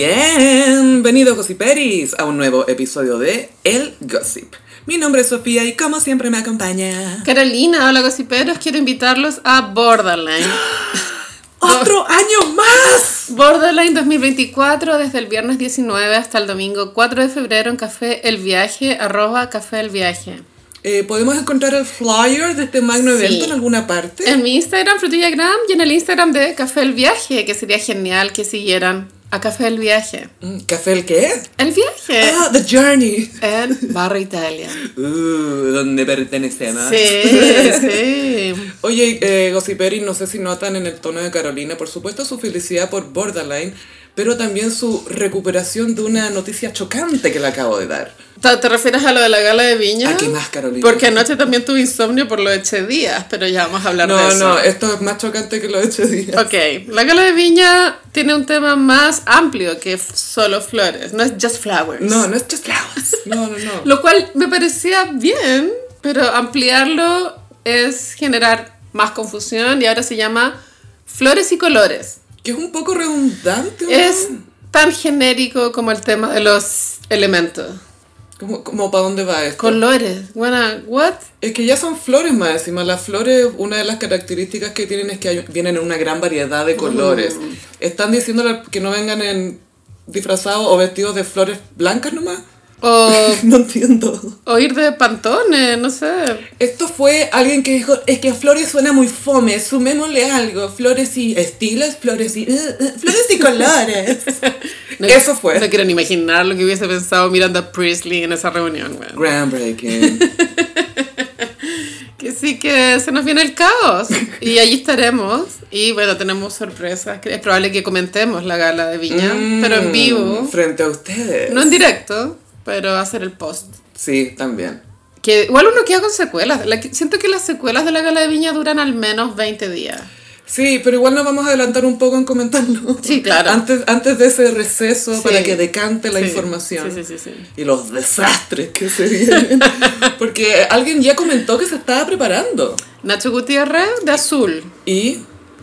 Bienvenido Gossiperis a un nuevo episodio de El Gossip. Mi nombre es Sofía y como siempre me acompaña Carolina, hola gossiperos, quiero invitarlos a Borderline. otro año más. Borderline 2024 desde el viernes 19 hasta el domingo 4 de febrero en Café El Viaje, arroba Café El Viaje. Eh, ¿Podemos encontrar el flyer de este magno Sí. evento en alguna parte? En mi Instagram, Frutillagram, y en el Instagram de Café El Viaje, que sería genial que siguieran a Café El Viaje. Mm, ¿Café el qué? El Viaje Ah, The Journey. en Barro Italia. Uh, donde pertenecemos. Sí, sí. Oye, eh, Gossiperi, no sé si notan en el tono de Carolina, por supuesto su felicidad por Borderline, pero también su recuperación de una noticia chocante que le acabo de dar. ¿Te, te refieres a lo de la gala de Viña? ¿A qué más, Carolina? Porque anoche también tuve insomnio por lo de Che Díaz, pero ya vamos a hablar de No, eso. no, esto es más chocante que lo he hecho día. Ok, la gala de viña tiene un tema más amplio que f- solo flores, no es just flowers. No, no es just flowers. No, no, no. Lo cual me parecía bien, pero ampliarlo es generar más confusión y ahora se llama flores y colores. Que es un poco redundante. ¿o no? Es tan genérico como el tema de los elementos. Como, como para dónde va esto. Colores, bueno, what? Es que ya son flores más encima. Las flores, una de las características que tienen es que hay- vienen en una gran variedad de colores. Mm. Están diciéndole que no vengan en disfrazados o vestidos de flores blancas nomás. O, No entiendo. o ir de pantones, no sé. Esto fue alguien que dijo, es que flores suena muy fome, sumémosle algo, flores y estilos, flores y... eh, eh, flores y colores. No- Eso fue. No quiero ni imaginar lo que hubiese pensado Miranda Priestley en esa reunión, weón. Groundbreaking. Que sí que se nos viene el caos y allí estaremos y bueno, tenemos sorpresas. que Es probable que comentemos la gala de Viña, Mm, pero en vivo, Frente a ustedes. no en directo, pero hacer el post. Sí, también. Que igual uno queda con secuelas. La que- siento que las secuelas de la gala de Viña duran al menos 20 días. Sí, pero igual nos vamos a adelantar un poco en comentarlo. Sí, claro. Antes, antes de ese receso Sí. para que decante la Sí, información. Sí, sí, sí, sí. Y los desastres que se vienen. Porque alguien ya comentó que se estaba preparando. Nacho Gutiérrez de Azul. Y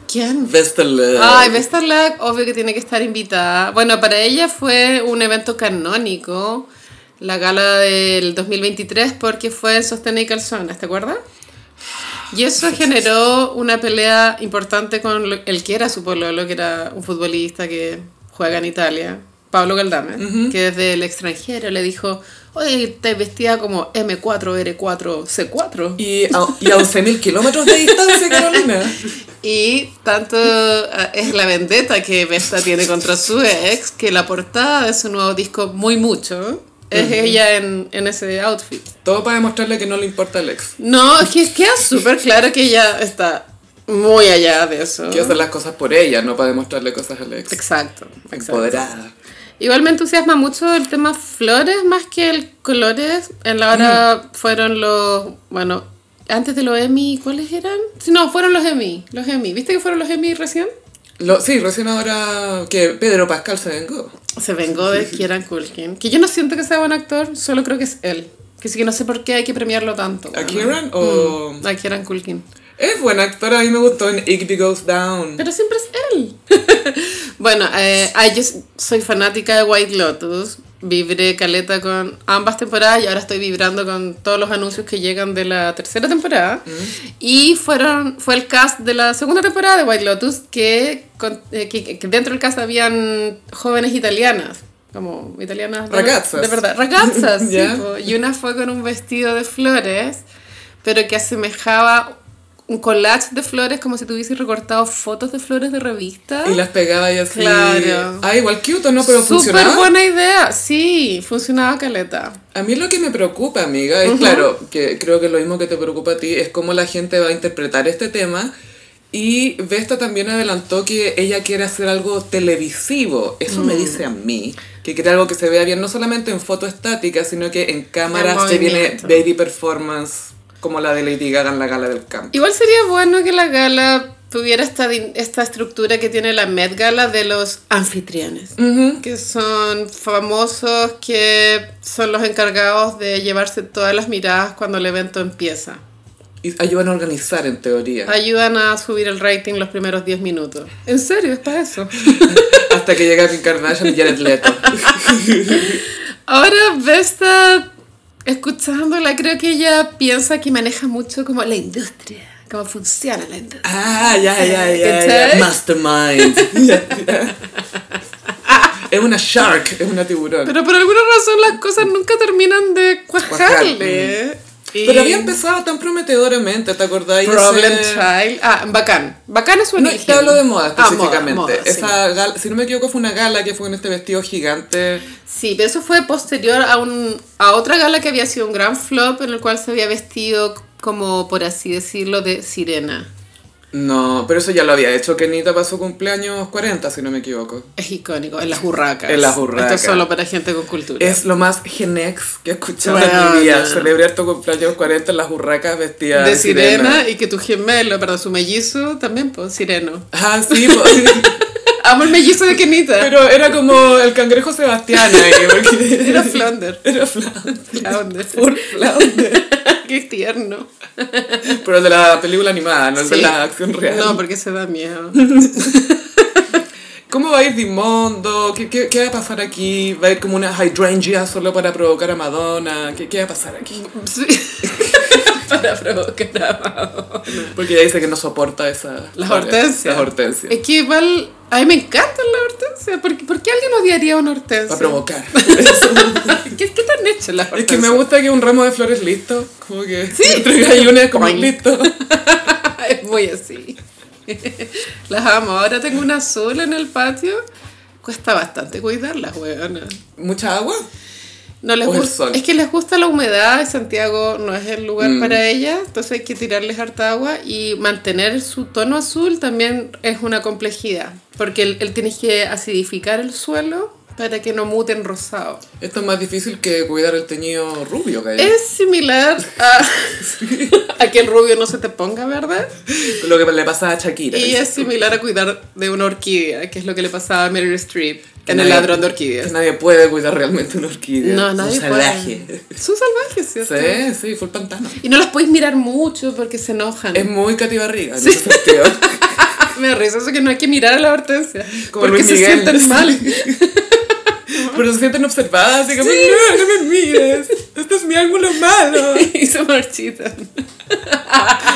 ¿Quién? Vestel. eh, Ay, Vestarlag, obvio que tiene que estar invitada. Bueno, para ella fue un evento canónico, la gala del 2023, porque fue en Sostén y Calzones, ¿te acuerdas? Y eso generó una pelea importante con lo- el que era su pololo, que era un futbolista que juega en Italia, Pablo Galdame, que desde el extranjero le dijo, oye, te vestía como M4, R4, C4. Y a, y a 11.000 kilómetros de distancia, Carolina. Y tanto eh, es la vendetta que Vesta tiene contra su ex que la portada de su nuevo disco, Muy Mucho, es ella en, en ese outfit. Todo para demostrarle que no le importa el ex. No, es que queda súper claro que ella está muy allá de eso. Quiere hacer las cosas por ella, no para demostrarle cosas al ex. Exacto, exacto. Empoderada. Igual me entusiasma mucho el tema flores más que el colores. En la hora fueron los, bueno, antes de los Emmy, ¿cuáles eran? Sí, No, fueron los Emmy, los Emmy. ¿Viste que fueron los Emmy recién? Lo- sí, recién ahora que Pedro Pascal se vengó. Se vengó de Kieran Culkin. Que yo no siento que sea buen actor, solo creo que es él. Que sí que no sé por qué hay que premiarlo tanto. ¿A weón. Kieran o...? Mm, a Kieran Culkin. Es buen actor, a mí me gustó en Igby Goes Down. Pero siempre es él. bueno, eh, ay, yo s- soy fanática de White Lotus. Vibré caleta con ambas temporadas y ahora estoy vibrando con todos los anuncios que llegan de la tercera temporada. Y fueron, fue el cast de la segunda temporada de White Lotus que, con- eh, que, que dentro del cast habían jóvenes italianas. Como italianas de, Ragazzas. de verdad. Ragazzas, sí, Ya. po. Y una fue con un vestido de flores, pero que asemejaba un collage de flores como si tuviese recortado fotos de flores de revista. Y las pegaba y así. Claro. Ah, igual cute, ¿o ¿no? Pero Súper funcionaba. buena idea. Sí, funcionaba caleta. A mí lo que me preocupa, amiga, es claro, que creo que lo mismo que te preocupa a ti es cómo la gente va a interpretar este tema. Y Vesta también adelantó que ella quiere hacer algo televisivo. Eso Mm. me dice a mí. Que quiere algo que se vea bien, no solamente en foto estática, sino que en cámara se viene movimiento. baby performance como la de Lady Gaga en la gala del campo. Igual sería bueno que la gala tuviera esta, din- esta estructura que tiene la Met Gala de los anfitriones. Que son famosos que son los encargados de llevarse todas las miradas cuando el evento empieza. Y ayudan a organizar, en teoría. Ayudan a subir el rating los primeros 10 minutos. En serio, es para eso. Hasta que llega Kim Kardashian y Jared Leto. Ahora Vesta, escuchándola, creo que ella piensa que maneja mucho como la industria, cómo funciona la industria. Ah, ya, ya, ya, ya, ¿Cachai? Mastermind. Ya, ya. Es una shark, es una tiburón. Pero, Pero por alguna razón las cosas nunca terminan de cuajarle. Cuajar, Y- había empezado tan prometedoramente, ¿te acordáis? Problem Ese- Child. Ah, bacán. Bacán es un No, te hablo de moda Ah, moda, específicamente. moda, sí. Esa gala- si no me equivoco, fue una gala que fue con este vestido gigante. Sí, pero eso fue posterior a, un, a otra gala que había sido un gran flop en el cual se había vestido como, por así decirlo, de sirena. No, pero eso ya lo había hecho Kenita para su cumpleaños 40, si no me equivoco. Es icónico, en las burracas. En las burracas. Esto es solo para gente con cultura. Es lo más genex que he escuchado en Bueno. mi vida. Celebrar tu cumpleaños 40 en las burracas vestida de sirena, y que tu gemelo, perdón, su mellizo también, pues, sireno. Ah, sí, po- Amo el mellizo de Kenita. pero era como el cangrejo Sebastián ahí, porque- Era Flounder. Era Flounder. Flounder. Por Flounder. Qué tierno. Pero el de la película animada, no el de Sí. la acción real. No, porque se da miedo. ¿Cómo va a ir Dimondo? ¿Qué, qué, qué va a pasar aquí? ¿Va a ir como una hydrangea solo para provocar a Madonna? ¿Qué, qué va a pasar aquí? Sí. Para provocar a Madonna. Porque ella dice que no soporta esa... Las hortensias. Las hortensias. Es que igual, a mí me encantan las hortensias. ¿Por, qué- por qué alguien odiaría una hortensia? Para provocar. ¿Qué, qué te han hecho las es hortensias? que me gusta que un ramo de flores listo. Como que... Sí. Entrega y una es como Boing. listo. es muy así. Las amo. Ahora tengo una sola en el patio. Cuesta bastante cuidarlas, weonas. Mucha agua. No les O el gusta- sol. Es que les gusta la humedad y Santiago no es el lugar Mm. para ellas, entonces hay que tirarles harta agua y mantener su tono azul también es una complejidad, porque él, él tienes que acidificar el suelo para que no muten rosado. Esto es más difícil que cuidar el teñido rubio que hay. Es similar a, a que el rubio no se te ponga, ¿verdad? Lo que le pasaba a Shakira. Y es similar a cuidar de una orquídea, que es lo que le pasaba a Meryl Streep Que en El nadie- ladrón de Que orquídeas. nadie puede cuidar realmente una orquídea. No, Es nadie un salvaje. puede. Son salvajes, ¿cierto? Sí, sí, fue el pantano. Y no las podéis mirar mucho porque se enojan. Es muy Katy Barriga en ese sentido. Me da risa eso que no hay que mirar a la hortensia. Como porque Luis se Miguel. sienten mal. Pero se sienten observadas, así como, no, no me mires, este es mi ángulo malo. y se marchitan.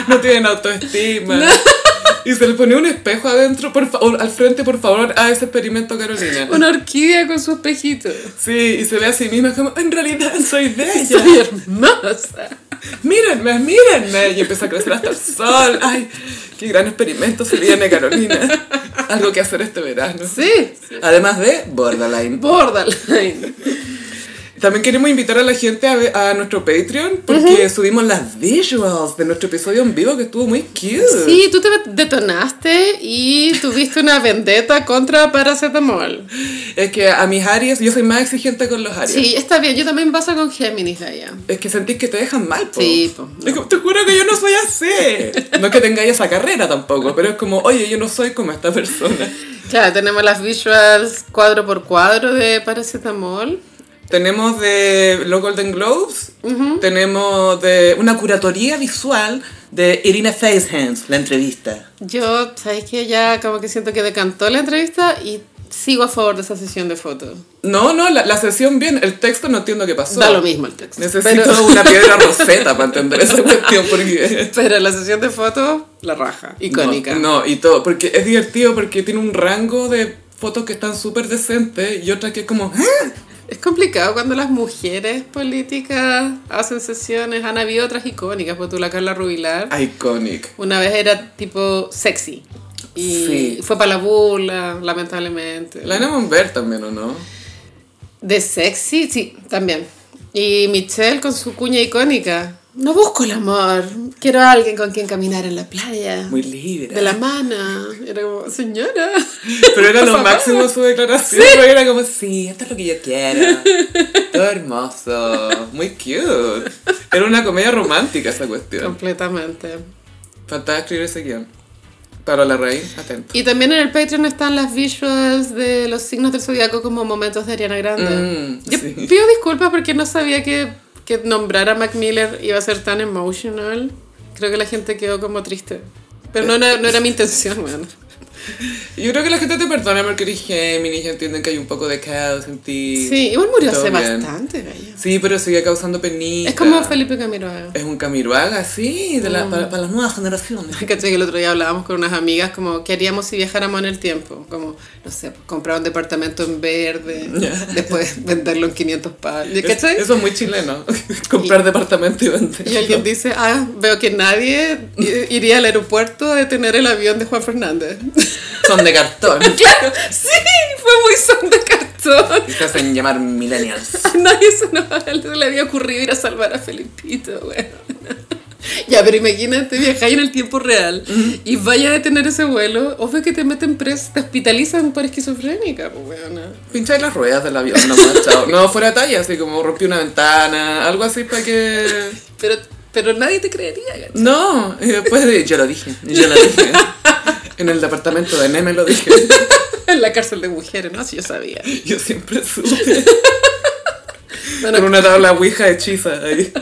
No tienen autoestima. Y se le pone un espejo adentro, por fa- o al frente, por favor, a ese experimento, Carolina. Una orquídea con su espejito. Sí, y se ve a sí misma como, en realidad soy bella. Soy hermosa. Mírenme, mírenme. Y empieza a crecer hasta el sol. Ay, qué gran experimento se viene, Carolina. Algo que hacer este verano. Sí. Además de Borderline. Borderline. También queremos invitar a la gente a, ve- a nuestro Patreon porque subimos las visuals de nuestro episodio en vivo que estuvo muy cute. Sí, tú te detonaste y tuviste una vendetta contra Paracetamol. Es que a mis Aries, yo soy más exigente con los Aries. Sí, está bien. Yo también paso con Géminis, Gaia. Es que sentís que te dejan mal, po. Sí, po, Es como, te juro que yo no soy así. No es que tengáis esa carrera tampoco, pero es como, oye, yo no soy como esta persona. Claro, tenemos las visuals cuadro por cuadro de Paracetamol. Tenemos de los Golden Globes, tenemos de una curatoría visual de Irina Facehands, la entrevista. Yo, sabes que ya como que siento que decantó la entrevista y sigo a favor de esa sesión de fotos. No, no, la, la sesión bien, el texto no entiendo qué pasó. Da lo mismo el texto. Necesito Pero, una piedra roseta para entender esa cuestión porque pero la sesión de fotos, la raja, icónica. No, no, y todo, porque es divertido porque tiene un rango de fotos que están súper decentes y otras que es como "¿Ah?". Es complicado cuando las mujeres políticas hacen sesiones. Han habido otras icónicas, por tú la Carla Rubilar. Ah, iconic. Una vez era tipo sexy. Y Sí. fue para la burla, lamentablemente. La Ana Monver también, ¿o no? De sexy, sí, también. Y Michelle con su cuña icónica. No busco el amor, quiero a alguien con quien caminar en la playa. Muy libre. de la mano. Era como, señora. Pero era Por lo favor. máximo su declaración. porque Era como, sí, esto es lo que yo quiero. Todo hermoso. Muy cute. Era una comedia romántica esa cuestión. Completamente. Faltaba escribir ese guión. Para la reina, atento. Y también en el Patreon están las visuals de los signos del zodiaco como momentos de Ariana Grande. Mm, Yo sí. pido disculpas porque no sabía que, que nombrar a Mac Miller iba a ser tan emotional. Creo que la gente quedó como triste. Pero no era, no era mi intención, weón. Yo creo que la gente te perdona, Mercury Géminis, entienden que hay un poco de caos en ti. Sí, igual murió Todo hace bien. bastante, gallo. Sí, pero sigue causando penita. Es como Mm. Felipe eh. Camiroaga. Es un Camiroaga, sí, de la- para, para las nuevas generaciones. Caché que el otro día hablábamos con unas amigas como, ¿qué haríamos si viajáramos en el tiempo? Como, no sé, pues, comprar un departamento en verde, después venderlo en 500 palos. ¿Cachai? Eso es muy chileno. Comprar departamento y vender. Y alguien dice, ah, veo que nadie i- iría al aeropuerto a detener el avión de Juan Fernández. Son de cartón. claro, sí, fue muy son de cartón. Y se hacen llamar millennials. A nadie se nos le había ocurrido ir a salvar a Felipito, bueno. Ya, pero imagínate, viajáis en el tiempo real y vaya a detener ese vuelo, obvio que te meten presa, te hospitalizan por esquizofrénica, pues, weona. Pincháis las ruedas del avión nomás, chao. No, fuera talla, así como rompí una ventana, algo así para que... Pero, pero nadie te creería, gacha. No, y después de... Yo lo dije, yo lo dije. En el departamento de Neme lo dije. En la cárcel de mujeres, no, si yo sabía. Yo siempre supe. Bueno, Con una tabla ouija hechiza ahí.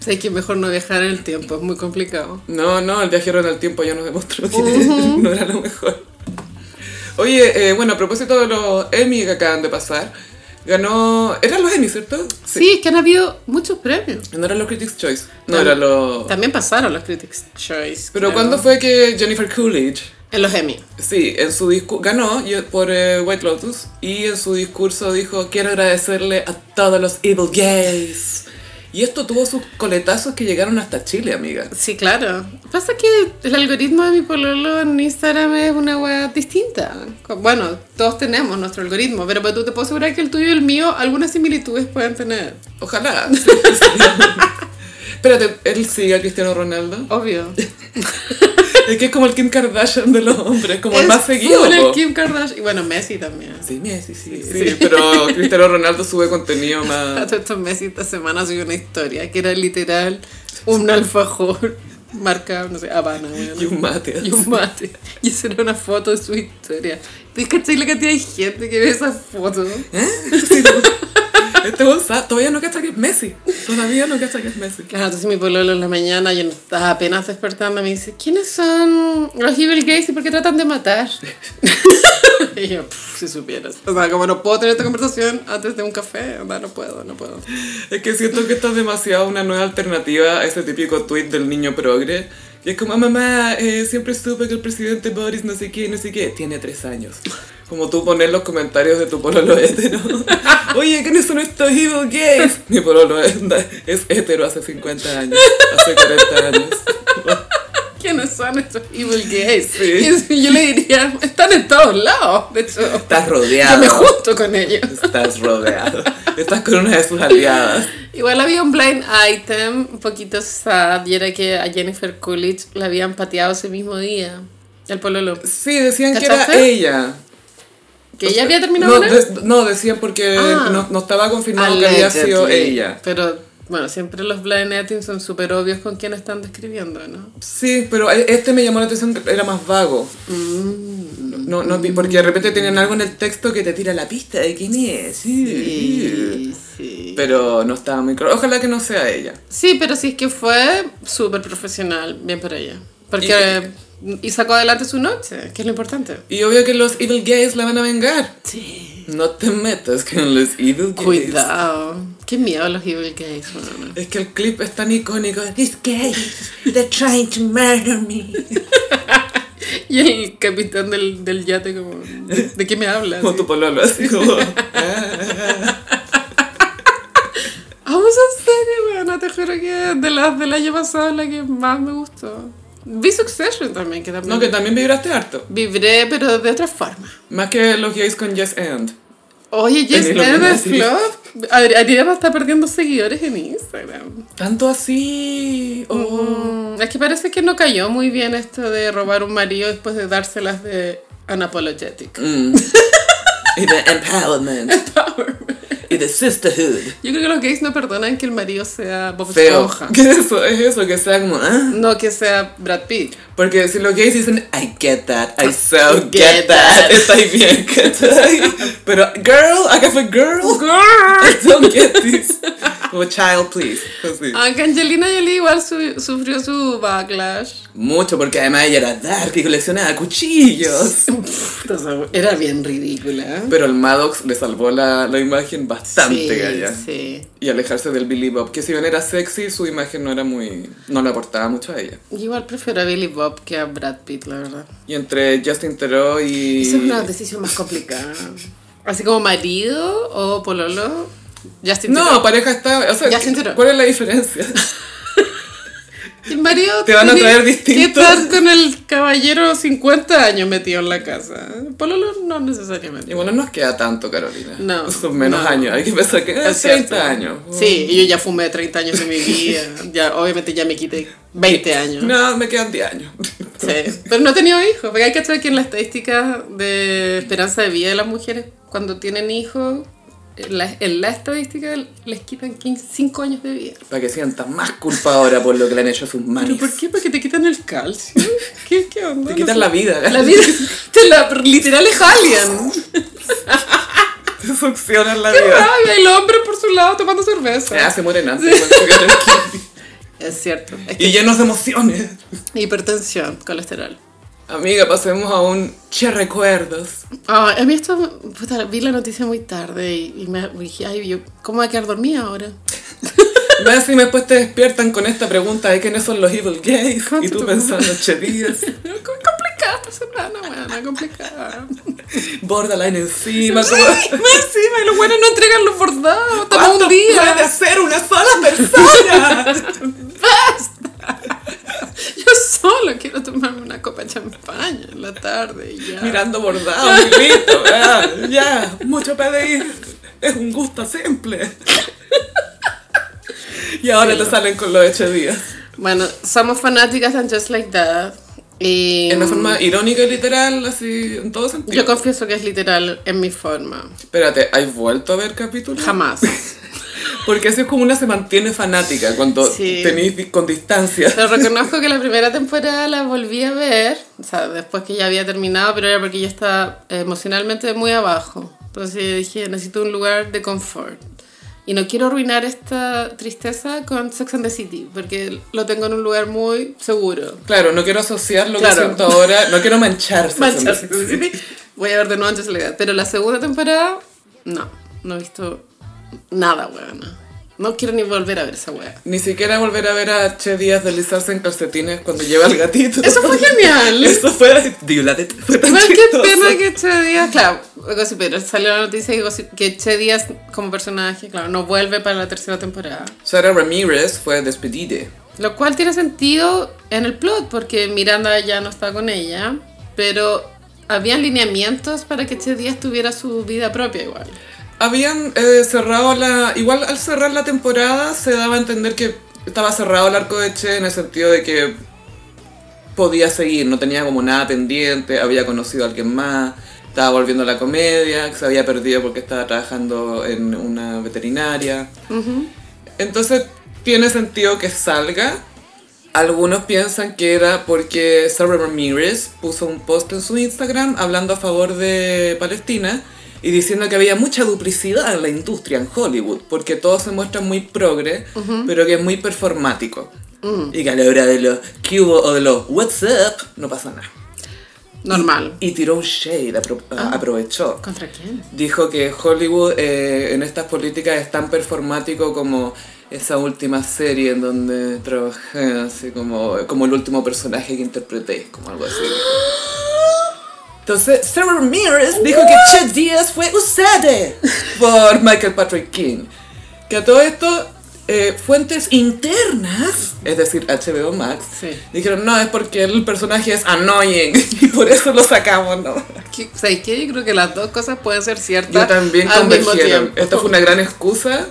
sé que mejor no viajar en el tiempo, es muy complicado. No, no, el viajero en el tiempo ya nos demostró que no era lo mejor. Oye, eh, bueno, a propósito de los Emmy que acaban de pasar, ganó... ¿Eran los Emmy, cierto? Sí, es que han habido muchos premios. No eran los Critics' Choice. No, Tam- eran los... También pasaron los Critics' Choice. Oh. Pero creo. ¿cuándo fue que Jennifer Coolidge... En los Emmy. Sí, en su discurso ganó y- por eh, White Lotus y en su discurso dijo quiero agradecerle a todos los evil gays. Y esto tuvo sus coletazos que llegaron hasta Chile, amiga. Sí, claro. Pasa que el algoritmo de mi pololo en Instagram es una wea distinta. Co- Bueno, todos tenemos nuestro algoritmo, pero pues tú te puedo asegurar que el tuyo y el mío algunas similitudes pueden tener. Ojalá. Sí, sí. Espérate, él sigue a Cristiano Ronaldo. Obvio. Es que es como el Kim Kardashian de los hombres, como el Es más seguido. full el po. Kim Kardashian. Y bueno, Messi también. Sí, Messi, sí, Sí, sí, sí. Pero Cristiano Ronaldo sube contenido A más. todo esto Messi esta semana subió una historia que era literal un alfajor marca, no sé, Habana, weón. Y un mate. y un mate. Y esa era una foto de su historia. ¿Te cachai la cantidad de gente que ve esa foto? Sí, no. Este bolsa todavía no cacha que es Messi. Todavía no cacha que es Messi. Claro, entonces mi pololo en la mañana, yo no estaba apenas despertando, me dice, ¿quiénes son los evil gays y por qué tratan de matar? y yo, "Pff, si supieras. O sea, como no puedo tener esta conversación antes de un café, onda, no puedo, no puedo. Es que siento que esta es demasiado una nueva alternativa a ese típico tweet del niño progre. Y es como, "Ah, mamá, eh, siempre supe que el presidente Boris no sé qué, no sé qué, tiene tres años. Como tú poner los comentarios de tu pololo hetero. Oye, ¿quiénes son estos evil gays? Mi pololo es, es hetero hace 50 años, hace 40 años. ¿Quiénes son estos evil gays? Sí. Y yo le diría, están en todos lados, de hecho. Estás Yo rodeado. me junto con ellos. Estás rodeado. Estás con una de sus aliadas. Igual había un blind item un poquito sad y era que a Jennifer Coolidge la habían pateado ese mismo día. El pololo. Sí, decían que era ¿Cachaste? ella. Que ella había terminado no, con él. de- no, decían porque Ah. no, no estaba confirmado que había sido Allegedly. ella. Pero bueno, siempre los blind items son súper obvios con quién están describiendo, ¿no? Sí, pero e- este me llamó la atención que era más vago. Mm. No, no, vi- porque de repente tienen algo en el texto que te tira la pista de quién es. Sí, sí. sí. Pero no estaba muy claro. Ojalá que no sea ella. Sí, pero si es que fue súper profesional, bien para ella. Y- Porque y, sacó adelante su noche, que es lo importante. Y obvio que los evil gays la van a vengar. Sí. No te metas con los evil gays. Cuidado. Qué miedo los evil gays, weona. Es que el clip es tan icónico. These gays, they're trying to murder me. Y el capitán del, del yate como, ¿de, de qué me hablas? Como tu pololo, así como... Vamos en Ah, serio, weona, te juro que de las del año pasado es la que más me gustó. Vi Succession también, que también... No, que también vibraste harto. Vibré, pero de otra forma. Más que los gays con Yes and. Oye, Yes Tenés lo que Nervous decir. Club. Adri- Adriana está perdiendo seguidores en Instagram. Tanto así. Oh. Mm, es que parece que no cayó muy bien esto de robar un marido después de dárselas de Unapologetic. Mm. y de empowerment. Y de sisterhood. Yo creo que los gays no perdonan que el marido sea Bob Feo. Esponja. ¿Qué es eso? Es eso que sea como. ah. No que sea Brad Pitt. Porque si los gays dicen, I get that, I so Get get, that. that. Está bien, ¿cachai? Pero, girl, acá fue girl. I don't get this. Como child, please. Pues Así. Aunque Angelina Jolie igual su- sufrió su backlash. Mucho, porque además ella era dark y coleccionaba cuchillos. Era bien ridícula. Pero el Maddox le salvó la, la imagen bastante, Gaya. Sí. Y alejarse del Billy Bob, que si bien era sexy, su imagen no era muy... no le aportaba mucho a ella. Igual prefiero a Billy Bob que a Brad Pitt, la verdad. Y entre Justin Theroux y... Esa es una decisión más complicada. Así como marido o pololo. Justin No, Theroux. pareja estable. O sea, Justin Theroux. ¿cuál es la diferencia? El marido Te van a tiene traer Que distintos. estar con el caballero 50 años metido en la casa. Pololo no necesariamente. Y bueno, nos queda tanto, Carolina. No, Son menos no. años. Hay que pensar que es Es cierto. 30 años. Sí, y yo ya fumé 30 años de mi vida. Ya, obviamente ya me quité 20 años. Mm. No, me quedan 10 años. Sí, pero no he tenido hijos. Porque hay que saber que en las estadísticas de esperanza de vida de las mujeres, cuando tienen hijos, en la, en la estadística les quitan 5 años de vida. Para que sientan más culpa ahora por lo que le han hecho a sus manos. ¿Pero por qué? Porque te quitan el calcio. ¿Qué, qué onda? Te No quitan sé. la vida. La vida. Te la, literal es alien. Te succionan la ¡Qué vida. rabia! El hombre por su lado tomando Ah, cerveza. se mueren antes. cuando se quedan aquí. Es cierto. Es y llenos de emociones. que- Hipertensión, colesterol. Amiga, pasemos a un che recuerdos. Ah, a mí esto, puta, vi la noticia muy tarde y, y me dije, ay, yo, ¿cómo voy a quedar dormida ahora? Ves si después pues te despiertan con esta pregunta de quiénes son los evil gays. Y tú Concha tu pensando, che días. Qué complicada esta semana, weona, complicada. Borderline encima. Sí, Como... más encima, y los buenos no entregan los bordados, toma ¿Cuánto un día. puede ser una sola persona? Yo solo quiero tomarme una copa de champaña en la tarde y ya. Mirando bordado, y listo. Ya, ya, mucho pedir. Es un gusto simple. Y ahora te salen con los hechos días. Bueno, somos fanáticas de Just Like That. Y En una forma irónica y literal, así, en todo sentido. Yo confieso que es literal en mi forma. Espérate, ¿has vuelto a ver capítulos? Jamás. Porque así es como una se mantiene fanática cuando Sí. tenís di- con distancia. Pero reconozco que la primera temporada la volví a ver, o sea, después que ya había terminado, pero era porque yo estaba emocionalmente muy abajo. Entonces dije, necesito un lugar de confort. Y no quiero arruinar esta tristeza con Sex and the City, porque lo tengo en un lugar muy seguro. Claro, no quiero asociar lo que Claro. siento ahora, no quiero mancharse. Manchas. Voy a ver de nuevo antes la Pero la segunda temporada, no. No he visto nada, weona. No quiero ni volver a ver esa wea. Ni siquiera volver a ver a Che Díaz deslizarse en calcetines cuando lleva al gatito. Eso fue genial. Eso fue. Do you love it? Fue tan Igual qué chistoso. pena que Che Díaz, claro, Gossip Girl, salió la noticia que Gossip- que Che Díaz como personaje, claro, no vuelve para la tercera temporada. Sara Ramírez fue despedida. Lo cual tiene sentido en el plot, porque Miranda ya no está con ella, pero había lineamientos para que Che Díaz tuviera su vida propia igual. Habían eh, cerrado la. Igual al cerrar la temporada se daba a entender que estaba cerrado el arco de Che en el sentido de que podía seguir, no tenía como nada pendiente, había conocido a alguien más, estaba volviendo a la comedia, que se había perdido porque estaba trabajando en una veterinaria. Entonces tiene sentido que salga. Algunos piensan que era porque Sarah Ramirez puso un post en su Instagram hablando a favor de Palestina y diciendo que había mucha duplicidad en la industria en Hollywood, porque todo se muestra muy progre, pero que es muy performático. Y que a la hora de los que hubo o de los what's up, no pasa nada. Normal. Y tiró un shade, apro- aprovechó ¿Contra quién? dijo que Hollywood eh, en estas políticas es tan performático como esa última serie en donde trabajé, así como, como el último personaje que interpreté, como algo así. Entonces, Sarah Ramirez dijo que Che Díaz fue usada por Michael Patrick King. Que a todo esto, eh, fuentes internas, es decir, HBO Max, Sí. dijeron, no, es porque el personaje es annoying y por eso lo sacamos, ¿no? ¿Qué- ¿Sabes qué? Yo creo que las dos cosas pueden ser ciertas. Yo también al mismo convergieron. tiempo. Esta fue una gran excusa.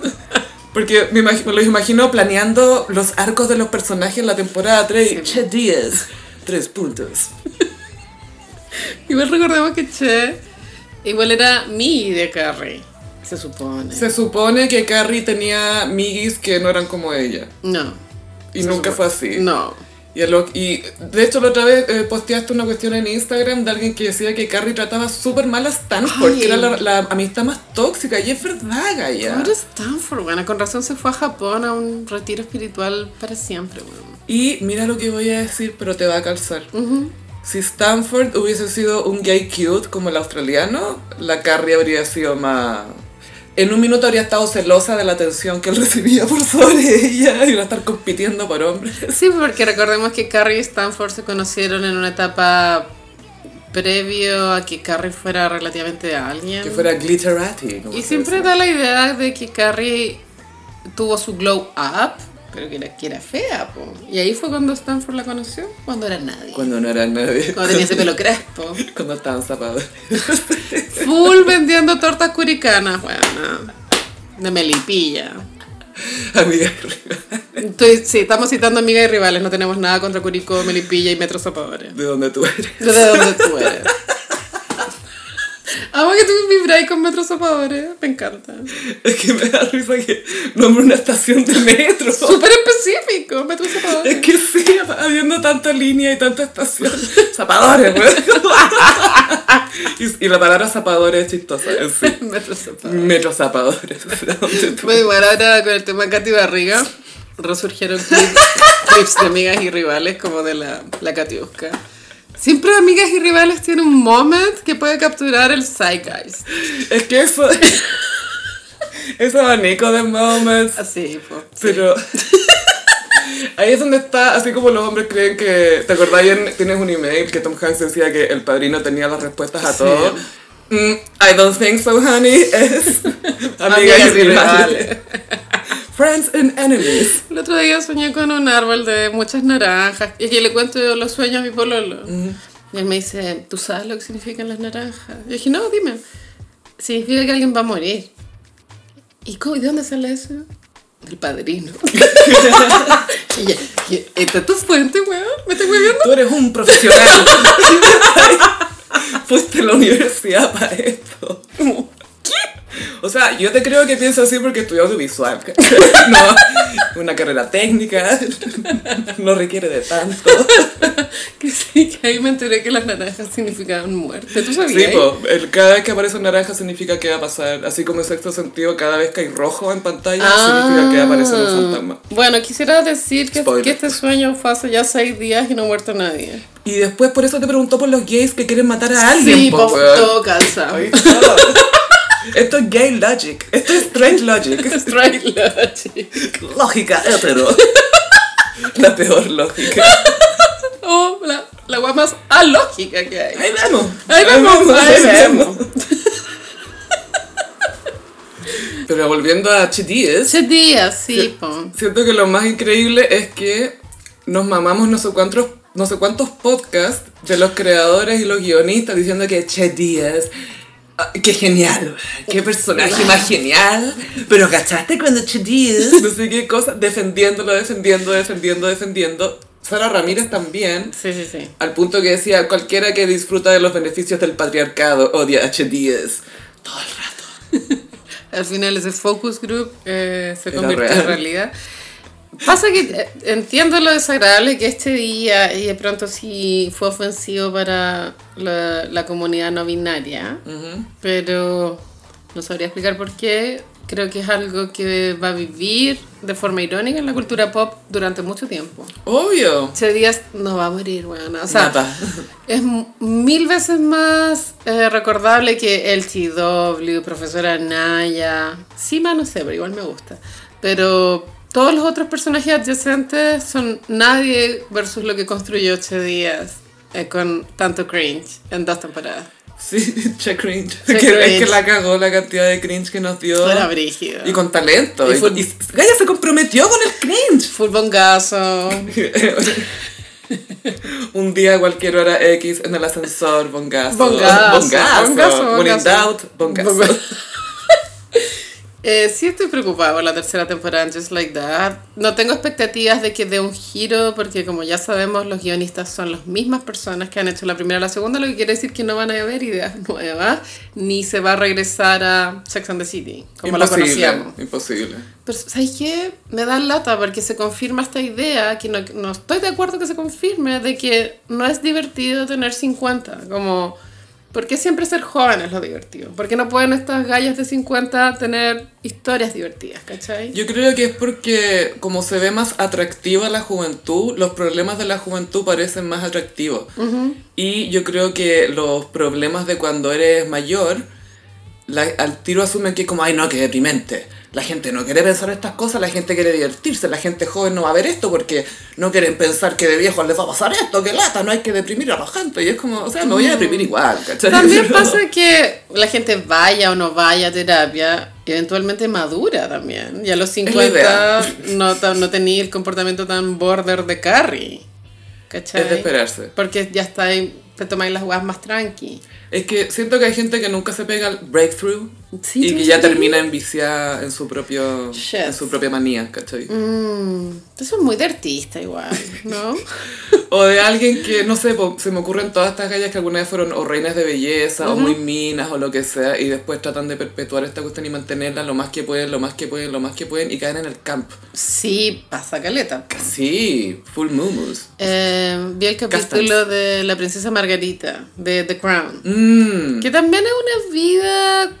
Porque me, imag- me los imagino planeando los arcos de los personajes en la temporada 3. Sí. Che Díaz, tres puntos. Igual recordemos que Che igual era mi de Carrie, se supone. Se supone que Carrie tenía migis que no eran como ella. No. Y Se nunca supone. fue así. No. Y, a lo- y de hecho, la otra vez eh, posteaste una cuestión en Instagram de alguien que decía que Carrie trataba súper mal a Stanford, Ay. que era la, la amistad más tóxica. Y es verdad, Gaya. Pobre Stanford, bueno, con razón se fue a Japón a un retiro espiritual para siempre, bueno. Y mira lo que voy a decir, pero te va a calzar. Si Stanford hubiese sido un gay cute como el australiano, la Carrie habría sido más... En un minuto habría estado celosa de la atención que él recibía por sobre ella y iba a estar compitiendo por hombres. Sí, porque recordemos que Carrie y Stanford se conocieron en una etapa previo a que Carrie fuera relativamente alguien. Que fuera glitterati. como Em, y se siempre dice. da la idea de que Carrie tuvo su glow up, pero que era, que era fea, po. Y ahí fue cuando Stanford la conoció, cuando era nadie. Cuando, Cuando no era nadie. tenía ese pelo crespo. Cuando estaban zapados. Full vendiendo tortas curicanas, bueno. De melipilla. Amiga. Estoy- sí, estamos citando amigas y rivales, no tenemos nada contra Curicó, Melipilla y Metro Zapadores. De donde tú eres. De donde tú eres. Amo que tú vibráis con Metro Zapadores, me encanta. Es que me da risa que nombre una estación de metro. Súper específico, Metro Zapadores. Es que sí, habiendo tanta línea y tanta estación. Zapadores, weón. y, y la palabra zapadores es chistosa. en sí. Metro Zapadores. Metro zapadores. Bueno, igual ahora con el tema de Katy Barriga, resurgieron clips, clips de amigas y rivales como de la, la Katiuska. Siempre amigas y rivales tiene un moment que puede capturar el zeitgeist. es que eso. Eso abanico de moments. Así, po. Pero ahí es donde está, así como los hombres creen que, ¿te acordás? Bien, tienes un email que Tom Hanks decía que el padrino tenía las respuestas a Sí. todo. Mm, I don't think so, honey. Es amiga y Amigas y rivales. rivales. Friends and enemies. El otro día soñé con un árbol de muchas naranjas. Y yo le cuento los sueños a mi pololo. Y él me dice, ¿tú sabes lo que significan las naranjas? Yo dije, no, dime. Significa que alguien va a morir. ¿Y cómo- de dónde sale eso? Del padrino. y ella, "¿Qué? ¿esta es tu fuente, weón? ¿Me estás hueviando? Tú eres un profesional. Fuiste a la universidad para esto. O sea, yo te creo que pienso así porque estudié audiovisual. ¿cachai? No, una carrera técnica. No requiere de tanto. Que sí, que ahí me enteré que las naranjas significaban muerte. ¿Tú sabías? Sí, po, el, cada vez que aparece un naranja significa que va a pasar. Así como en sexto sentido, cada vez que hay rojo en pantalla Ah. significa que aparece un fantasma. Bueno, quisiera decir que, Spoiler. que este sueño fue hace ya seis días y no ha muerto nadie. Y después por eso te preguntó por los gays que quieren matar a alguien. Sí, po, po, weón. todo calza. Ahí está. Esto es gay logic. Esto es straight logic. Straight logic. Lógica hetero. La peor lógica. Oh, la, la wea más alógica que hay. Ahí vemos. Ahí vemos, ahí vemos. Pero volviendo a Chidies. Ese día, sí, po. Siento que lo más increíble es que nos mamamos no sé cuántos, no sé cuántos podcasts de los creadores y los guionistas diciendo que Che Díaz, ah, qué genial, qué personaje más genial, pero ¿cachaste cuando Che Díaz? No sé qué cosa, defendiéndolo, defendiendo, defendiendo, defendiendo. Sara Ramírez también. Sí, sí, sí. Al punto que decía, cualquiera que disfruta de los beneficios del patriarcado odia a Che Díaz. Todo el rato. Al final ese focus group eh, se Era convirtió real. en realidad. Pasa que eh, entiendo lo desagradable que este día y de pronto sí fue ofensivo para la, la comunidad no binaria, pero no sabría explicar por qué. Creo que es algo que va a vivir de forma irónica en la cultura pop durante mucho tiempo. Obvio. Che Díaz no va a morir, weón. O sea, Nada. es m- mil veces más eh, recordable que LTW, Profesora Naya. Sima no sé, pero igual me gusta. Pero todos los otros personajes adyacentes son nadie versus lo que construyó Che Díaz eh, con tanto cringe en dos temporadas. Sí, che cringe. Che que, Es que cringe. la cagó la cantidad de cringe que nos dio. Era brígido. Y con talento. Y Y, fue- y- Gaya se comprometió con el cringe. Full bongazo. Un día a cualquier hora X en el ascensor, bongazo. Bongazo, Bongazo. bongazo, When in bongazo. doubt, bongazo. Bongazo. Eh, sí estoy preocupada por la tercera temporada en Just Like That. No tengo expectativas de que dé un giro, porque como ya sabemos, los guionistas son las mismas personas que han hecho la primera y la segunda, lo que quiere decir que no van a haber ideas nuevas, ni se va a regresar a Sex and the City, como lo conocíamos. Imposible. Pero, ¿sabes qué? Me da lata porque se confirma esta idea, que no, no estoy de acuerdo que se confirme, de que no es divertido tener 50, como... ¿Por qué siempre ser joven es lo divertido? ¿Por qué no pueden estas gallas de 50 tener historias divertidas, cachai? Yo creo que es porque como se ve más atractiva la juventud, los problemas de la juventud parecen más atractivos. Ujú. Y yo creo que los problemas de cuando eres mayor, la- al tiro asumen que es como, ay no, que deprimente. La gente no quiere pensar estas cosas, la gente quiere divertirse, la gente joven no va a ver esto porque no quieren pensar que de viejos les va a pasar esto, que lata, no hay que deprimir a la gente. Y es como, o sea, me voy a deprimir igual, ¿cachai? También Pero- pasa que la gente vaya o no vaya a terapia, eventualmente madura también. Y a los la idea. 50 no, ta- no tenía el comportamiento tan border de Carrie, ¿cachai? Es de esperarse. Porque ya está ahí, te tomáis las guas más tranqui. Es que siento que hay gente que nunca se pega al breakthrough Sí, y que sí, ya sí. termina enviciada en su propio Shit. en su propia manía, ¿cachai? Mm, eso es muy de artista igual, ¿no? O de alguien que, no sé, po, se me ocurren todas estas gallas que alguna vez fueron o reinas de belleza o muy minas o lo que sea y después tratan de perpetuar esta cuestión y mantenerla lo más que pueden, lo más que pueden, lo más que pueden y caen en el camp. sí, pasa caleta. Sí, full mumus. Eh, vi el capítulo Castaños. de La Princesa Margarita, de The Crown. Mmm. Que también es una vida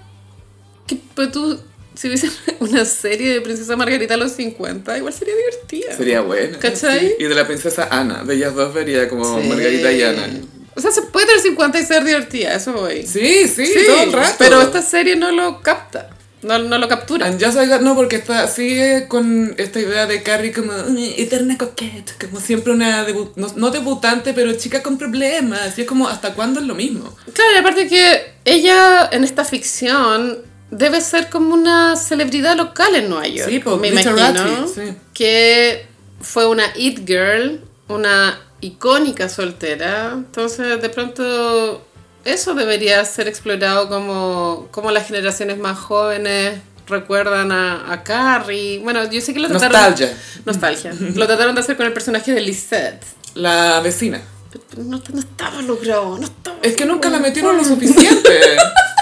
que pues, tú, si hubiese una serie de Princesa Margarita a los 50, igual sería divertida. Sería buena. ¿Cachai? Sí. Y de la princesa Ana, de ellas dos vería como Sí. Margarita y Ana. O sea, se puede tener 50 y ser divertida, eso voy. Sí, sí, todo el rato. Pero esta serie no lo capta, no, no lo captura. And Just Like That, no, porque está, sigue con esta idea de Carrie como "Mm, eterna coqueta, como siempre una, debu- no, no debutante, pero chica con problemas. Y es como, ¿hasta cuándo es lo mismo? Claro, y aparte que ella en esta ficción debe ser como una celebridad local en Nueva York. Sí, po, me glitterati, imagino. sí. Que fue una it girl, una icónica soltera. Entonces, de pronto, eso debería ser explorado como, como las generaciones más jóvenes recuerdan a, a Carrie. Bueno, yo sé que lo trataron... Nostalgia. Nostalgia. Lo trataron de hacer con el personaje de Lisette. La vecina. Pero no, no estaba logrado, no estaba Es que nunca la logrado. metieron lo suficiente.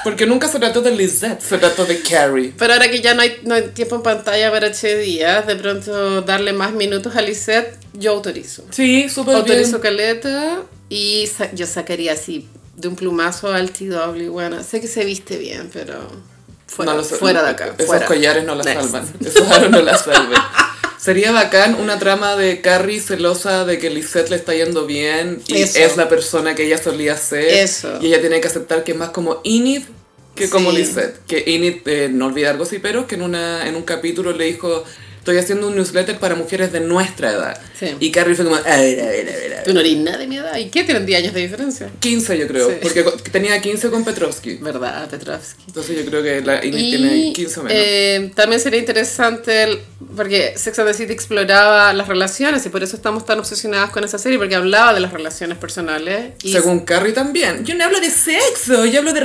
Porque nunca se trató de Lisette, se trató de Carrie. Pero ahora que ya no hay, no hay tiempo en pantalla para Che Díaz, de pronto darle más minutos a Lisette, yo autorizo. Sí, súper Autorizo bien. Caleta y sa- yo sacaría así de un plumazo al TW. Bueno, sé que se viste bien, pero fuera, No lo sé. fuera de acá. Esos fuera. collares no la Next. salvan. Esos aros no la salvan. Sería bacán una trama de Carrie celosa de que Lisette le está yendo bien y Eso. es la persona que ella solía ser. Eso. Y ella tiene que aceptar que es más como Enid que como Sí. Lisette. Que Enid, eh, no olvidar gossiperos, que en, una, en un capítulo le dijo... Estoy haciendo un newsletter para mujeres de nuestra edad. Sí. Y Carrie fue como... A ver, a ver, a ver, a ver". Tú no eres nada de mi edad. ¿Y qué tienen 10 años de diferencia? 15 yo creo, Sí. porque co- tenía 15 con Petrovsky. ¿Verdad, Petrovsky? Entonces yo creo que la Inés Y, tiene 15 o menos. eh, también sería interesante, el- porque Sex and the City exploraba las relaciones y por eso estamos tan obsesionadas con esa serie, porque hablaba de las relaciones personales. Y Según Carrie también. Yo no hablo de sexo, yo hablo de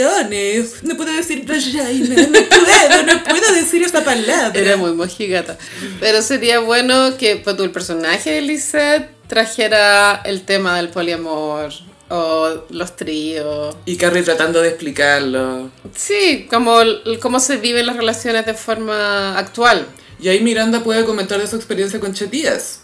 relaciones. No puedo decir vagina, no puedo, no puedo decir esta palabra. Era muy mojigata. Pero sería bueno que pues, tú, el personaje de Lisette trajera el tema del poliamor o los tríos. Y Carrie tratando de explicarlo. Sí, como el- cómo se viven las relaciones de forma actual. Y ahí Miranda puede comentar de su experiencia con Che Díaz.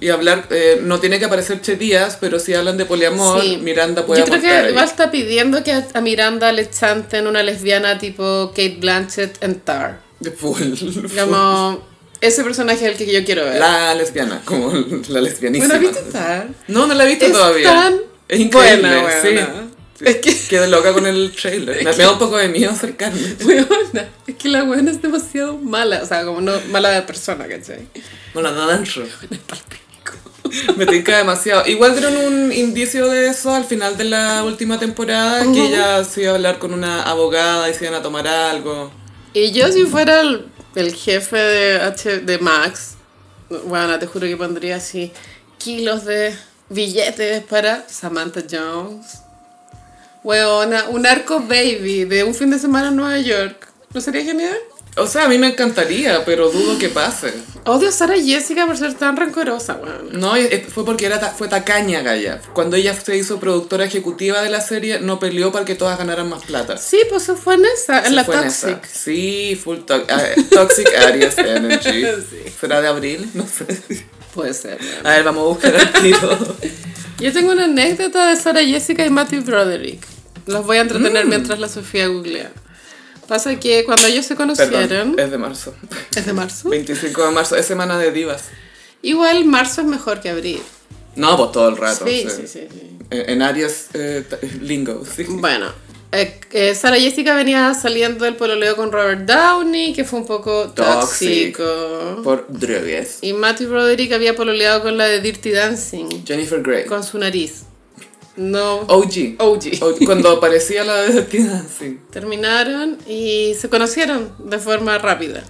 Y hablar, eh, no tiene que aparecer Che Díaz, pero si hablan de poliamor, Sí. Miranda puede Yo creo aportar que ahí. igual está pidiendo que a, a Miranda le chanten una lesbiana tipo Kate Blanchett en Tar. Full, full. Como, ese personaje es el que yo quiero ver. La lesbiana, como la lesbianísima. bueno, ¿viste Tar? No, no la he visto Es todavía. tan es increíble, buena, weona. sí. Sí. Es que- Quedé loca con el trailer. Me da un poco de miedo acercarme. Weona, es que la weona es demasiado mala, o sea, como no, mala de persona, ¿cachai? Bueno, no dentro. Me tinca demasiado. Igual dieron un indicio de eso al final de la última temporada, que ella se iba a hablar con una abogada y se iban a tomar algo. Y yo si fuera el, el jefe de, H- de Max, bueno, te juro que pondría así kilos de billetes para Samantha Jones. Weona, un arco baby de un fin de semana en Nueva York. ¿No sería genial? O sea, a mí me encantaría, pero dudo que pase. Odio a Sara Jessica por ser tan rencorosa, weón. No, es- es- fue porque era ta- fue tacaña Gaya. Cuando ella se hizo productora ejecutiva de la serie, no peleó para que todas ganaran más plata. Sí, pues se fue en esa, en Se la fue en Toxic. esa. Sí, full to- ah, Toxic Aries Energy. Sí. ¿Será de abril? No sé. Puede ser, weón. A ver, vamos a buscar el tiro. Yo tengo una anécdota de Sara Jessica y Matthew Broderick. Los voy a entretener mientras la Sofía googlea. Pasa que cuando ellos se conocieron, Perdón, eh, es de marzo. es de marzo. 25 de marzo, es semana de divas. Igual marzo es mejor que abril. No, pues todo el rato. sí, sí. sí, sí, sí. En en Aries eh, ta- Lingo, sí. Bueno, eh, eh, Sara Jessica venía saliendo del pololeo con Robert Downey, que fue un poco Toxic. tóxico. Por Drugues. Y Matthew Broderick había pololeado con la de Dirty Dancing, Jennifer Grey. con su nariz. No. OG. OG. O- Cuando aparecía la de Dirty Dancing. Terminaron y se conocieron de forma rápida.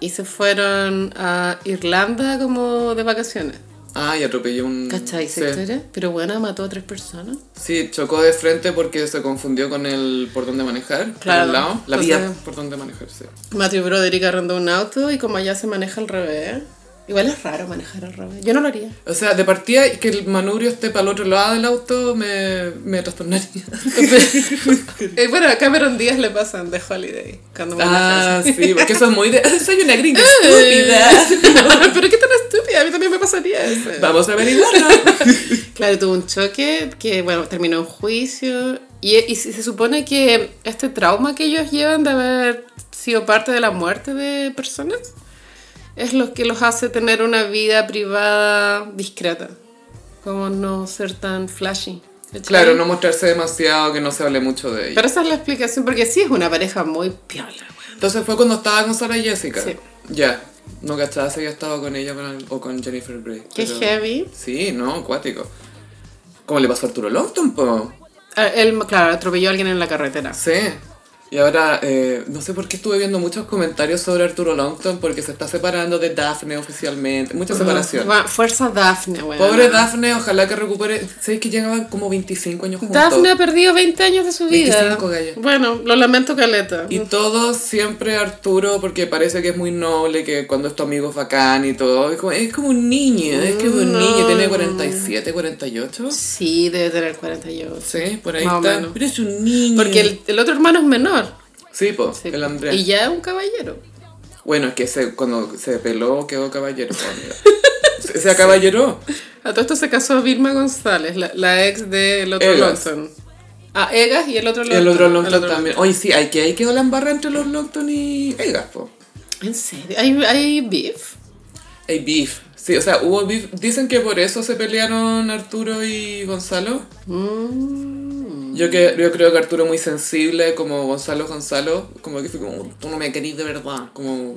Y se fueron a Irlanda como de vacaciones. Ah, y atropelló un... ¿Cachai? esa Sí. historia? Pero bueno, mató a tres personas. Sí, chocó de frente porque se confundió con el por dónde manejar. Claro. pues por el lado. La Entonces- vía por dónde manejar, sí. Matthew Broderick arrendó un auto y como allá se maneja al revés. Igual es raro manejar al revés. Yo no lo haría. O sea, de partida que el manubrio esté para el otro lado del auto me, me trastornaría. Eh, bueno, a Cameron Díaz le pasan de Holiday. Cuando maneja ah, así. sí, porque eso es muy de... Soy una gringa estúpida. Pero qué tan estúpida, a mí también me pasaría eso. Vamos a averiguarlo. Claro, tuvo un choque que, bueno, terminó en juicio. Y, y se se supone que este trauma que ellos llevan de haber sido parte de la muerte de personas es lo que los hace tener una vida privada discreta. Como no ser tan flashy. ¿cachai? Claro, no mostrarse demasiado, que no se hable mucho de ella. Pero esa es la explicación, porque sí es una pareja muy piola, weón. Entonces fue cuando estaba con Sara Jessica. Sí. Ya. No cachaba si había estado con ella con el- o con Jennifer Grey. Qué pero- heavy. Sí, no, acuático. Como le pasó a Arturo Longton, po. Ah, Él, claro, atropelló a alguien en la carretera. Sí. Y ahora, eh, no sé por qué estuve viendo muchos comentarios sobre Arturo Longton porque se está separando de Daphne oficialmente. Mucha separación. Va- Fuerza Daphne, weón. Pobre Daphne, ojalá que recupere. Sé que llegaban como 25 años juntos. Daphne ha perdido 20 años de su vida. 25 gallo. Bueno, lo lamento, Caleta. Y todo siempre Arturo, porque parece que es muy noble, que cuando es tu amigo es bacán y todo. Es como, es como un niño, es que es un niño, tiene 47, 48. Mm, Sí, debe tener 48. Sí, por ahí Más o está. menos. Pero es un niño. Porque el, el otro hermano es menor. Sí, po, Sí. el Andrea. Y ya es un caballero. Bueno, es que se, cuando se peló quedó caballero. po, amiga. se, se acaballero. A todo esto se casó Vilma González, la, la ex del otro Egas. Longton. Ah, Egas y el otro Y Longton. el otro Longton El otro también. Oye, sí, hay que ahí quedó la embarra entre los Longton y Egas, po. ¿En serio? ¿Hay, hay beef? Hay beef. Sí, o sea, hubo beef. Dicen que por eso se pelearon Arturo y Gonzalo. Mm, Yo, que, yo creo que Arturo muy sensible, como Gonzalo Gonzalo, como que fue como, tú no me querís de verdad, como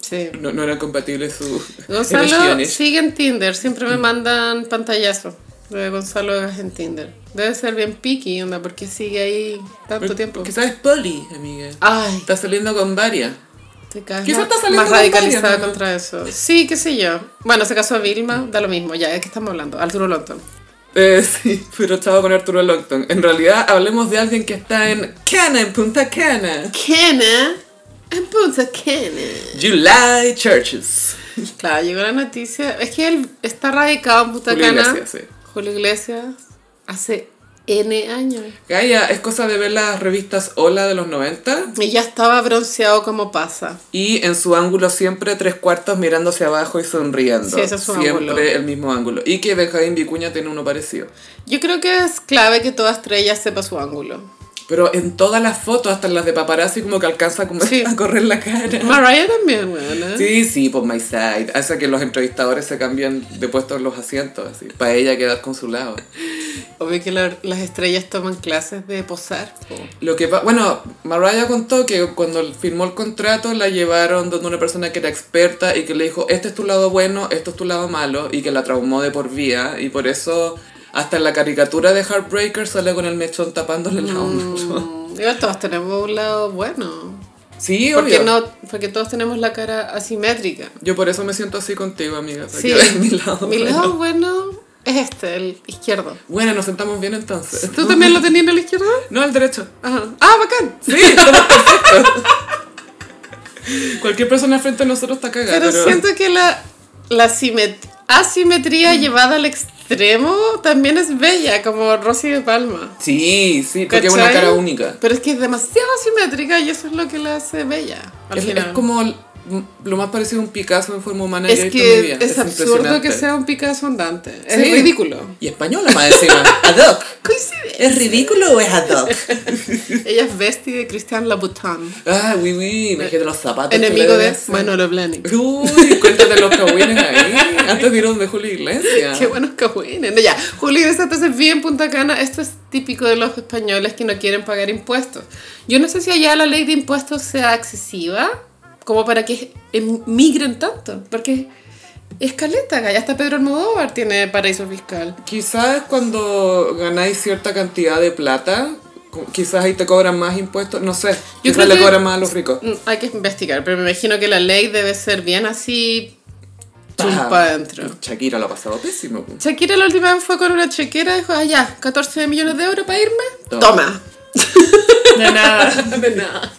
Sí. no, no era compatible su Gonzalo elecciones. sigue en Tinder. Siempre me mandan pantallazos de Gonzalo Egas en Tinder. Debe ser bien picky, onda, porque sigue ahí tanto tiempo. Ah. Quizás es poli, amiga. Ay, Está saliendo con varias. Te caes Quizás más- está saliendo más con radicalizada varias, ¿no? contra eso. Sí, qué sé yo. Bueno, se casó Vilma, da lo mismo, ya, ¿de qué estamos hablando? Arturo Longton. Eh, sí, pero estaba con Arturo Longton. En realidad, hablemos de alguien que está en Cana, en Punta Cana. Kena, en Punta Kena. July Churches. Claro, llegó la noticia. Es que él está radicado en Punta Julio Cana. Iglesias, sí. Julio Iglesias, hace N años. Gaia, es cosa de ver las revistas Hola de los 90 Y ya estaba bronceado como pasa. y en su ángulo siempre tres cuartos mirando hacia abajo y sonriendo. Sí, ese es su siempre ángulo. el mismo ángulo. Y que Benjamín Vicuña tiene uno parecido. Yo creo que es clave que toda estrella sepa su ángulo. Pero en todas las fotos, hasta en las de paparazzi, como que alcanza como Sí. a correr la cara. Mariah también, weón. ¿eh? Eh. Sí, sí, por my side. Hace que los entrevistadores se cambian de puesto en los asientos, así. Para ella quedar con su lado. Obvio que la- las estrellas toman clases de posar. po. Lo que pa- bueno, Mariah contó que cuando firmó el contrato la llevaron donde una persona que era experta y que le dijo, este es tu lado bueno, esto es tu lado malo, y que la traumó de por vida, y por eso hasta en la caricatura de Heartbreaker sale con el mechón tapándole la hombro. Mm, Igual todos tenemos un lado bueno. Sí, Porque, obvio. no, porque todos tenemos la cara asimétrica. Yo por eso me siento así contigo, amiga. para Sí, que veas mi lado. Mi bueno. lado bueno es este, el izquierdo. Bueno, nos sentamos bien entonces. ¿Tú también lo tenías en el izquierdo? No, el derecho. Ajá. Ah, bacán. Sí, estamos perfectos. Cualquier persona frente a nosotros está cagada. Pero, siento que la, la simet- Mm. asimetría llevada al extremo también es bella, como Rosy de Palma. Sí, sí, porque es una ¿Cachai? cara única. Pero es que es demasiado asimétrica y eso es lo que la hace bella. al Es, es final. como l- lo más parecido a un Picasso en forma humana Es que he visto en mi que vida. es, absurdo impresionante. que sea un Picasso andante. Sí. Es ridículo. Y española más encima. Ad hoc. Coincide. ¿Es ridículo o es ad hoc? Ella es bestia de Christian Louboutin, Ah, pues oui, oui, me de los zapatos. enemigo de claro. Manolo Blahnik. Uy, cuéntate los cagüines ahí. Antes dieron de Julio Iglesias. Qué buenos cagüines. No, ya, Julio Iglesias entonces vive en Punta Cana. Esto es típico de los españoles que no quieren pagar impuestos. Yo no sé si allá la ley de impuestos sea excesiva, como para que emigren tanto, porque es caleta, acá. ya hasta Pedro Almodóvar tiene paraíso fiscal. Quizás cuando ganáis cierta cantidad de plata, cu- quizás ahí te cobran más impuestos, no sé. Yo quizás creo le que- cobran más a los ricos. Mm, Hay que investigar, pero me imagino que la ley debe ser bien así, chumpa Ah, adentro. Shakira lo ha pasado pésimo. pu. Shakira la última vez fue con una chequera y dijo, ah, ya, 14 millones de euros para irme. Toma. Toma. De nada. De nada.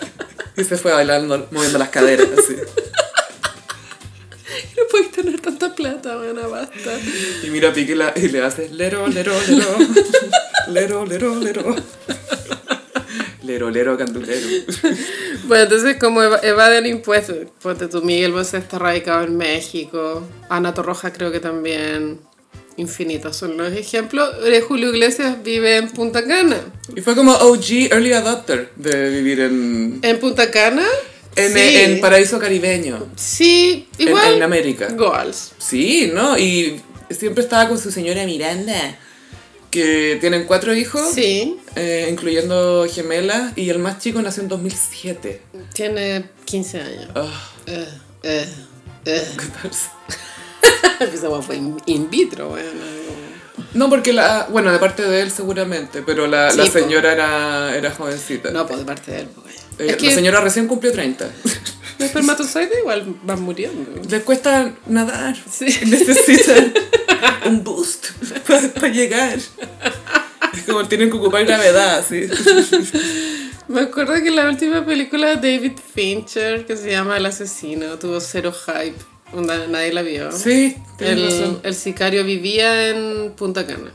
Y se fue bailando, moviendo las caderas. Así. No puedes tener tanta plata, buena, basta. Y mira a Piqué y la- y le hace lero, lero, lero. Lero, lero, lero. Lero, lero, candulero. Bueno, entonces como eva- evaden impuestos, ponte tú, Miguel Bosé está radicado en México, Ana Torroja creo que también, infinitos son los ejemplos, Eh, Julio Iglesias vive en Punta Cana. Y fue como OG, early adopter, de vivir en, ¿En Punta Cana? en, sí. en paraíso caribeño. Sí, En- igual. en América. Goals. Sí, ¿no? Y siempre estaba con su señora Miranda, que tienen cuatro hijos, Sí, eh, incluyendo gemelas, y el más chico nació en 2007. tiene 15 años. Ah, Eh, eh, eh. ¿qué pasa? Esa weá fue in, in vitro, bueno. No, porque la... Bueno, de parte de él seguramente, pero la, la Sí, po. señora era, era jovencita. No, pues de parte de él, pues. Eh, es La que señora recién cumplió 30. los espermatozoides igual van muriendo. Le cuesta nadar. Sí. Necesitan un boost para llegar. Es como tienen que ocupar gravedad, sí. Me acuerdo que la última película de David Fincher, que se llama El asesino, tuvo cero hype. Onda, nadie la vio. Sí, tienes el, razón. el sicario vivía en Punta Cana.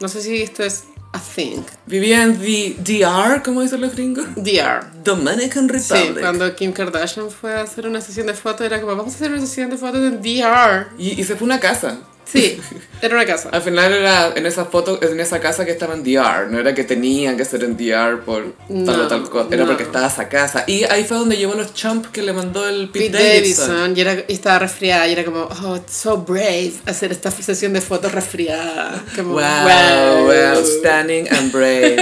No sé si esto es a thing. Vivía en the DR, como dicen los gringos. DR. Dominican Sí, Republic. cuando Kim Kardashian fue a hacer una sesión de fotos, era como, vamos a hacer una sesión de fotos en DR. y, y se fue a una casa. Sí, era una casa. Al final era en esa foto, en esa casa que estaba en DR. No era que tenían que ser en DR por tal o No, tal cosa. Era no. porque estaba esa casa. Y ahí fue donde llevó los chumps que le mandó el Pete, Pete Davidson. Davidson, Y, era, y estaba resfriada y era como, oh, it's so brave hacer esta sesión de fotos resfriada. Como, Wow, wow, stunning and brave.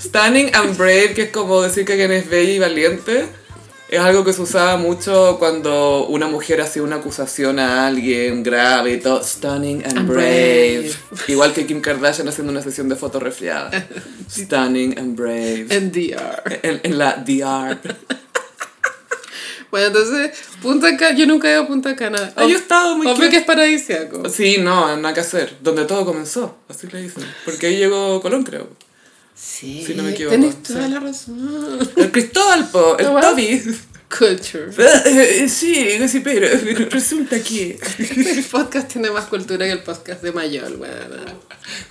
Stunning and brave, que es como decir que quien es bella y valiente, es algo que se usaba mucho cuando una mujer hacía una acusación a alguien grave y todo. Stunning and And brave. brave. Igual que Kim Kardashian haciendo una sesión de fotos resfriada. Stunning and brave. En DR. En, en la DR. Bueno, entonces, Punta Cana, yo nunca he ido a Punta Cana. Ah, yo he estado muy Obvio quieta. que es paradisíaco. Sí, no, nada que hacer. Donde todo comenzó, así le dicen. Porque ahí llegó Colón, creo. Sí, Sí, no me equivoco, tienes toda sí. la razón. El Cristóbal, po, el Ah, bueno. Toby. Culture. Eh, eh, Sí, sí, pero pero resulta que... El podcast tiene más cultura que el podcast de Mayol, bueno.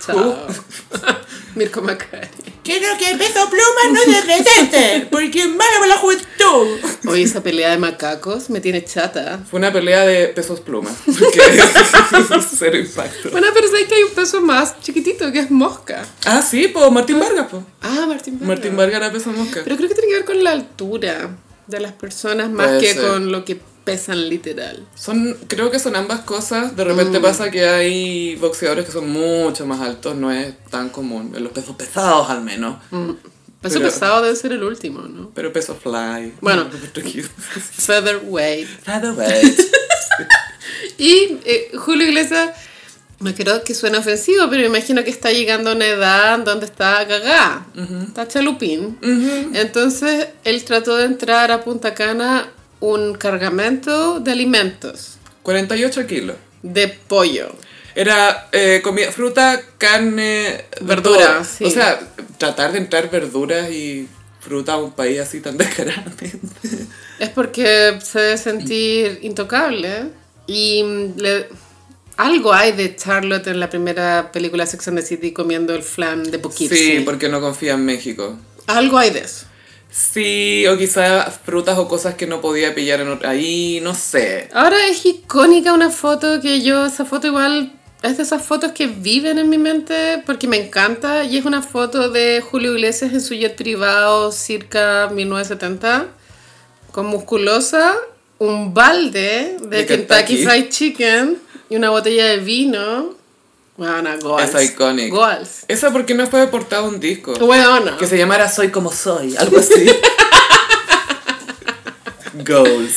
Chao. Uh. Mirko Macari. Quiero que el peso pluma no se presente, porque es malo para la juventud. Oye, esa pelea de macacos me tiene chata. Fue una pelea de pesos plumas, porque cero impacto. Bueno, pero sabes que hay un peso más chiquitito que es mosca. Ah, sí, po, Martín Vargas, po. Ah, Martín Vargas. Martín Vargas era peso mosca. Pero creo que tiene que ver con la altura de las personas más Puede que ser. con lo que pesan literal. Son, creo que son ambas cosas. De repente pasa que hay boxeadores que son mucho más altos, no es tan común. en Los pesos pesados, al menos. Peso Pero- pesado debe ser el último, ¿no? Pero peso fly. Bueno. Tranquilo. Featherweight. Featherweight. Y eh, Julio Iglesias, no creo que suene ofensivo, pero me imagino que está llegando a una edad donde está cagá, está chalupín. Entonces él trató de entrar a Punta Cana un cargamento de alimentos, 48 kilos. de pollo. Era eh, comida, fruta, carne, Verdura, todo. sí. O sea, tratar de entrar verduras y fruta a un país así tan descaradamente. Es porque se debe sentir intocable. Y mm, le- algo hay de Charlotte en la primera película Sex and the City comiendo el flan de Poughkeepsie. Sí, porque no confía en México. Algo hay de eso. Sí, o quizás frutas o cosas que no podía pillar en ot- ahí, no sé. Ahora es icónica una foto que yo, esa foto igual, es de esas fotos que viven en mi mente porque me encanta y es una foto de Julio Iglesias en su jet privado circa 1970 con musculosa, un balde de, De Kentucky. Kentucky. Fried Chicken y una botella de vino. Bueno, goals. Es iconic. Goals. Esa porque no fue deportado un disco. Bueno, Que se llamara Soy como soy, algo así. Goals.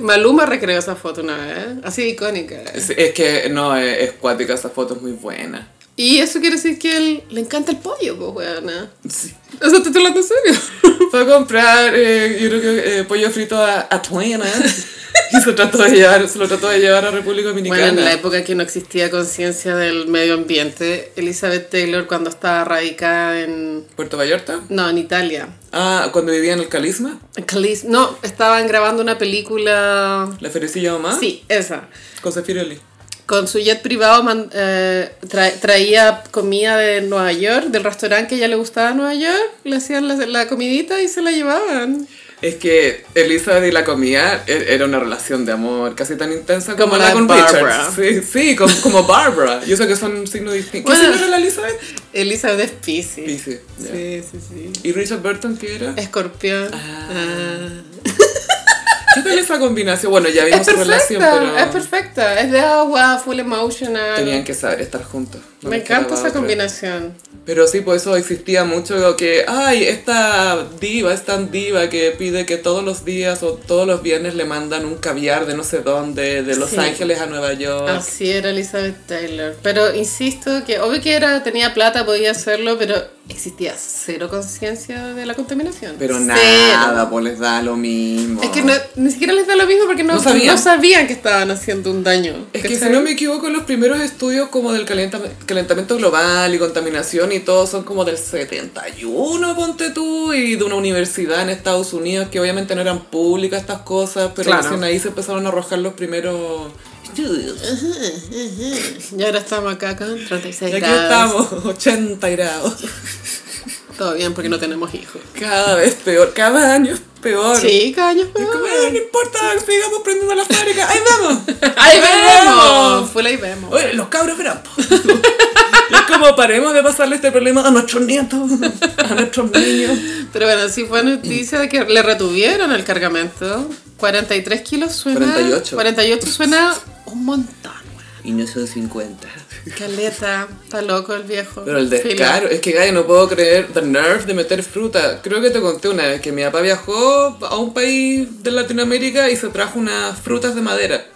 Maluma recreó esa foto una vez, así de icónica. Es, es que no, es, es cuática, esa foto es muy buena. Y eso quiere decir que él, le encanta el pollo, pues, weona. Sí. ¿Eso te estoy hablando en serio? Fue a comprar, eh, yo creo que eh, pollo frito a, a Tuena y se, trató de llevar, se lo trató de llevar a República Dominicana. Bueno, en la época que no existía conciencia del medio ambiente, Elizabeth Taylor cuando estaba radicada en... ¿Puerto Vallarta? No, en Italia. Ah, cuando vivía en el Calisma, En Calis- No, estaban grabando una película... la Ferecilla Mamá, Sí, esa. con Zeffirelli. Con su jet privado man- eh, tra- traía comida de Nueva York, del restaurante que a ella le gustaba en Nueva York, le hacían la, la comidita y se la llevaban. Es que Elizabeth y la comida e- era una relación de amor casi tan intensa como, Como la, la con de Barbara. Richard. Sí, sí como, como Barbara. Yo sé que son signos distintos. ¿Qué Bueno. signo era la Elizabeth? Elizabeth es Pisces. Piscis, ya. Sí, sí, sí. ¿Y Richard Burton qué era? Escorpión. Ah. Ah. ¿Qué tal esa combinación? Bueno, ya vimos Es su relación, perfecta, es pero perfecta. Es de agua, full emotional. tenían que saber estar juntos. No Me les quedaba encanta esa otra. combinación. Pero sí, por eso existía mucho lo que, ay, esta diva, es tan diva que pide que todos los días o todos los viernes le mandan un caviar de no sé dónde, de Los Sí. Ah, Ángeles a Nueva York. Así era Elizabeth Taylor. Pero insisto que, obvio que era, tenía plata, podía hacerlo, pero existía cero conciencia de la contaminación. Pero Cero. nada, pues les da lo mismo. Es que no- ni siquiera les da lo mismo porque no, No sabían. no sabían que estaban haciendo un daño. Es que si ¿cachai? no me equivoco, los primeros estudios como del calentami- calentamiento global y contaminación y todo son como del 71, ponte tú, y de una universidad en Estados Unidos que obviamente no eran públicas estas cosas, pero Claro. recién ahí se empezaron a arrojar los primeros estudios. Y ahora estamos acá con Y 36 aquí grados. estamos, 80 grados. Todo bien porque no tenemos hijos. Cada vez peor, cada año es peor. Sí, cada año es Es como, peor. "Ay, no importa, sigamos prendiendo la fábrica. ¡Ahí vamos! Ahí vemos. Full ahí vemos. Oye, los cabros verán. po. Y es como paremos de pasarle este problema a nuestros nietos, a nuestros niños. Pero bueno, sí fue noticia de que le retuvieron el cargamento. 43 kilos suena. 48. 48 suena un montón. weón. Y no son 50. Caleta, está loco el viejo. Pero el Filo. descaro, es que gallo, no puedo creer the nerve de meter fruta. Creo que te conté una vez que mi papá viajó a un país de Latinoamérica y se trajo unas frutas de madera.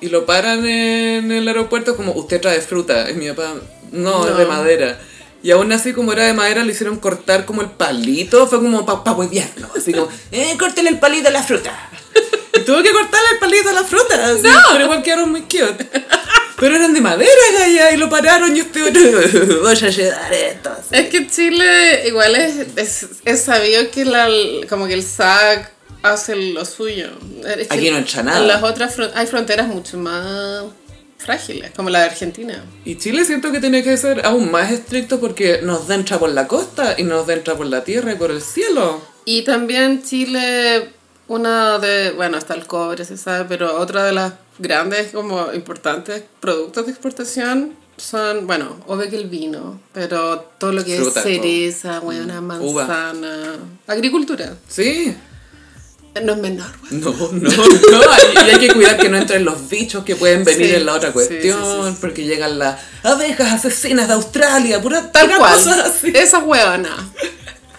Y lo paran en el aeropuerto como, usted trae fruta. Y mi papá, no, es de No. madera. Y aún así, como era de madera, le hicieron cortar como el palito. Fue como para pa hueviarlo. Así como, eh, córtale el palito a la fruta. Y tuvo que cortarle el palito a la fruta. así, Pero igual quedaron muy cute. Pero eran de madera, Gaya, y lo pararon y este otro, voy a llevar esto. Es que Chile igual es, es, es sabido que la, como que el SAC hace lo suyo. Es que Aquí no echa nada. En las otras fron- hay fronteras mucho más frágiles, como la de Argentina. Y Chile siento que tiene que ser aún más estricto porque nos dentra por la costa y nos dentra por la tierra y por el cielo. Y también Chile, una de, bueno, está el cobre, se sabe, pero otra de las grandes, como importantes productos de exportación son, bueno, obvio que el vino, pero todo lo que Fruta, es cereza, buena uva. manzana, agricultura. Sí. No es menor, weón. No, no, no. hay- Y hay que cuidar que no entren los bichos que pueden venir Sí, en la otra sí, cuestión, sí, sí, sí. porque llegan las abejas asesinas de Australia, pura Tal pura cual. cosa así. Esa huevona.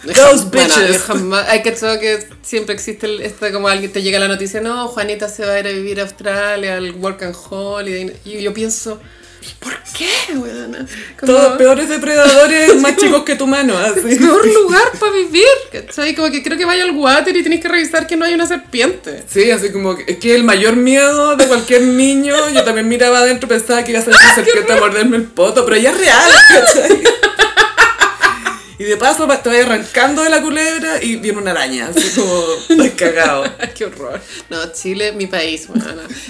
Those bitches. hay que todo que siempre existe el- esta como alguien te llega la noticia, no, Juanita se va a ir a vivir a Australia, al work and holiday. Y yo pienso, ¿por qué, huevona? Como, Todos peores depredadores más chicos que tu mano, así. Peor lugar para vivir, ¿cachai? Como que creo que vaya al water y tienes que revisar que no hay una serpiente. Sí, así como que, es que el mayor miedo de cualquier niño, yo también miraba adentro, pensaba que iba a salir una serpiente a morderme el poto, pero ya es real, ¿cachai? Y de paso paso, pa- te vas arrancando de la culebra y viene una araña, así como estás cagado. Qué horror. No, Chile, mi país, bueno,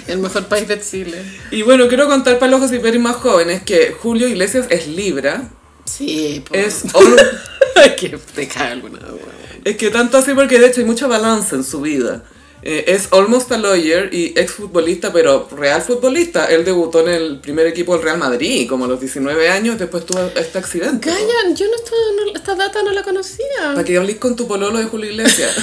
el mejor país de Chile. Y bueno, quiero contar para los gossiperis más jóvenes que Julio Iglesias es Libra. Sí, po. Es, or- Ay, que te cae alguna weón. es que tanto así porque de hecho hay mucho balance en su vida. Eh, es almost a lawyer y exfutbolista, pero real futbolista. Él debutó en el primer equipo del Real Madrid, como a los 19 años, después tuvo este accidente. Calla, yo no, esto- no- esta data no la conocía. Para que hables con tu pololo de Julio Iglesias.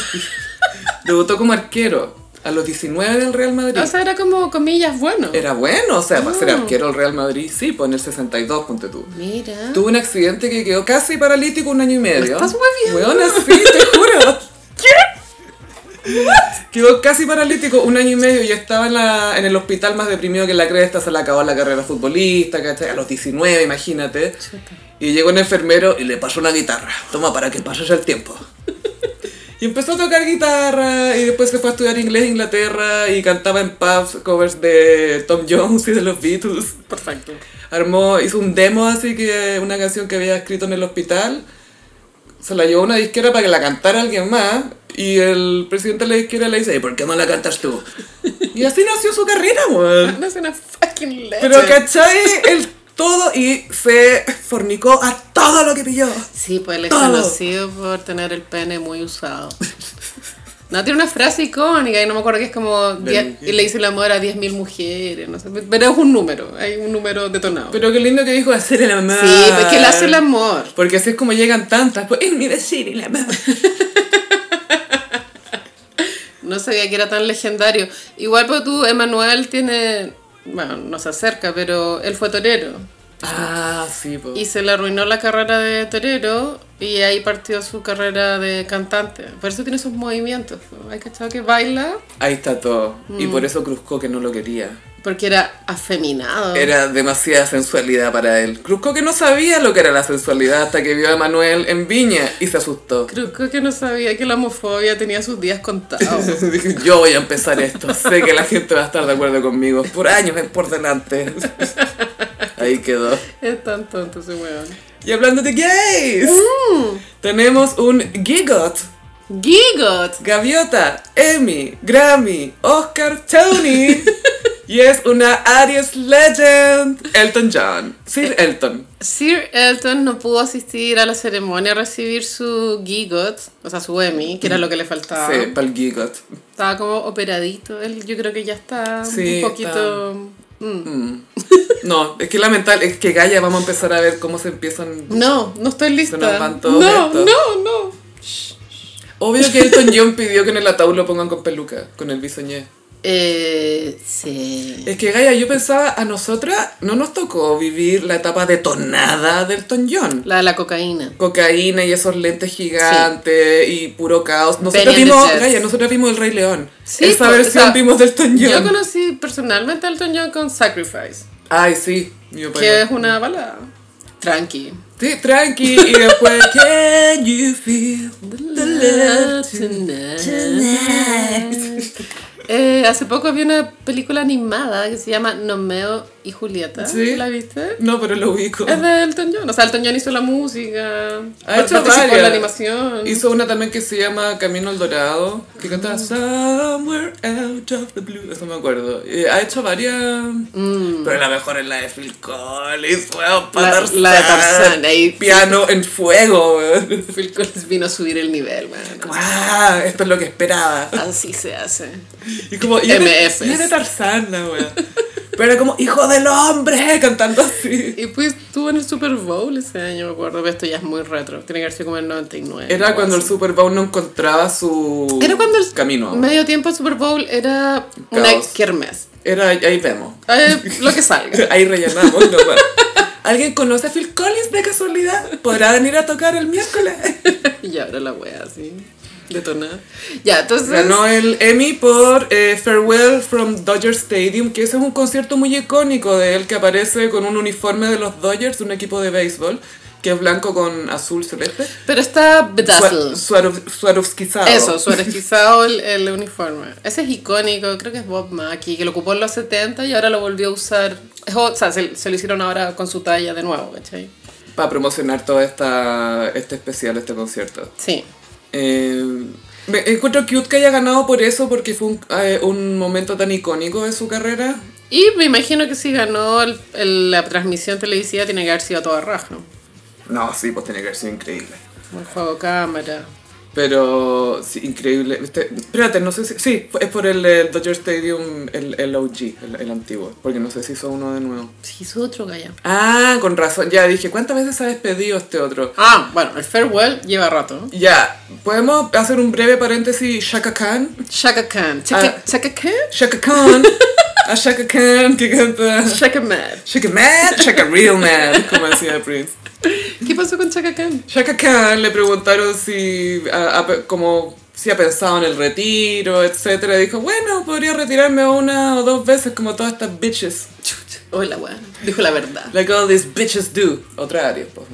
Debutó como arquero a los 19 del Real Madrid. O sea, era como comillas bueno. Era bueno, o sea, para ser Ah. arquero del Real Madrid, sí, pues poner 62, ponte tú. Mira. Tuvo un accidente que quedó casi paralítico un año y medio. estás moviendo. Weona, sí, te juro. Quedó casi paralítico un año y medio y estaba en, la- en el hospital más deprimido que la cresta. Se le acabó la carrera futbolista, ¿cachai? A los 19, imagínate. Y llegó un enfermero y le pasó una guitarra. Toma, para que pases el tiempo. Y empezó a tocar guitarra y después se fue a estudiar inglés en Inglaterra y cantaba en pubs covers de Tom Jones y de los Beatles Perfecto. armó, hizo un demo así que una canción que había escrito en el hospital, se la llevó a una disquera para que la cantara alguien más y el presidente de la disquera le dice, ¿y por qué no la cantas tú? Y así nació su carrera, weón. No es una fucking leche. Pero ¿cachai? El todo y se fornicó a todo lo que pilló. Sí, pues él es Todo. conocido por tener el pene muy usado. No, tiene una frase icónica y no me acuerdo que es como... diez- mujer. y le hizo el amor a 10.000 mujeres, no sé. Pero es un número, hay un número detonado. Pero qué lindo que dijo hacer el amor. sí, pues que le hace el amor. Porque así es como llegan tantas. Pues, es mi vecina y la amor. No sabía que era tan legendario. Igual pues tú, Emanuel tiene... Bueno, no se acerca, pero él fue torero. Ah, sí, po. Y se le arruinó la carrera de torero y ahí partió su carrera de cantante. Por eso tiene esos movimientos. ¿no? Hay cachado que baila Ahí está todo. Mm. Y por eso Cruzco que no lo quería. porque era afeminado. Era demasiada sensualidad para él. Cruzco que no sabía lo que era la sensualidad hasta que vio a Manuel en Viña y se asustó. Creo que no sabía que la homofobia tenía sus días contados. Dije, Yo voy a empezar esto. Sé que la gente va a estar de acuerdo conmigo. Por años es por delante. Ahí quedó. es tan tonto ese weón. Mm, Y hablando de gays, tenemos un Gigot, Gigot. Gaviota, Emmy, Grammy, Oscar, Tony. Y es una Aries Legend, Elton John. Sir Elton. Sir Elton no pudo asistir a la ceremonia a recibir su Gigot, o sea, su Emmy, que era lo que le faltaba. Sí, para el Gigot. Estaba como operadito. Él, yo creo que ya está Sí, un poquito. Mm. No, es que lamentable, es que Gaia vamos a empezar a ver cómo se empiezan. No, no estoy lista. Se nos van todos no, estos. no, no. Obvio que Elton John pidió que en el ataúd lo pongan con peluca, con el bisoñé. Eh, sí. Es que Gaia, yo pensaba, a nosotras no nos tocó vivir la etapa detonada de Elton John. La de la cocaína. Cocaína y esos lentes gigantes y puro caos. Nosotros Benny and the vimos, Jets. Gaia, nosotros vimos El Rey León. Sí, Esa pues, versión o sea, vimos de Elton John. Yo conocí personalmente a Elton John con Sacrifice, Ay, sí. Yo que es para- una balada. Tranqui. Sí, tranqui. Y después, Can you feel the love tonight? Eh, hace poco vi una película animada que se llama Nomeo y Julieta. Sí. ¿La viste? No, pero lo ubico. Es de Elton John. O sea, Elton John hizo la música. Ha hecho participó en la varias. animación. Hizo una también que se llama Camino al Dorado, que canta Somewhere Out of the Blue, eso me acuerdo. Eh, ha hecho varias, pero la mejor es la de Phil Collins, weón, pa' Mm. La- Tarzán. la de Tarzán, ahí- Piano en fuego, weón. Phil Collins vino a subir el nivel, bueno. ¡Guau! Esto es lo que esperaba. Así se hace. Y como, y eres, MFs. y eres Tarzán, la weón. Pero era como, hijo del hombre, cantando así. Y pues estuvo en el Super Bowl ese año, me acuerdo, pero esto ya es muy retro. Tiene que haber sido como el 99. Era algo cuando el así. Super Bowl no encontraba su Era cuando el camino. medio tiempo el Super Bowl era una Caos. kermés. Era, ahí vemos. Eh, lo que salga. Ahí rellenamos nomás. ¿Alguien conoce a Phil Collins de casualidad? ¿Podrá venir a tocar el miércoles? y ahora la wea así, detonada. Ya, entonces. Ganó el Emmy por eh, Farewell from Dodger Stadium, que ese es un concierto muy icónico de él que aparece con un uniforme de los Dodgers, un equipo de béisbol, que es blanco con azul celeste. Pero está bedazzled. Suarov- Swarovskizado. Eso, su esquizado el, el uniforme. Ese es icónico, creo que es Bob Mackie, que lo ocupó en los 70 y ahora lo volvió a usar. Es o- O sea, se, se lo hicieron ahora con su talla de nuevo, ¿cachai? para promocionar todo esta, este especial, este concierto. Sí. Eh, me encuentro cute que haya ganado por eso, porque fue un, eh, un momento tan icónico de su carrera. Y me imagino que si ganó el- el- la transmisión televisiva tiene que haber sido a toda raja. No, sí, pues tenía que haber sido increíble. Un juego cámara. Pero, sí, increíble. Este- espérate, no sé si... Sí, es por el, eh, Dodger Stadium, el, el OG, el, el antiguo. Porque no sé si hizo uno de nuevo. Sí, hizo otro gallo. Ah, con razón. Ya dije, ¿cuántas veces ha despedido este otro? Ah, bueno, el farewell lleva rato. Ya, podemos hacer un breve paréntesis. Shaka Khan. Shaka Khan. Shaka, Shaka Khan? Shaka Khan. A Shaka Khan que canta. Shaka Mad. Shaka Man, Shaka Real Man, como decía Prince. ¿Qué pasó con Shaka Khan? Shaka Khan le preguntaron si, a- a- como, si ha pensado en el retiro, etc. Dijo, bueno, podría retirarme una o dos veces como todas estas bitches. Chucha. Hola, weón. Dijo la verdad. Like all these bitches do. Otra área, pues.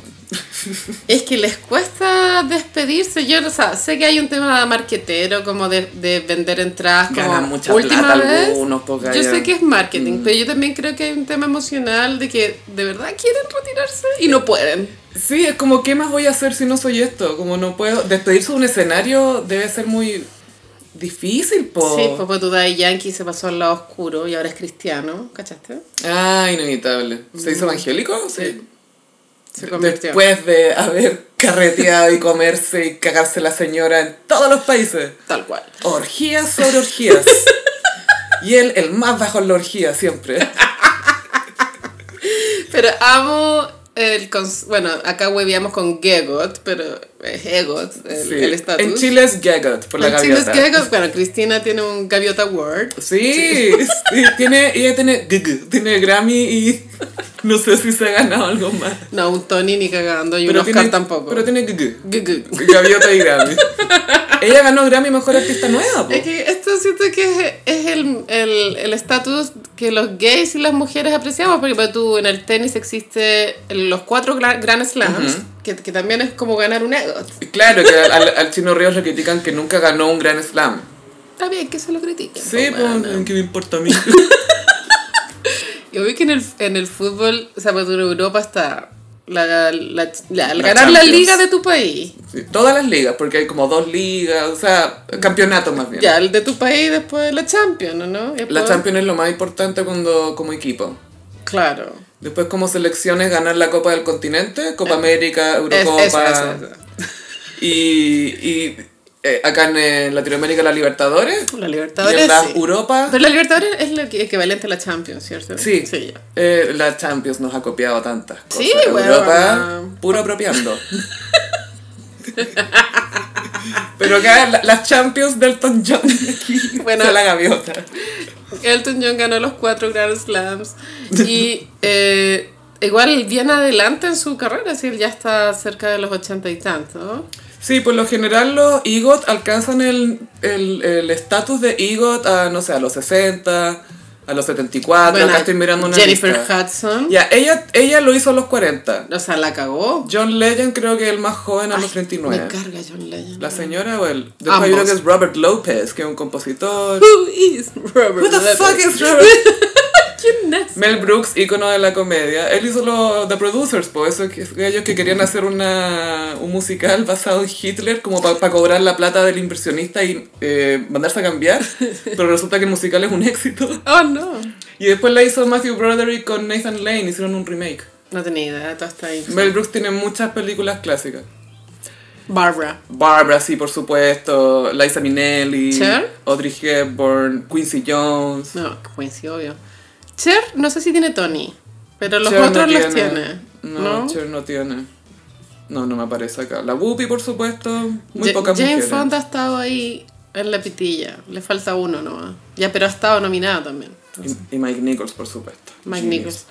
Es que les cuesta despedirse. Yo o sea, sé que hay un tema marquetero, como de, de vender entradas como Ganan mucha última plata vez. algunos, Mm. po, Yo gallo. sé que es marketing, pero yo también creo que hay un tema emocional de que de verdad quieren retirarse y no pueden. Sí, es como, ¿qué más voy a hacer si no soy esto? Como no puedo... Despedirse de un escenario debe ser muy difícil, po. Sí, pues tu Daddy Yankee se pasó al lado oscuro y ahora es cristiano, ¿cachaste? Ah, inevitable. ¿Se hizo evangélico? Sí. Se convirtió. Después de haber carreteado y comerse y cagarse la señora en todos los países. Tal cual. Orgías sobre orgías. y él, el más bajo en la orgía siempre. Pero amo el... cons- bueno, acá hueveamos con Gegot, pero es Egot el Sí. el estatus. En Chile es Gagot, por la En Chile es gaviota. Gegot. Bueno, Cristina tiene un Gaviota Award. Sí, sí, tiene, ella tiene, GG, tiene Grammy y no sé si se ha ganado algo más. No, un Tony ni cagando y un Oscar tiene, tampoco. Pero tiene GG. Gugu. Gaviota y Grammy. Ella ganó Grammy Mejor Artista Nueva, po. Es que esto siento que es, es el el- el estatus que los gays y las mujeres apreciamos, porque para tú en el tenis existe los cuatro gra- Grand Slams, que, que también es como ganar un EGOT. Claro, que al, al- al Chino Ríos le critican que nunca ganó un Grand Slam. Está bien que se lo critiquen. Sí, po, pues, bueno. ¿qué me importa a mí? Yo vi que en el, en el fútbol, o sea, pues, en Europa está la, la, la- la- La ganar la Champions. liga de tu país. Sí, todas las ligas, porque hay como dos ligas, o sea, campeonatos más bien. Ya, el de tu país después la Champions, ¿o ¿no? Y La después- Champions es lo más importante cuando, como equipo. Claro. Después como selecciones ganar la Copa del Continente, Copa América, Eh, Es- Eurocopa. eso, eso, eso. Y, y, eh, acá en eh, Latinoamérica la Libertadores. La Y Libertadores. en la sí. Europa. Pero la Libertadores es lo que equivalente a la Champions, ¿cierto? Sí, Sí, ya. Eh, la Champions nos ha copiado tantas cosas. Sí, weón. Europa, puro apropiando. Pero acá la- las Champions de Elton John aquí, Bueno. bueno, la gaviota. Elton John ganó los cuatro Grand Slams. Y eh, igual bien adelante en su carrera, si él ya está cerca de los ochenta y tantos. Sí, por lo general los EGOT alcanzan el el- el estatus de EGOT a, no sé, a los 60, a los 74, Ah, acá estoy mirando una Jennifer lista. Hudson. Ya, ella, ella lo hizo a los 40. O sea, la cagó. John Legend creo que es el más joven a los Ay, 39. Me carga John Legend. La señora o el... Después hay Ambos. uno que es Robert López, que es un compositor. Who is Robert Who the Lopez? fuck is Robert? ¿Quién es? Mel Brooks, ícono de la comedia. Él hizo lo, The Producers, por eso que ellos que querían hacer una, un musical basado en Hitler como para cobrar la plata del inversionista y eh, mandarse a cambiar. Pero resulta que el musical es un éxito. Oh, no. Y después la hizo Matthew Broderick con Nathan Lane, hicieron un remake. No tenía idea de toda esta info. Mel Brooks tiene muchas películas clásicas. Barbara. Barbara, sí, por supuesto. Liza Minnelli. Cher. Audrey Hepburn. Quincy Jones. No, Quincy, obvio. Cher, no sé si tiene Tony, pero los Cher no otros los tiene. No, ¿no? Cher no tiene. No, no me aparece acá. La Whoopi, por supuesto. Muy Ja- pocas Jane mujeres. Fonda ha estado ahí en la pitilla. Le falta uno nomás. Ya, pero ha estado nominada también. Y, y Mike Nichols, por supuesto. Mike Genius. Nichols.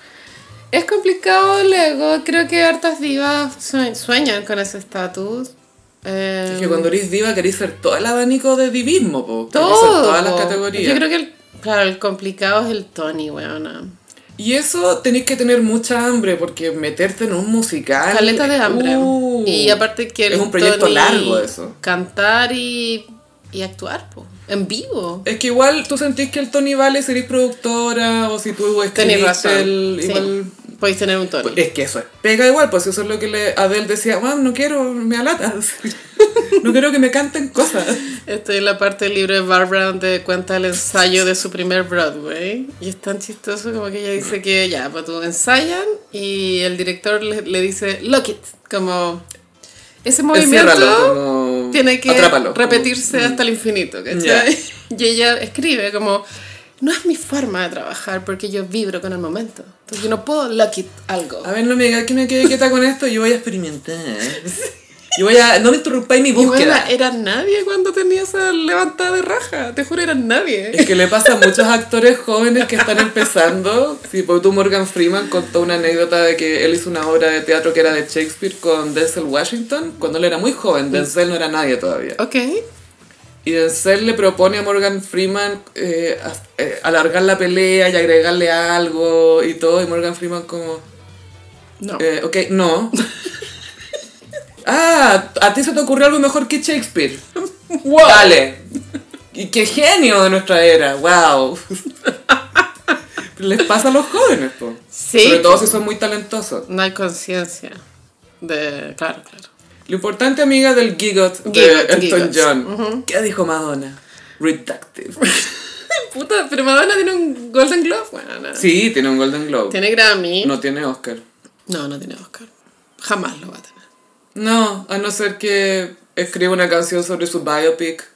Es complicado luego. Creo que hartas divas sue- sueñan con ese estatus. Eh, Es que cuando eres diva querés ser todo el abanico de divismo, po. Querés todo. ser todas las po. categorías. Yo creo que el, claro, el complicado es el Tony, weona. Y eso tenés que tener mucha hambre, porque meterte en un musical... Caleta de hambre. Uh, y aparte que el Es un proyecto Tony largo eso. Cantar y, y actuar, po. en vivo. Es que igual tú sentís que el Tony vale si eres productora o si tú Tenés escribiste razón. el... sí. Igual, eh. Podéis tener un Tony. Pues, Es que eso es pega igual, pues eso es lo que le, Adele decía, Juan, no quiero, me alatas, no quiero que me canten cosas. Estoy en la parte del libro de Barbara donde cuenta el ensayo de su primer Broadway. Y es tan chistoso como que ella dice que ya, pues tú ensayan y el director le, le dice, lock it, como ese Enciérralo, movimiento como- tiene que atrápalo, repetirse como- hasta el infinito, ¿cachai? Ya. Y ella escribe como, no es mi forma de trabajar porque yo vibro con el momento. Entonces yo no puedo lock it algo. A ver, no me digas que me quede quieta con esto, yo voy a experimentar. Yo voy a, no me interrumpáis mi Y bueno, búsqueda. era nadie cuando tenía esa levantada de raja, te juro, era nadie. Es que le pasa a muchos actores jóvenes que están empezando. Si por tú Morgan Freeman contó una anécdota de que él hizo una obra de teatro que era de Shakespeare con Denzel Washington cuando él era muy joven. Denzel no era nadie todavía. Ok, Y Denzel le propone a Morgan Freeman eh, as- eh, alargar la pelea y agregarle algo y todo. Y Morgan Freeman como, no. eh, ok, no. ah, a ti se te ocurrió algo mejor que Shakespeare. Vale. Y qué genio de nuestra era, wow. Les pasa a los jóvenes, po. Sí. Sobre todo si son muy talentosos. No hay conciencia de... Claro, claro. Lo importante, amiga, del Gigot de Gigot, Elton gigot. John. ¿Qué dijo Madonna? Reductive. Puta, pero Madonna tiene un Golden Globe, bueno, no. Sí, tiene un Golden Globe. Tiene Grammy. No. No tiene Oscar. no, tiene Oscar. Jamás lo va a tener. No, a no ser que escriba una canción sobre su biopic.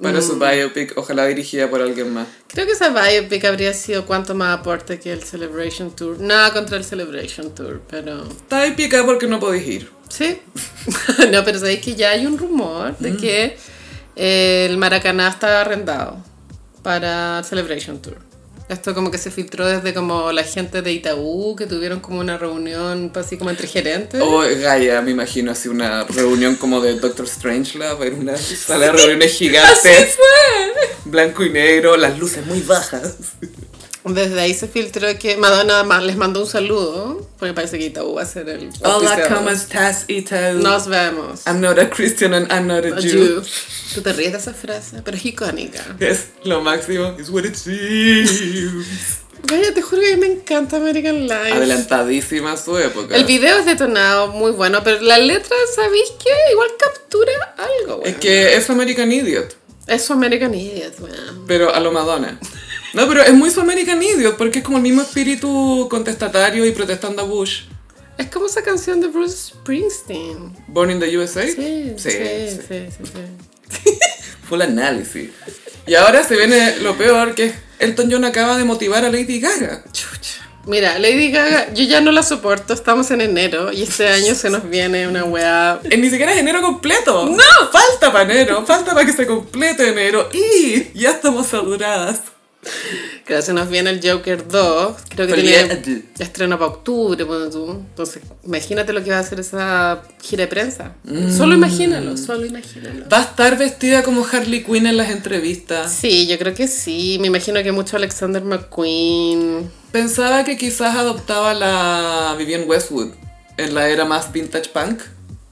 Para Mm. su biopic, ojalá dirigida por alguien más. Creo que esa biopic habría sido cuanto más aporte que el Celebration Tour. Nada contra el Celebration Tour, pero... Está ahí picada porque no podéis ir. Sí. no, pero sabéis que ya hay un rumor de que eh, el Maracaná está arrendado para Celebration Tour. Esto como que se filtró desde como la gente de Itaú, que tuvieron como una reunión así como entre gerentes. O Oh, Gaia, me imagino, así una reunión como de Doctor Strangelove, en una sala de reuniones gigantes, blanco y negro, las luces muy bajas. Desde ahí se filtró que Madonna ma- les mandó un saludo, porque parece que Itaú va a ser el... auspiciador. estás, Itaú? Nos vemos. I'm not a Christian and I'm not a A Jew. Jew. Tú te ríes de esa frase, pero es icónica. Es lo máximo. It's what it seems. Vaya, te juro que a mí me encanta American Life. Adelantadísima a su época. El video es detonado, muy bueno, pero la letra, ¿sabéis qué? Igual captura algo, weón. Es que es American Idiot, Es su American Idiot, weón. pero a lo Madonna. No, pero es muy su American Idiot porque es como el mismo espíritu contestatario y protestando a Bush. Es como esa canción de Bruce Springsteen. Born in the USA. Sí, sí, sí, sí. sí. sí. Full análisis. Y ahora se viene lo peor que es Elton John acaba de motivar a Lady Gaga. Chucha. Mira, Lady Gaga, yo ya no la soporto, estamos en enero y este año se nos viene una weá. Eh, ni siquiera es enero completo. No, falta para enero, falta para que se complete enero. Y ya estamos saturadas. Creo que se nos viene el Joker 2. Creo que Olvídate. tiene estreno para octubre, ponte tú. Entonces, imagínate lo que va a hacer esa gira de prensa. Solo imagínalo, solo imagínalo. Va a estar vestida como Harley Quinn en las entrevistas. Sí, yo creo que sí. Me imagino que mucho Alexander McQueen. Pensaba que quizás adoptaba la Vivienne Westwood en la era más vintage punk,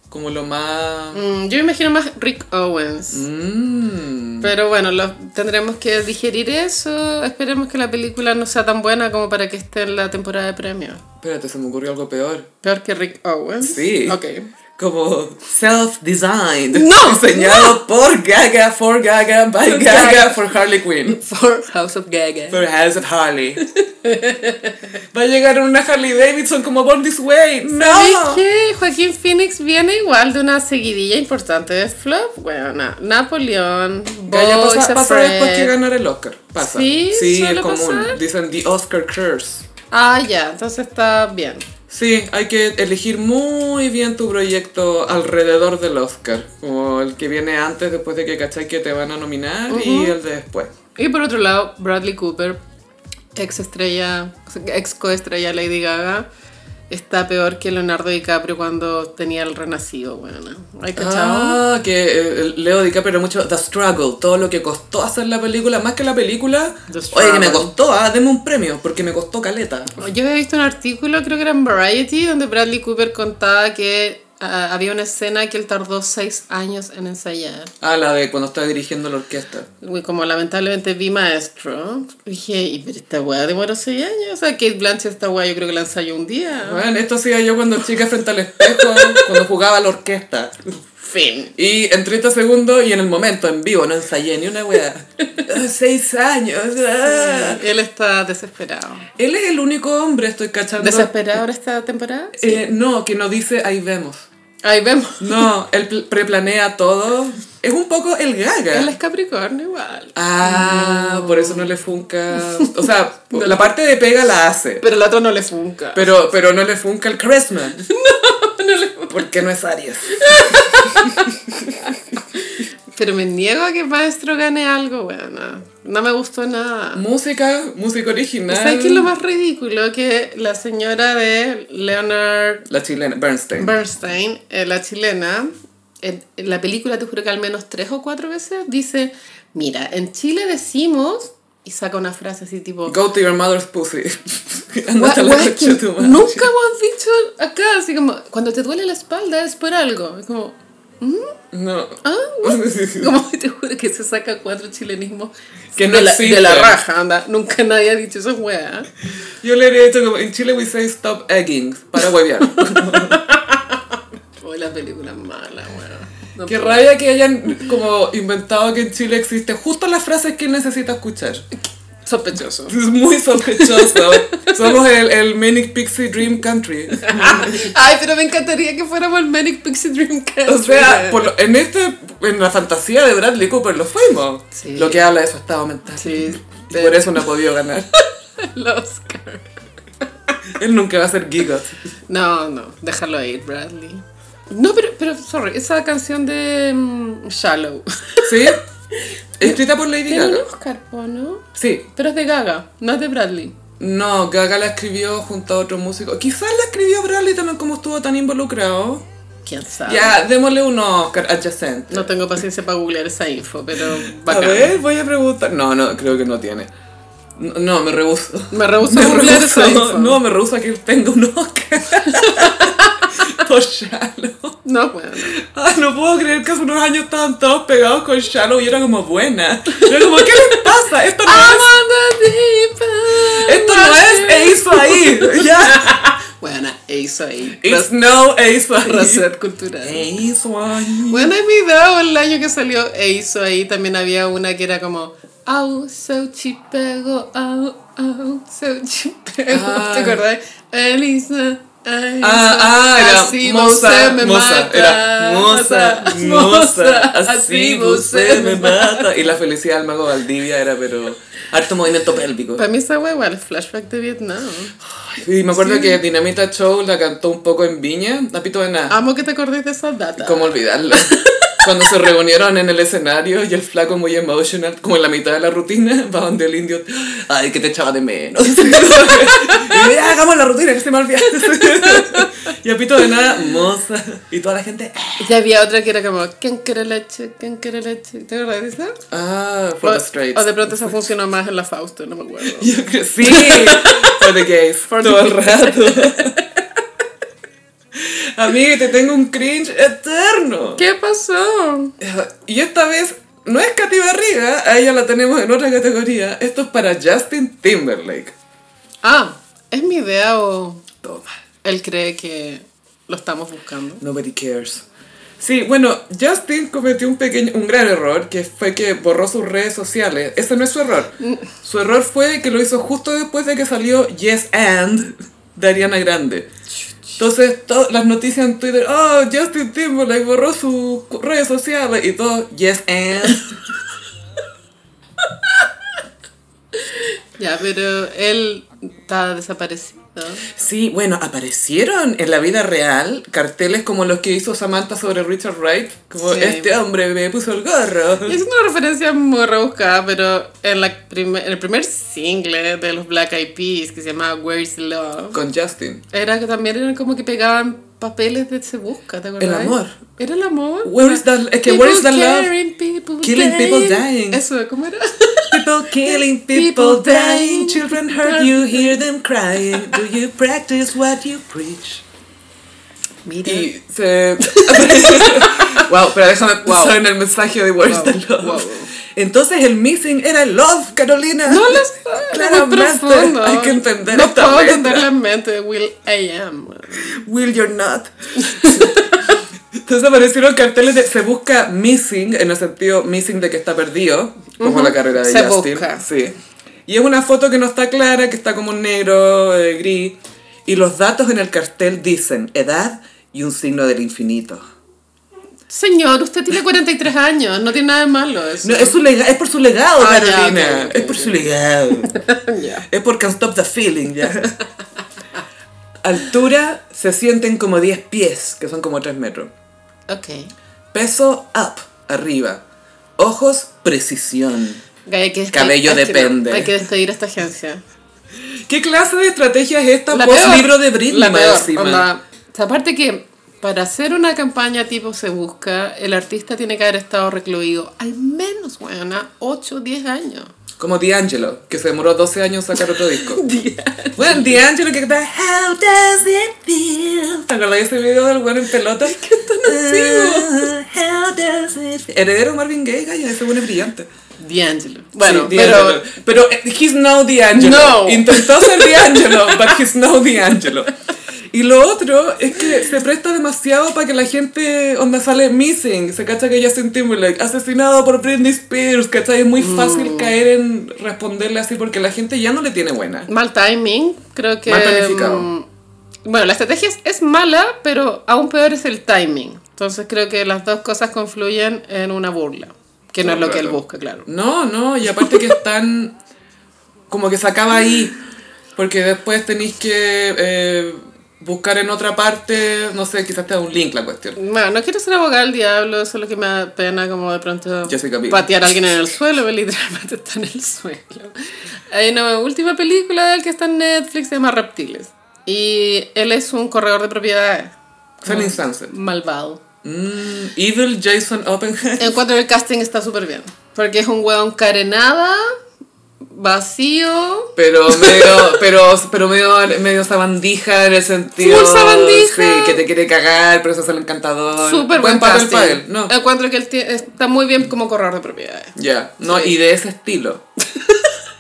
como lo más. Mm, yo me imagino más Rick Owens. Mm. Pero bueno, lo- tendremos que digerir eso. Esperemos que la película no sea tan buena como para que esté en la temporada de premios. Espérate, se me ocurrió algo peor. Peor que Rick Owens. Sí. Ok. como self-designed. No, Diseñado por Gaga, for Gaga, by Por Gaga, Gaga. for Harley Quinn. For House of Gaga. For House of Harley. Va a llegar una Harley Davidson como Born This Way. ¿Sabes ¡No! qué? Joaquín Phoenix viene igual de una seguidilla importante de flop. Bueno, na- Napoleón, Gaga Boys pasa, a pasa después que Friend. ganar el Oscar. Pasa. Sí, es suele común. pasar. Dicen The Oscar Curse. Ah, ya, entonces está bien. Sí, hay que elegir muy bien tu proyecto alrededor del Oscar. Como el que viene antes, después de que cachai que te van a nominar, y el de después. Y por otro lado, Bradley Cooper, ex estrella, ex coestrella Lady Gaga, está peor que Leonardo DiCaprio cuando tenía el renacido, bueno. ¿Hay cachado? Ah, que eh, Leo DiCaprio era mucho The Struggle, todo lo que costó hacer la película, más que la película. The Oye, que me struggle. costó, ah, deme un premio, porque me costó caleta. Yo había visto un artículo, creo que era en Variety, donde Bradley Cooper contaba que ah, había una escena que él tardó seis años en ensayar. Ah, la de cuando estaba dirigiendo la orquesta. Güey, Como lamentablemente vi maestro, dije, ¿y pero esta weá demoró seis años? O sea, Kate Blanchett, esta weá yo creo que la ensayó un día. Bueno, esto hacía yo cuando chica frente al espejo, cuando jugaba a la orquesta. Fin. Y en 30 segundos y en el momento, en vivo, no ensayé ni una weá. Ah, Seis años. ah. Él está desesperado. Él es el único hombre, estoy cachando. ¿Desesperado ahora esta temporada? Eh, no, que no dice ahí vemos. Ahí vemos. No, él pl- preplanea todo. Es un poco el gaga. Él es Capricornio igual. Ah, por eso no le funca. O sea, la parte de pega la hace. Pero el otro no le funca. Pero, pero no le funca el Christmas. No, no le Porque no es Aries. Pero me niego a que Maestro gane algo, bueno. No me gustó nada. Música, música original. ¿Sabes qué es lo más ridículo? Que la señora de Leonard La chilena, Bernstein. Bernstein, eh, la chilena, en, en la película te juro que al menos tres o cuatro veces dice, mira, en Chile decimos, y saca una frase así tipo, Go to your mother's pussy. "Gua- Ándate a la guay, que concha de tu madre. nunca hemos dicho acá, así como, cuando te duele la espalda es por algo. Es como, No. ah, Como te juro que se saca cuatro chilenismos Que no de, la, de existen. la raja, anda. Nunca nadie ha dicho esa weá. Yo le habría dicho como, en Chile we say stop egging, para huevear. O la película mala, weá. No Qué puedo. rabia que hayan como inventado que en Chile existen justo las frases que él necesita escuchar. Sospechoso. Es muy sospechoso. Somos el, el Manic Pixie Dream Country. Ay, pero me encantaría que fuéramos el Manic Pixie Dream Country. O sea, por lo- en este, en la fantasía de Bradley Cooper lo fuimos. Sí. Lo que habla de su estado mental. Sí, Y Por eso no ha podido ganar. el Oscar. Él nunca va a ser Gigot. No, no, déjalo ahí, Bradley. No, pero, pero, sorry, esa canción de mm, Shallow. ¿Sí? Escrita por Lady Tiene un Gaga. Oscar, po, ¿no? Sí. Pero es de Gaga, no es de Bradley. No, Gaga la escribió junto a otro músico. Quizás la escribió Bradley también como estuvo tan involucrado. ¿Quién sabe? Ya, démosle un Oscar adyacente. No tengo paciencia para googlear esa info, pero A bacán. ver, voy a preguntar. No, no, creo que no tiene. No, no, me rehuso. Me rehúso Me a googlear rehuso, esa info. no, me rehuso a que tenga un Oscar. Por Shallow. No, bueno. Ay, Ah, no puedo creer que hace unos años estaban todos pegados con Shallow y era como buena. Yo era como, ¿qué les pasa? Esto no es, esto no es Eizo ahí. Ya. Bueno, eso ahí. It's no Eizo ahí. Reset cultural. Eizo ahí. Bueno, en video el año que salió eso ahí también había una que era como Au, so chipego, au, au, so chipego. Ah. ¿Te acordás? Elisa. Elisa, Ah, ah, era así moza, vosé me moza, mata. era moza, Moza, moza, así así vosé vosé me mata. Y la felicidad del mago Valdivia era, pero, harto movimiento pélvico. Para mí esa wea igual es flashback de Vietnam. Y me acuerdo que Dinamita Show la cantó un poco en Viña, Napito de nada. Amo que te acordes de esa data. ¿Cómo olvidarlo? Cuando se reunieron en el escenario y el flaco muy emotional, como en la mitad de la rutina, va donde el indio, ay, que te echaba de menos. y me "Ah, hagamos la rutina, que se me olvidó. y a pito de nada, moza. Y toda la gente, "Ah, Y había otra que era como, ¿quién quiere leche? ¿Quién quiere leche? ¿Te acuerdas de esa? ah, for the O, straights. de pronto esa funcionó más en la Fausto, no me acuerdo. Yo creo, sí, for the gays, todo el rato. Amiga, te tengo un cringe eterno. ¿Qué pasó? Y esta vez no es Katy Barriga, a ella la tenemos en otra categoría. Esto es para Justin Timberlake. Ah, es mi idea o Toma. él cree que lo estamos buscando. Nobody cares. Sí, bueno, Justin cometió un pequeño, un gran error, que fue que borró sus redes sociales. Ese no es su error. Su error fue que lo hizo justo después de que salió Yes and de Ariana Grande. Entonces, to- las noticias en Twitter, oh, Justin Timberlake borró sus cu- redes sociales y todo, Yes and. Ya, pero él está desaparecido. Sí, bueno, aparecieron en la vida real carteles como los que hizo Samantha sobre Richard Wright, como Sí. este hombre me puso el gorro. Es una referencia muy rebuscada, pero en, la prime- en el primer single de los Black Eyed Peas, que se llama Where's Love, Con Justin. era que también eran como que pegaban papeles de Se Busca, ¿te acuerdas? amor. Era el amor. Where is the- es que People where is the love? caring, people Killing people dying. Eso, ¿cómo era? People killing, people dying, children hurt, you hear them crying. Do you practice what you preach? Mira. Y se... wow, pero déjame pensar en el mensaje de Words Wow, Than Love. wow. Entonces el missing era el love, Carolina. No las Claramente, es muy profundo. Hay que entender No esta puedo letra. entender la mente de Will I am. Will you're not. Entonces aparecieron carteles de se busca missing, en el sentido missing de que está perdido, como la carrera de Se Justin. busca. Sí. Y es una foto que no está clara, que está como un negro, eh, gris. Y los datos en el cartel dicen edad y un signo del infinito. Señor, usted tiene 43 años, no tiene nada de malo eso. No, es, su lega- es por su legado, Ah, ya, Carolina. ok, ok, es por su legado. Ya. es por Can't Stop the Feeling, ya. Altura, se sienten como 10 pies, que son como 3 metros. Ok. Peso up, arriba. Ojos, precisión. Hay que despe- Cabello hay que- depende. hay que despedir a esta agencia. ¿Qué clase de estrategia es esta La post peor, libro de Britney? la más peor, encima? onda. O sea, aparte que para hacer una campaña tipo se busca, el artista tiene que haber estado recluido al menos, weona, 8 o 10 años. Como D'Angelo, que se demoró 12 años en sacar otro disco. bueno, D'Angelo que está How does it feel? ¿Te acordás de ese video del bueno en pelota? ¿Qué tan Uh, How does it feel? Heredero de Marvin Gaye, gaya, ese bueno es brillante. D'Angelo. Bueno, Sí, pero D'Angelo. pero eh, he's no D'Angelo. No. Intentó ser D'Angelo, but he's no D'Angelo. Y lo otro es que se presta demasiado para que la gente onda sale missing, se cacha que Justin Timberlake asesinado por Britney Spears, ¿cachai? Es muy fácil caer en responderle así porque la gente ya no le tiene buena. mal timing, creo que... Mal planificado. mm, bueno, la estrategia es, es mala, pero aún peor es el timing. Entonces creo que las dos cosas confluyen en una burla, que no Todo es lo el que él rato. busca, claro. No, no, y aparte que están como que se acaba ahí, porque después tenéis que eh, buscar en otra parte, no sé, quizás te da un link la cuestión. Bueno, no quiero ser abogada del diablo, solo que me da pena como de pronto Jessica Biel. patear a alguien en el suelo, literalmente está en el suelo. Hay una última película de él que está en Netflix, se llama Reptiles. Y él es un corredor de propiedades. Sunny Sunset. Malvado. Mm, Evil Jason Oppenheimer. Encuentro que el casting está súper bien. Porque es un hueón carenada, vacío. Pero medio, pero, pero medio, medio sabandija en el sentido. Full sabandija. Sí, que te quiere cagar, pero eso es Ah, el encantador. Súper buen, papel casting. para él, no. Ya, Encuentro que él tie- está muy bien como corredor de propiedades. no, y de ese estilo.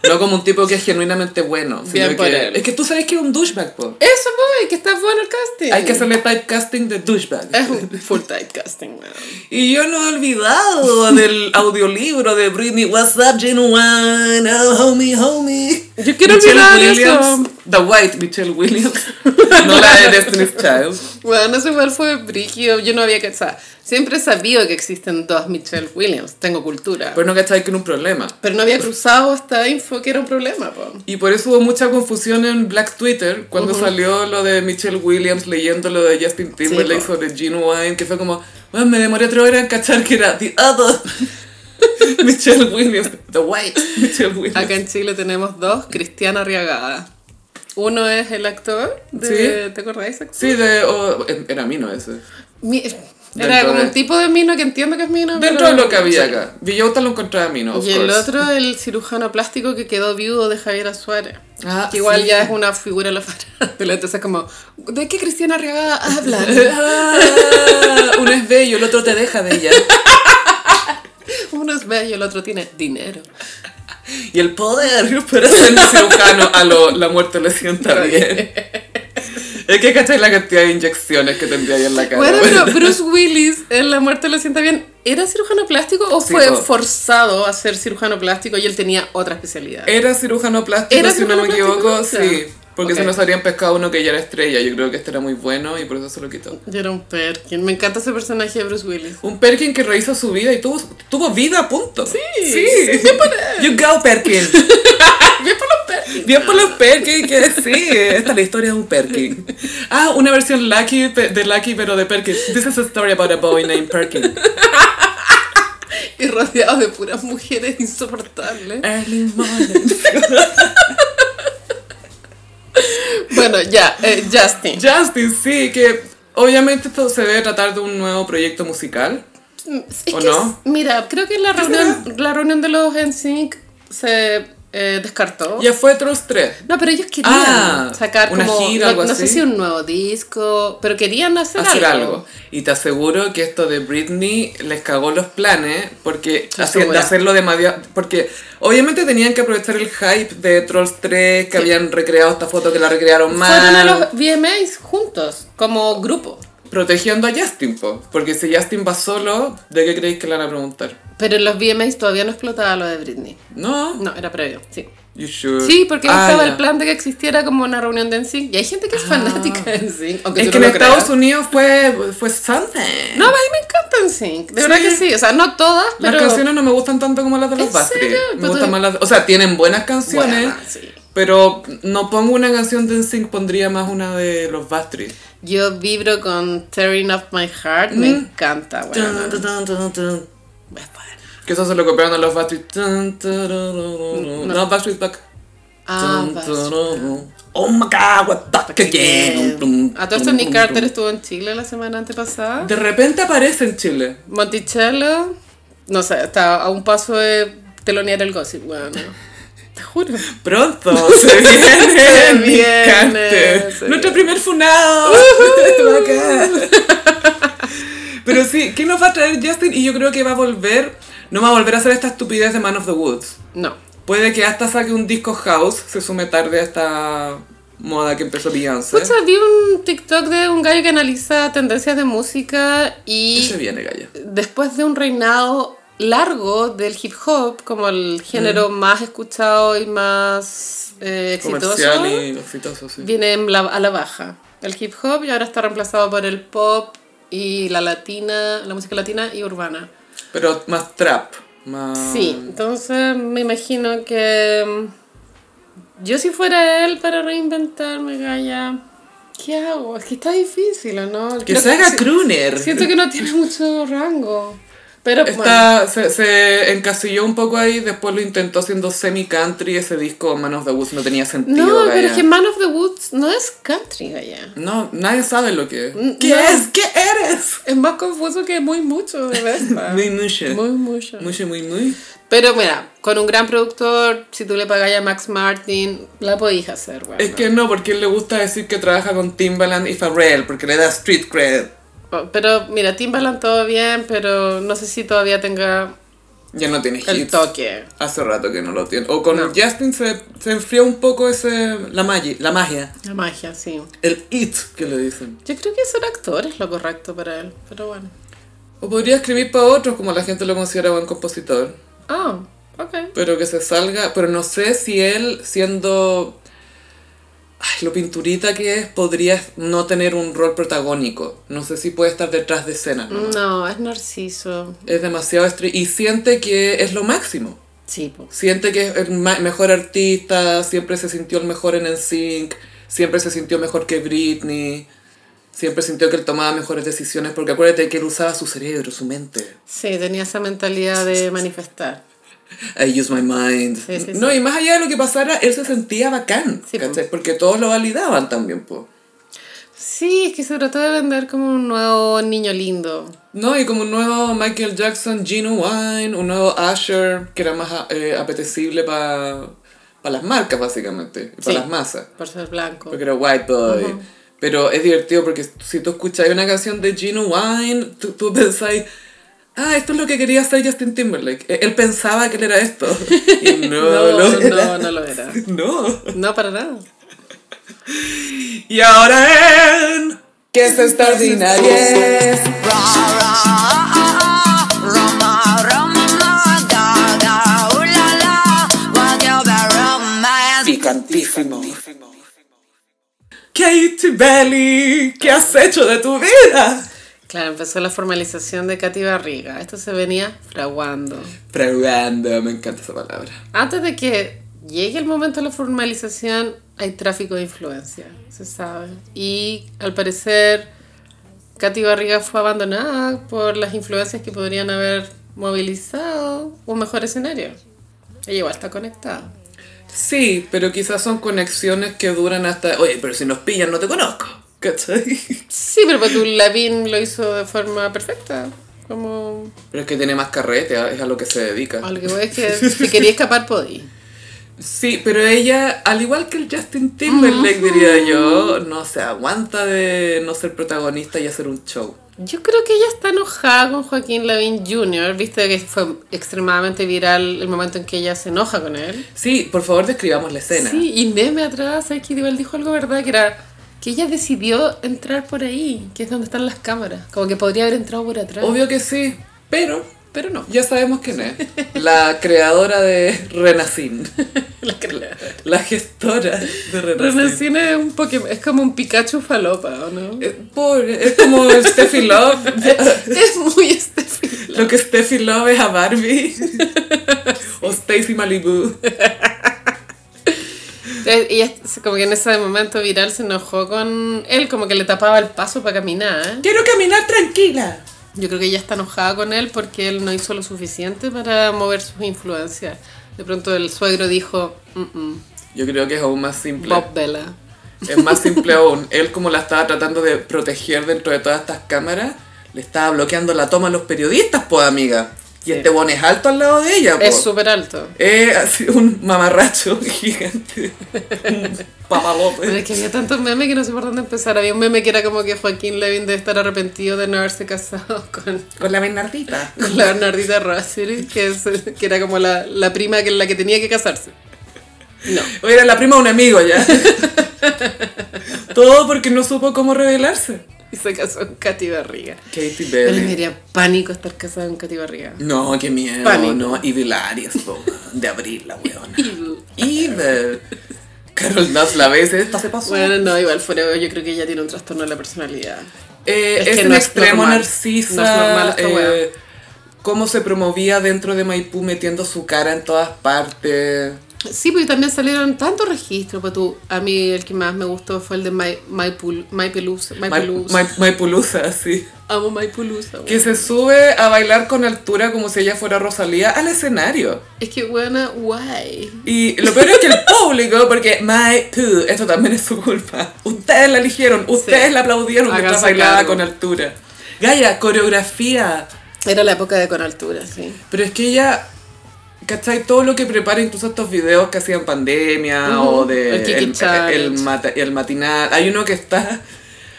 No como un tipo que es genuinamente bueno. sino Bien por que- él. Es que tú sabes que es un douchebag, po. Eso, voy, que está bueno el casting. Hay que hacerle typecasting de douchebag. Es un full tight casting, weón. Y yo no he olvidado del audiolibro de Britney. What's up, Genuine? Oh, homie, homie. Yo quiero olvidar eso. The White Michelle Williams. No la de Destiny's Child. Bueno, ese igual fue brígido. Yo no había que. o sea, siempre he sabido que existen dos Michelle Williams. Tengo cultura. Pero Pero, Pues no cachai que era un problema. no había cruzado esta info que era un problema, po. Y por eso hubo mucha confusión en Black Twitter cuando salió lo de Michelle Williams leyendo lo de Justin Timberlake po. sobre Genuine, que fue como, "Bueno, me demoré tres horas en cachar que era The Other Michelle Williams, The White Michelle Williams. Acá en Chile tenemos dos Cristiana Arriagada. Uno es el actor de. ¿Te acordáis? actor? Sí, de, oh, era mino ese. Mi- Dentro era como de- un tipo de mino que entiendo que es mino. Dentro pero- de lo que había acá. Villota lo encontraba mino, of Y el course. otro, el cirujano plástico que quedó viudo de Javier Suárez. Ah, que igual sí. ya es una figura de la farándula. Entonces, como, ¿de qué Cristiana Arriagada hablan? Ah, uno es bello, el otro te deja de ella. Uno es bello, el otro tiene dinero. Y el poder para ser cirujano a lo la muerte le sienta bien. Es que cachai la cantidad de inyecciones que tendría ahí en la cara. Bueno, pero Bruce Willis en La Muerte le sienta bien. ¿Era cirujano plástico o Sí, fue po. forzado a ser cirujano plástico y él tenía otra especialidad? Era cirujano plástico, ¿Era si no me cirujano equivoco, plástico? sí. Porque Ok. si no se habrían pescado uno que ya era estrella. Yo creo que este era muy bueno y por eso se lo quitó. Yo era un Perkin. Me encanta ese personaje de Bruce Willis. Un Perkin que rehizo su vida y tuvo, tuvo vida, punto. Sí, sí. You go, Perkin. Bien por los Perkins. Bien por los Perkin, que sí. Esta es la historia de un Perkin. Ah, una versión Lucky pe- de Lucky, pero de Perkin. This is a story about a boy named Perkin. Y rodeado de puras mujeres insoportables. Early morning. Bueno, ya, eh, Justin. Justin, sí, que obviamente esto se debe tratar de un nuevo proyecto musical. Mm, Es ¿O que no? es- mira, creo que en la reunión, la reunión de los NSYNC se eh, descartó. Ya fue Trolls 3. No, pero ellos querían Ah, sacar una como, gira, no, algo no sé así. si un nuevo disco, pero querían hacer, Hacer algo. Y te aseguro que esto de Britney les cagó los planes porque Estoy hacer, de segura. hacerlo de madia- Porque obviamente tenían que aprovechar el hype de Trolls 3, que habían recreado esta foto que la recrearon Fueron a mal. los VMAs juntos, como grupo. Protegiendo a Justin, po. porque si Justin va solo, ¿de qué creéis que le van a preguntar? Pero en los VMAs todavía no explotaba lo de Britney. No, No, era previo, sí. you should. Sí, porque Ah, estaba ya. Ah. el plan de que existiera como una reunión de NSYNC. Y hay gente que es fanática de NSYNC, aunque Es tú que no en lo creas. Estados Unidos fue, fue something. No, a mí me encanta NSYNC. De verdad Sí. que sí. O sea, no todas, pero... Las canciones no me gustan tanto como las de los ¿En serio? Backstreet. Me Pero gustan tú- más las... O sea, tienen buenas canciones, Buenas, sí. pero no pongo una canción de NSYNC, pondría más una de los Backstreet. Yo vibro con Tearing Up My Heart. Me Mm. Tun, encanta, bueno. tun, tun, tun, tun. Que eso se lo copiaron a los Backstreet. Tun, tun, tun, tun, tun. No, Backstreet Back. Ah, Tun, tun, Backstreet tun, tun. Oh my god, we're back again. Tun, A todo esto tun, Ah, Nick tun, Carter tun. estuvo en Chile la semana antepasada. De repente aparece en Chile. Monticello, no sé, está a un paso de telonear el gossip, bueno. Te juro. Pronto se viene Se Nick viene, Carter. se Nuestro viene. primer funado. Bacán. Pero sí, ¿qué nos va a traer Justin? Y yo creo que va a volver, no va a volver a hacer esta estupidez de Man of the Woods. No. Puede que hasta saque un disco house, se sume tarde a esta moda que empezó Beyoncé. Pucha, vi un TikTok de un gallo que analiza tendencias de música y... Y se viene, Gaya. después de un reinado largo del hip hop, como el género más escuchado y más eh, exitoso, Comercial y exitoso, sí. viene en la- a la baja. El hip hop y ahora está reemplazado por el pop y la latina, la música latina y urbana. Pero más trap, más... Sí, entonces me imagino que mm, yo si fuera él para reinventarme, Gaya, ¿qué hago? Es que está difícil, ¿o no? Que Creo se haga si- crooner. Siento que no tiene mucho rango. Pero bueno. Está, se, se encasilló un poco ahí, después lo intentó haciendo semi-country, ese disco Man of the Woods no tenía sentido. No, pero Gaia. es que Man of the Woods no es country, Gaya. No, nadie sabe lo que es. Mm, ¿Qué no. es? ¿Qué eres? Es más confuso que muy mucho, de verdad. Muy mucho. Muy mucho. Mucho, muy, muy. Pero mira, con un gran productor, si tú le pagas a Max Martin, la podéis hacer, güey. Es que no, porque él le gusta decir que trabaja con Timbaland y Pharrell, porque le da street cred. Oh, Pero mira, Timbaland todo bien, pero no sé si todavía tenga Ya no tiene hits. el toque. Hace rato que no lo tiene. O con No. Justin se, se enfrió un poco ese la, magi- la magia. La magia, sí. El it que le dicen. Yo creo que ser actor es lo correcto para él, pero bueno. O podría escribir para otros, como la gente lo considera buen compositor. Ah, ok. Pero que se salga, pero no sé si él, siendo ay, lo pinturita que es, podría no tener un rol protagónico. No sé si puede estar detrás de escena. ¿no? No, es narciso. Es demasiado estri- y siente que es lo máximo. Sí, pues. Siente que es el ma- mejor artista, siempre se sintió el mejor en NSYNC, siempre se sintió mejor que Britney, siempre sintió que él tomaba mejores decisiones, porque acuérdate que él usaba su cerebro, su mente. Sí, tenía esa mentalidad de manifestar. I use my mind. Sí, sí, no, sí. y más allá de lo que pasara, él se sentía bacán, Sí, po. ¿cachai? Porque todos lo validaban también, po. Sí, es que se trató de vender como un nuevo niño lindo. No, y como un nuevo Michael Jackson, Gino Wine, un nuevo Usher, que era más eh, apetecible para las marcas, básicamente, para Sí. las masas, Por ser blanco. porque era white boy. Pero es divertido porque si tú escuchas una canción de Gino Wine, tú, tú pensáis, ah, esto es lo que quería hacer Justin Timberlake. Eh, Él pensaba que él era esto. Y no, No, lo no, era. no lo era. No. No, para nada. Y ahora en... Que es extraordinaria. es. Picantísimo. Katy Belly, ¿qué has hecho de tu vida? Claro, empezó la formalización de Katy Barriga. Esto se venía fraguando. Probando, me encanta esa palabra. Antes de que llegue el momento de la formalización, hay tráfico de influencia, se sabe. Y al parecer, Katy Barriga fue abandonada por las influencias que podrían haber movilizado un mejor escenario. Ella igual está conectada. Sí, pero quizás son conexiones que duran hasta. Oye, pero si nos pillan, no te conozco. ¿Cachai? Sí, pero Patul Lavín lo hizo de forma perfecta. Como Pero es que tiene más carrete, es a lo que se dedica. algo que voy es que si quería escapar podí. Sí, pero ella, al igual que el Justin Timberlake, diría yo, no se aguanta de no ser protagonista y hacer un show. Yo creo que ella está enojada con Joaquín Lavín Jr. Viste que fue extremadamente viral el momento en que ella se enoja con él. Sí, por favor describamos la escena. Sí, y Neme atrás, aquí igual dijo algo verdad que era que ella decidió entrar por ahí, que es donde están las cámaras. Como que podría haber entrado por atrás. Obvio que sí, pero Pero no. ya sabemos quién es. La creadora de Renacin. La cre- La gestora de Renacin. Renacine es un Pokémon, es como un Pikachu falopa, ¿o no? Eh, Pobre, es como Steffi Love. es muy Steffi. Lo que Steffi Love es a Barbie. O Stacy Malibu. Entonces, Ella se- como que en ese momento viral se enojó con él, como que le tapaba el paso para caminar. Quiero caminar tranquila. Yo creo que ella está enojada con él porque él no hizo lo suficiente para mover sus influencias. De pronto el suegro dijo, "Mm, mm, Yo creo que es aún más simple. Bob Vela. Es más simple aún. Él como la estaba tratando de proteger dentro de todas estas cámaras, le estaba bloqueando la toma a los periodistas, pues amiga. Y Sí. este bon es alto al lado de ella, po. Es súper alto. Es así un mamarracho gigante. Un Pero es papalote. que había tantos memes que no sé por dónde empezar. Había un meme que era como que Joaquín Levin debe estar arrepentido de no haberse casado con, Con la Bernardita. con la Bernardita Rossi, que, es, que era como la, la prima que la que tenía que casarse. No. O era la prima de un amigo ya. Todo porque no supo cómo revelarse. Y se casó con Katy Barriga. Katy Yo le Perry. daría pánico estar casada con Katy Barriga. No, qué miedo, Pánico. no. Evil Aries, po, de abril, la weona. Evil. Evil. Carol Daz la vez, esta se pasó. Bueno, no, igual fuera, yo creo que ella tiene un trastorno de la personalidad. Eh, Es es que un no es extremo normal. narcisa. No es normal esta eh, cómo se promovía dentro de Maipú metiendo su cara en todas partes. Sí, porque también salieron tantos registros, pero tú, a mí el que más me gustó fue el de My, My, Pul- My Pelusa. My Mai- Pelusa. Mai- Maipulusa, sí. Amo My Pelusa, Que se weón. sube a bailar con altura como si ella fuera Rosalía al escenario. Es que, buena, guay. Y lo peor es que el público, porque Maipú, esto también es su culpa. Ustedes la eligieron, ustedes Sí. la aplaudieron mientras Háganse bailaba cargo. con altura. Gaya, coreografía. Era la época de con altura, sí. Pero es que ella, ¿cachai? Todo lo que prepara, incluso estos videos que hacían pandemia Ujú, o de el Kiki el, Challenge. el mata- el matinal. Hay uno que está.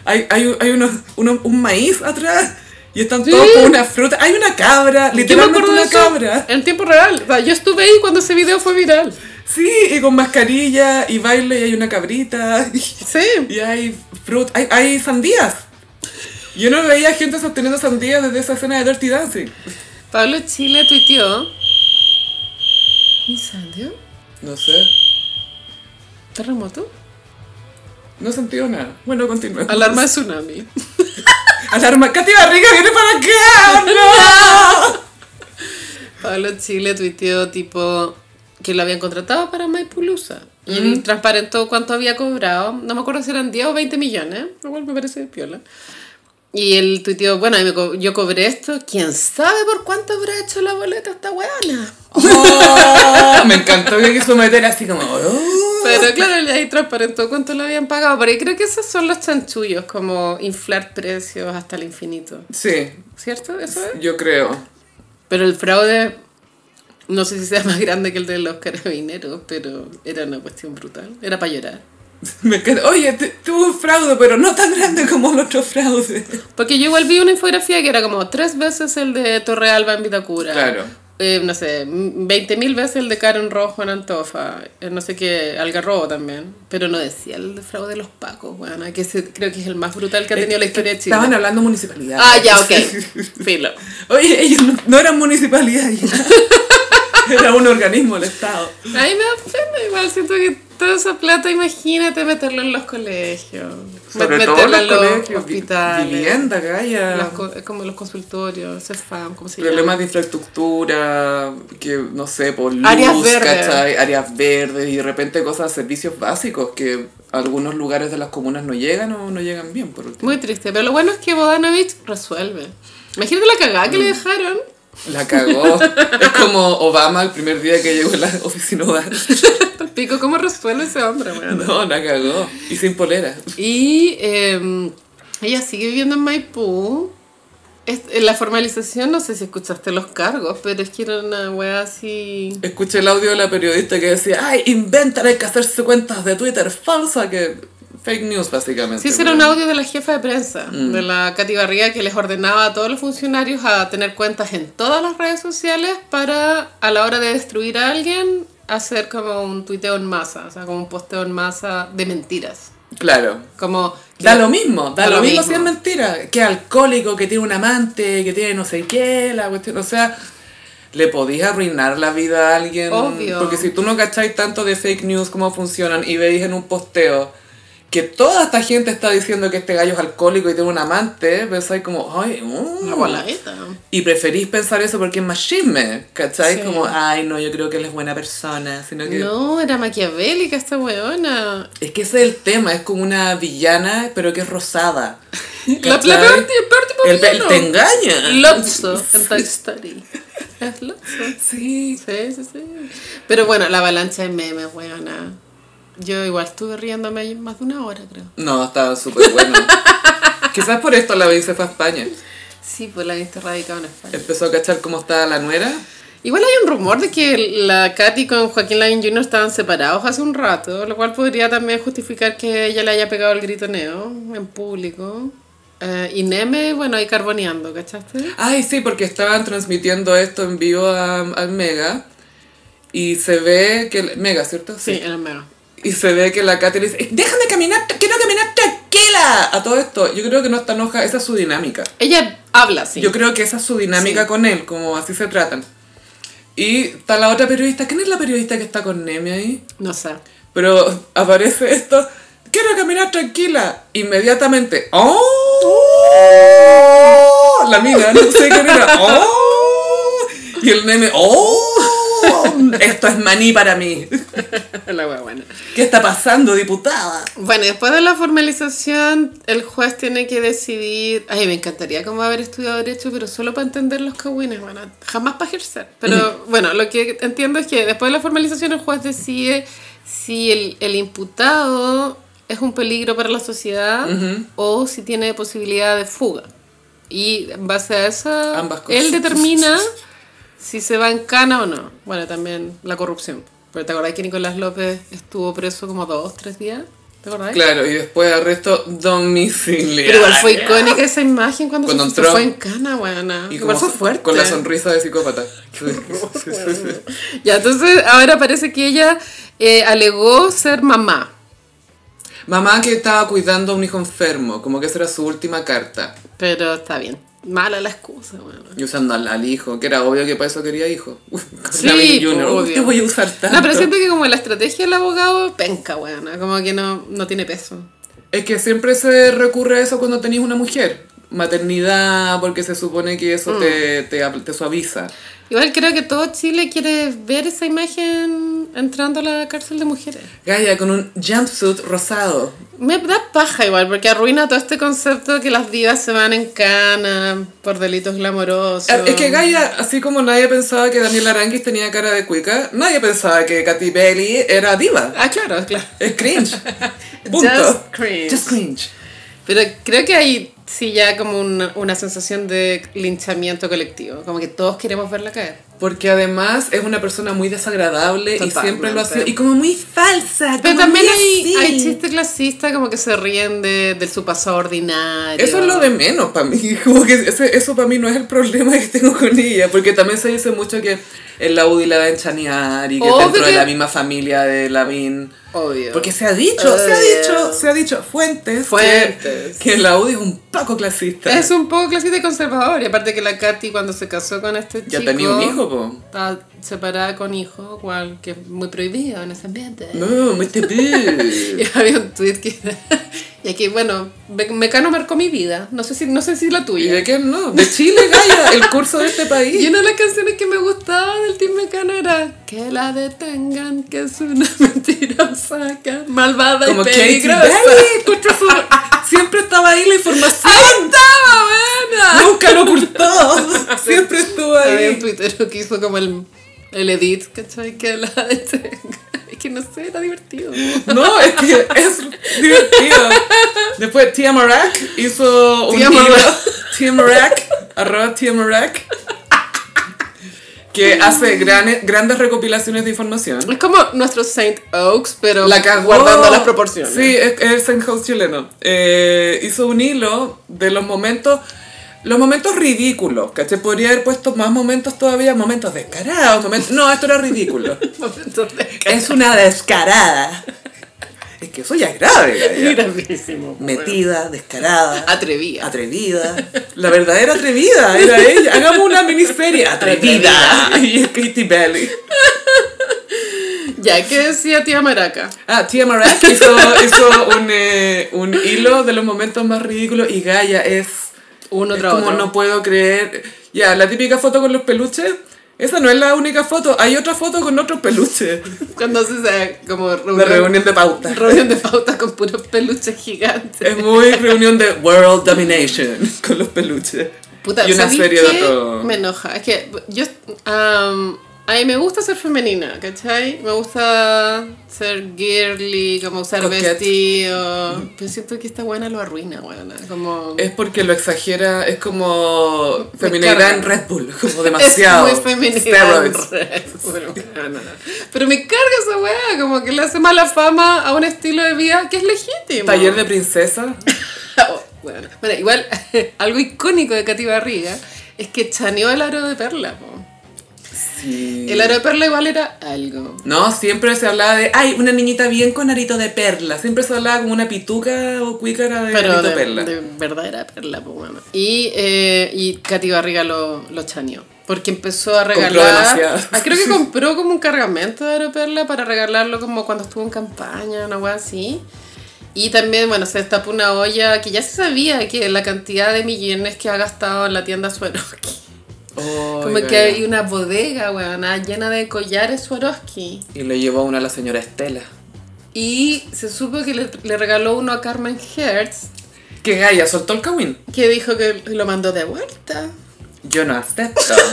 Hay, hay, un- hay unos, uno- un maíz atrás y están todos Sí. con una fruta. Hay una cabra, literalmente una eso cabra. en tiempo real. O sea, yo estuve ahí cuando ese video fue viral. Sí, y con mascarilla y baile y hay una cabrita. Sí. Y hay fruta. Hay, hay sandías. Yo no veía gente sosteniendo sandías desde esa escena de Dirty Dancing. Pablo Chile tuiteó. ¿Incendio? No sé. ¿Terremoto? No he sentido nada. Bueno, continuemos. Alarma de tsunami. Alarma, Katy Barriga viene para acá. ¡No! Pablo Chile tuiteó tipo que lo habían contratado para Maipulusa. Y él transparentó cuánto había cobrado. No me acuerdo si eran 10 o 20 millones. Lo cual me parece piola. Y él tuiteó, bueno, me co- yo cobré esto. ¿Quién sabe por cuánto habrá hecho la boleta esta weona? me encantó que quiso meter así como. "Oh". Pero claro, él ahí transparentó cuánto le habían pagado. Pero yo creo que esos son los chanchullos, como inflar precios hasta el infinito. Sí, ¿Cierto? ¿Eso es? yo creo. Pero el fraude, no sé si sea más grande que el de los carabineros, pero era una cuestión brutal. Era para llorar. Me encanta. Oye, tu- tuvo un fraude, pero no tan grande como el otro fraude. Porque yo igual vi una infografía que era como tres veces el de Torre Alba en Vitacura. Claro. Eh, no sé, 20.000 veces el de Karen Rojo en Antofa. eh, no sé qué, Algarrobo también. Pero no decía el de fraude de los Pacos, bueno, que ese creo que es el más brutal que ha tenido la historia de Chile. Estaban hablando municipalidad. Ah, ya, ok. Filo. Oye, ellos no, no eran municipalidad. ya. Era un organismo del Estado. A mí me da pena igual, siento que toda esa plata, imagínate meterlo en los colegios. Sobre meterlo todo los en los colegios, vi- hospitales. vivienda, gaya. los co- como los consultorios, CEFAM, ¿cómo se Problemas llama? de infraestructura, que no sé, por luz, Áreas verdes. ¿cachai? Áreas verdes y de repente cosas, servicios básicos que algunos lugares de las comunas no llegan o no llegan bien, por último. Muy triste, pero lo bueno es que Bodanovich resuelve. Imagínate la cagada que le dejaron. La cagó. es como Obama el primer día que llegó a la oficina Obama. Pico, ¿cómo resuelve ese hombre, weón? No, la cagó. Y sin polera. em, Y eh, ella sigue viviendo en Maipú. Est- en la formalización, no sé si escuchaste los cargos, pero es que era una wea así. Escuché el audio de la periodista que decía, ay, inventan, hay que hacerse cuentas de Twitter falsa, que fake news básicamente. Sí, ese era un audio de la jefa de prensa, Mm. de la Cati Barriga, que les ordenaba a todos los funcionarios a tener cuentas en todas las redes sociales para, a la hora de destruir a alguien, hacer como un tuiteo en masa, o sea, como un posteo en masa de mentiras. Claro. Como. Da lo mismo, da, Da lo, lo mismo, mismo. si es mentira. Que alcohólico, que tiene un amante, que tiene no sé qué, la cuestión. O sea, le podías arruinar la vida a alguien. Obvio. Porque si tú no cacháis tanto de fake news, cómo funcionan, y veis en un posteo que toda esta gente está diciendo que este gallo es alcohólico y tiene un amante, pensáis como, ay, mm. Una voladita. Y preferís pensar eso porque es más chisme, ¿cachai? Sí. Como, ay, no, yo creo que él es buena persona, sino que... No, era maquiavélica esta weona. Es que ese es el tema, es como una villana, pero que es rosada. La, la ¿cachai? peor, el peor tipo de El, el villano. te engaña. Lotso en Toy Story. Es Lotso. Sí. Sí, sí, sí. Pero bueno, la avalancha de memes, weona. Yo igual estuve riéndome ahí más de una hora, creo. No, estaba súper bueno. Quizás por esto la vi se fue a España. Sí, pues la viste radicada en España. Empezó a cachar cómo estaba la nuera. Igual hay un rumor de que la Katy con Joaquín Lavín Jr. estaban separados hace un rato, lo cual podría también justificar que ella le haya pegado el gritoneo en público. Eh, y Neme, bueno, ahí carboneando, ¿cachaste? Ay, sí, porque estaban transmitiendo esto en vivo a- al Mega. Y se ve que... el- Mega, ¿cierto? Sí, en el mega. Y se ve que la Katy le dice, déjame caminar, t- quiero caminar tranquila. A todo esto, yo creo que no está enoja, esa es su dinámica. Ella habla, sí. Yo creo que esa es su dinámica Sí. con él, como así se tratan. Y está la otra periodista, ¿quién es la periodista que está con Nemi ahí? No sé. Pero aparece esto, quiero caminar tranquila. Inmediatamente, ¡oh! La mira, no sé qué mira, ¡oh! Y el nene, ¡oh! Esto es maní para mí. la wea buena. ¿Qué está pasando, diputada? Bueno, y después de la formalización, el juez tiene que decidir. Ay, me encantaría como haber estudiado Derecho, pero solo para entender los cagüines, bueno, jamás para ejercer. Pero bueno, lo que entiendo es que después de la formalización, el juez decide si el, el imputado es un peligro para la sociedad o si tiene posibilidad de fuga. Y en base a eso, Ambas cosas. él determina si se va en cana o no. Bueno, también la corrupción. Pero ¿te acordás que Nicolás López estuvo preso como dos, tres días? ¿Te acordás? Claro, y después arresto domiciliario. Pero igual fue icónica esa imagen cuando, Cuando se- se entró. fue en cana, weona. Y Igual como fue fuerte. Con la sonrisa de psicópata. Sí, sí, sí, sí. Ya, entonces ahora parece que ella eh, alegó ser mamá. Mamá que estaba cuidando a un hijo enfermo, como que esa era su última carta. Pero está bien. Mala la excusa, weona. Y usando al, al hijo, que era obvio que para eso quería hijo. Sí, Lavín pues, Jr., obvio. Te voy a usar tanto. No, pero siento que como la estrategia del abogado penca, weona. Como que no, no tiene peso. Es que siempre se recurre a eso cuando tenés una mujer. Maternidad, porque se supone que eso te, te, apl- te suaviza. Igual creo que todo Chile quiere ver esa imagen entrando a la cárcel de mujeres. Gaia con un jumpsuit rosado. Me da paja igual, porque arruina todo este concepto de que las divas se van en cana por delitos glamorosos. Ah, Es que Gaia, así como nadie pensaba que Daniel Aranguis tenía cara de cuica, nadie pensaba que Katy Bailey era diva. Ah, claro, claro. Es cringe. Punto. Just cringe. Just cringe. Pero creo que hay sí ya como una, una sensación de linchamiento colectivo, como que todos queremos verla caer. Porque además es una persona muy desagradable y Totalmente. siempre lo ha sido. Y como muy falsa. Pero como también muy hay, así. hay chiste clasista como que se ríen de, de su pasado ordinario. Eso es lo de menos para mí. Como que ese- eso para mí no es el problema que tengo con ella. Porque también se dice mucho que el la UDI la va a enchanear y que Obvio dentro de que- la misma familia de Lavín. Obvio. Porque se ha dicho, se ha Obvio. dicho, se ha dicho fuentes, Fuentes. Que, que la UDI es un poco clasista. Es un poco clasista y conservador. Y aparte que la Katy cuando se casó con este ya chico... tenía un hijo, po. Está separada con hijo, cual que es muy prohibido en ese ambiente. No, me este te Y había un tweet que era- Y aquí, bueno, Be- Mecano marcó mi vida. No sé si, no sé si la ¿Y tuya. de qué no? De Chile, Gaia, el curso de este país. Y una de las canciones que me gustaba del Team Mecano era Que la detengan, que es una mentirosa, que es malvada como y Katy peligrosa. Perry, contra su- siempre estaba ahí la información, ¡Ahí ¡Ah, estaba, buena! nunca lo ocultó, siempre estuvo Había un ahí. tuitero que hizo como el, el edit, ¿cachai? Que la detengan. Es que no sé, era divertido. No, es que es divertido. Después Tia Marak hizo un Tia hilo. Marak. Tia Marak, arroba Tia Marak, que hace grane- grandes recopilaciones de información. Es como nuestro Saint Oaks, pero La cagó. guardando las proporciones. Sí, es, es el house chileno. Eh, hizo un hilo de los momentos, los momentos ridículos, ¿cachai? Podría haber puesto más momentos todavía, momentos descarados, momentos... No, esto era ridículo. Entonces, es una descarada. Es que eso ya es grave, galla. era rarísimo, weón. Metida, descarada, Atrevía. atrevida. La verdadera atrevida era ella. Hagamos una miniserie. Atrevida. Y es Katy Belly. Ya, ¿qué decía tía Maraca? Ah, Tia Marat hizo, hizo un, eh, un hilo de los momentos más ridículos y Gaia es, Uno es tras como otro. no puedo creer. Ya, la típica foto con los peluches, esa no es la única foto, hay otra foto con otros peluches. Cuando se hace como reunión, La reunión de pauta. reunión de pauta con puros peluches gigantes. Es muy reunión de World Domination con los peluches. Puta, y una ¿sabéis serie qué? de otro. Me enoja. Es que yo. am, a mí me gusta ser femenina, ¿cachai? Me gusta ser girly, como usar Coquette. vestido. Pero siento que esta buena lo arruina, buena. Como. Es porque lo exagera, es como feminidad carga. en Red Bull, como demasiado. Es muy femenina. Steroids. Pero, bueno. Pero me carga esa weá, como que le hace mala fama a un estilo de vida que es legítimo. Taller de princesa. Oh, bueno. Bueno, igual, algo icónico de Katy Barriga es que chaneó el aro de perla, po. Sí. El aro de perla igual era algo. No, siempre se hablaba de, ay, una niñita bien con arito de perla. Siempre se hablaba como una pituca o cuícara de Pero arito de, perla. de verdad era perla, po, bueno. Y, eh, y Katy Barriga lo, lo chaneó. Porque empezó a regalar. demasiado. Ah, creo que compró como un cargamento de aro de perla para regalarlo como cuando estuvo en campaña, una weá así. Y también, bueno, se destapó una olla que ya se sabía que la cantidad de millones que ha gastado en la tienda Swarovski. Ay, Como que vaya. hay una bodega, weona, llena de collares Swarovski. Y le llevó una a la señora Estela. Y se supo que le, le regaló uno a Carmen Hertz, Que Gaia soltó el cawin. que dijo que lo mandó de vuelta. Yo no acepto.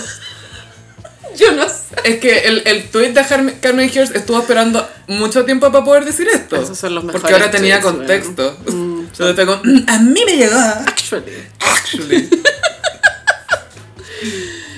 Yo no sé. es que el, el tweet de Harm- Carmen Hirst estuvo esperando mucho tiempo para poder decir esto. Esos son los Porque mejores ahora tenía tweets, Mm, contexto. Entonces fue como, "Mm, a mí me llegó. Actually. Actually.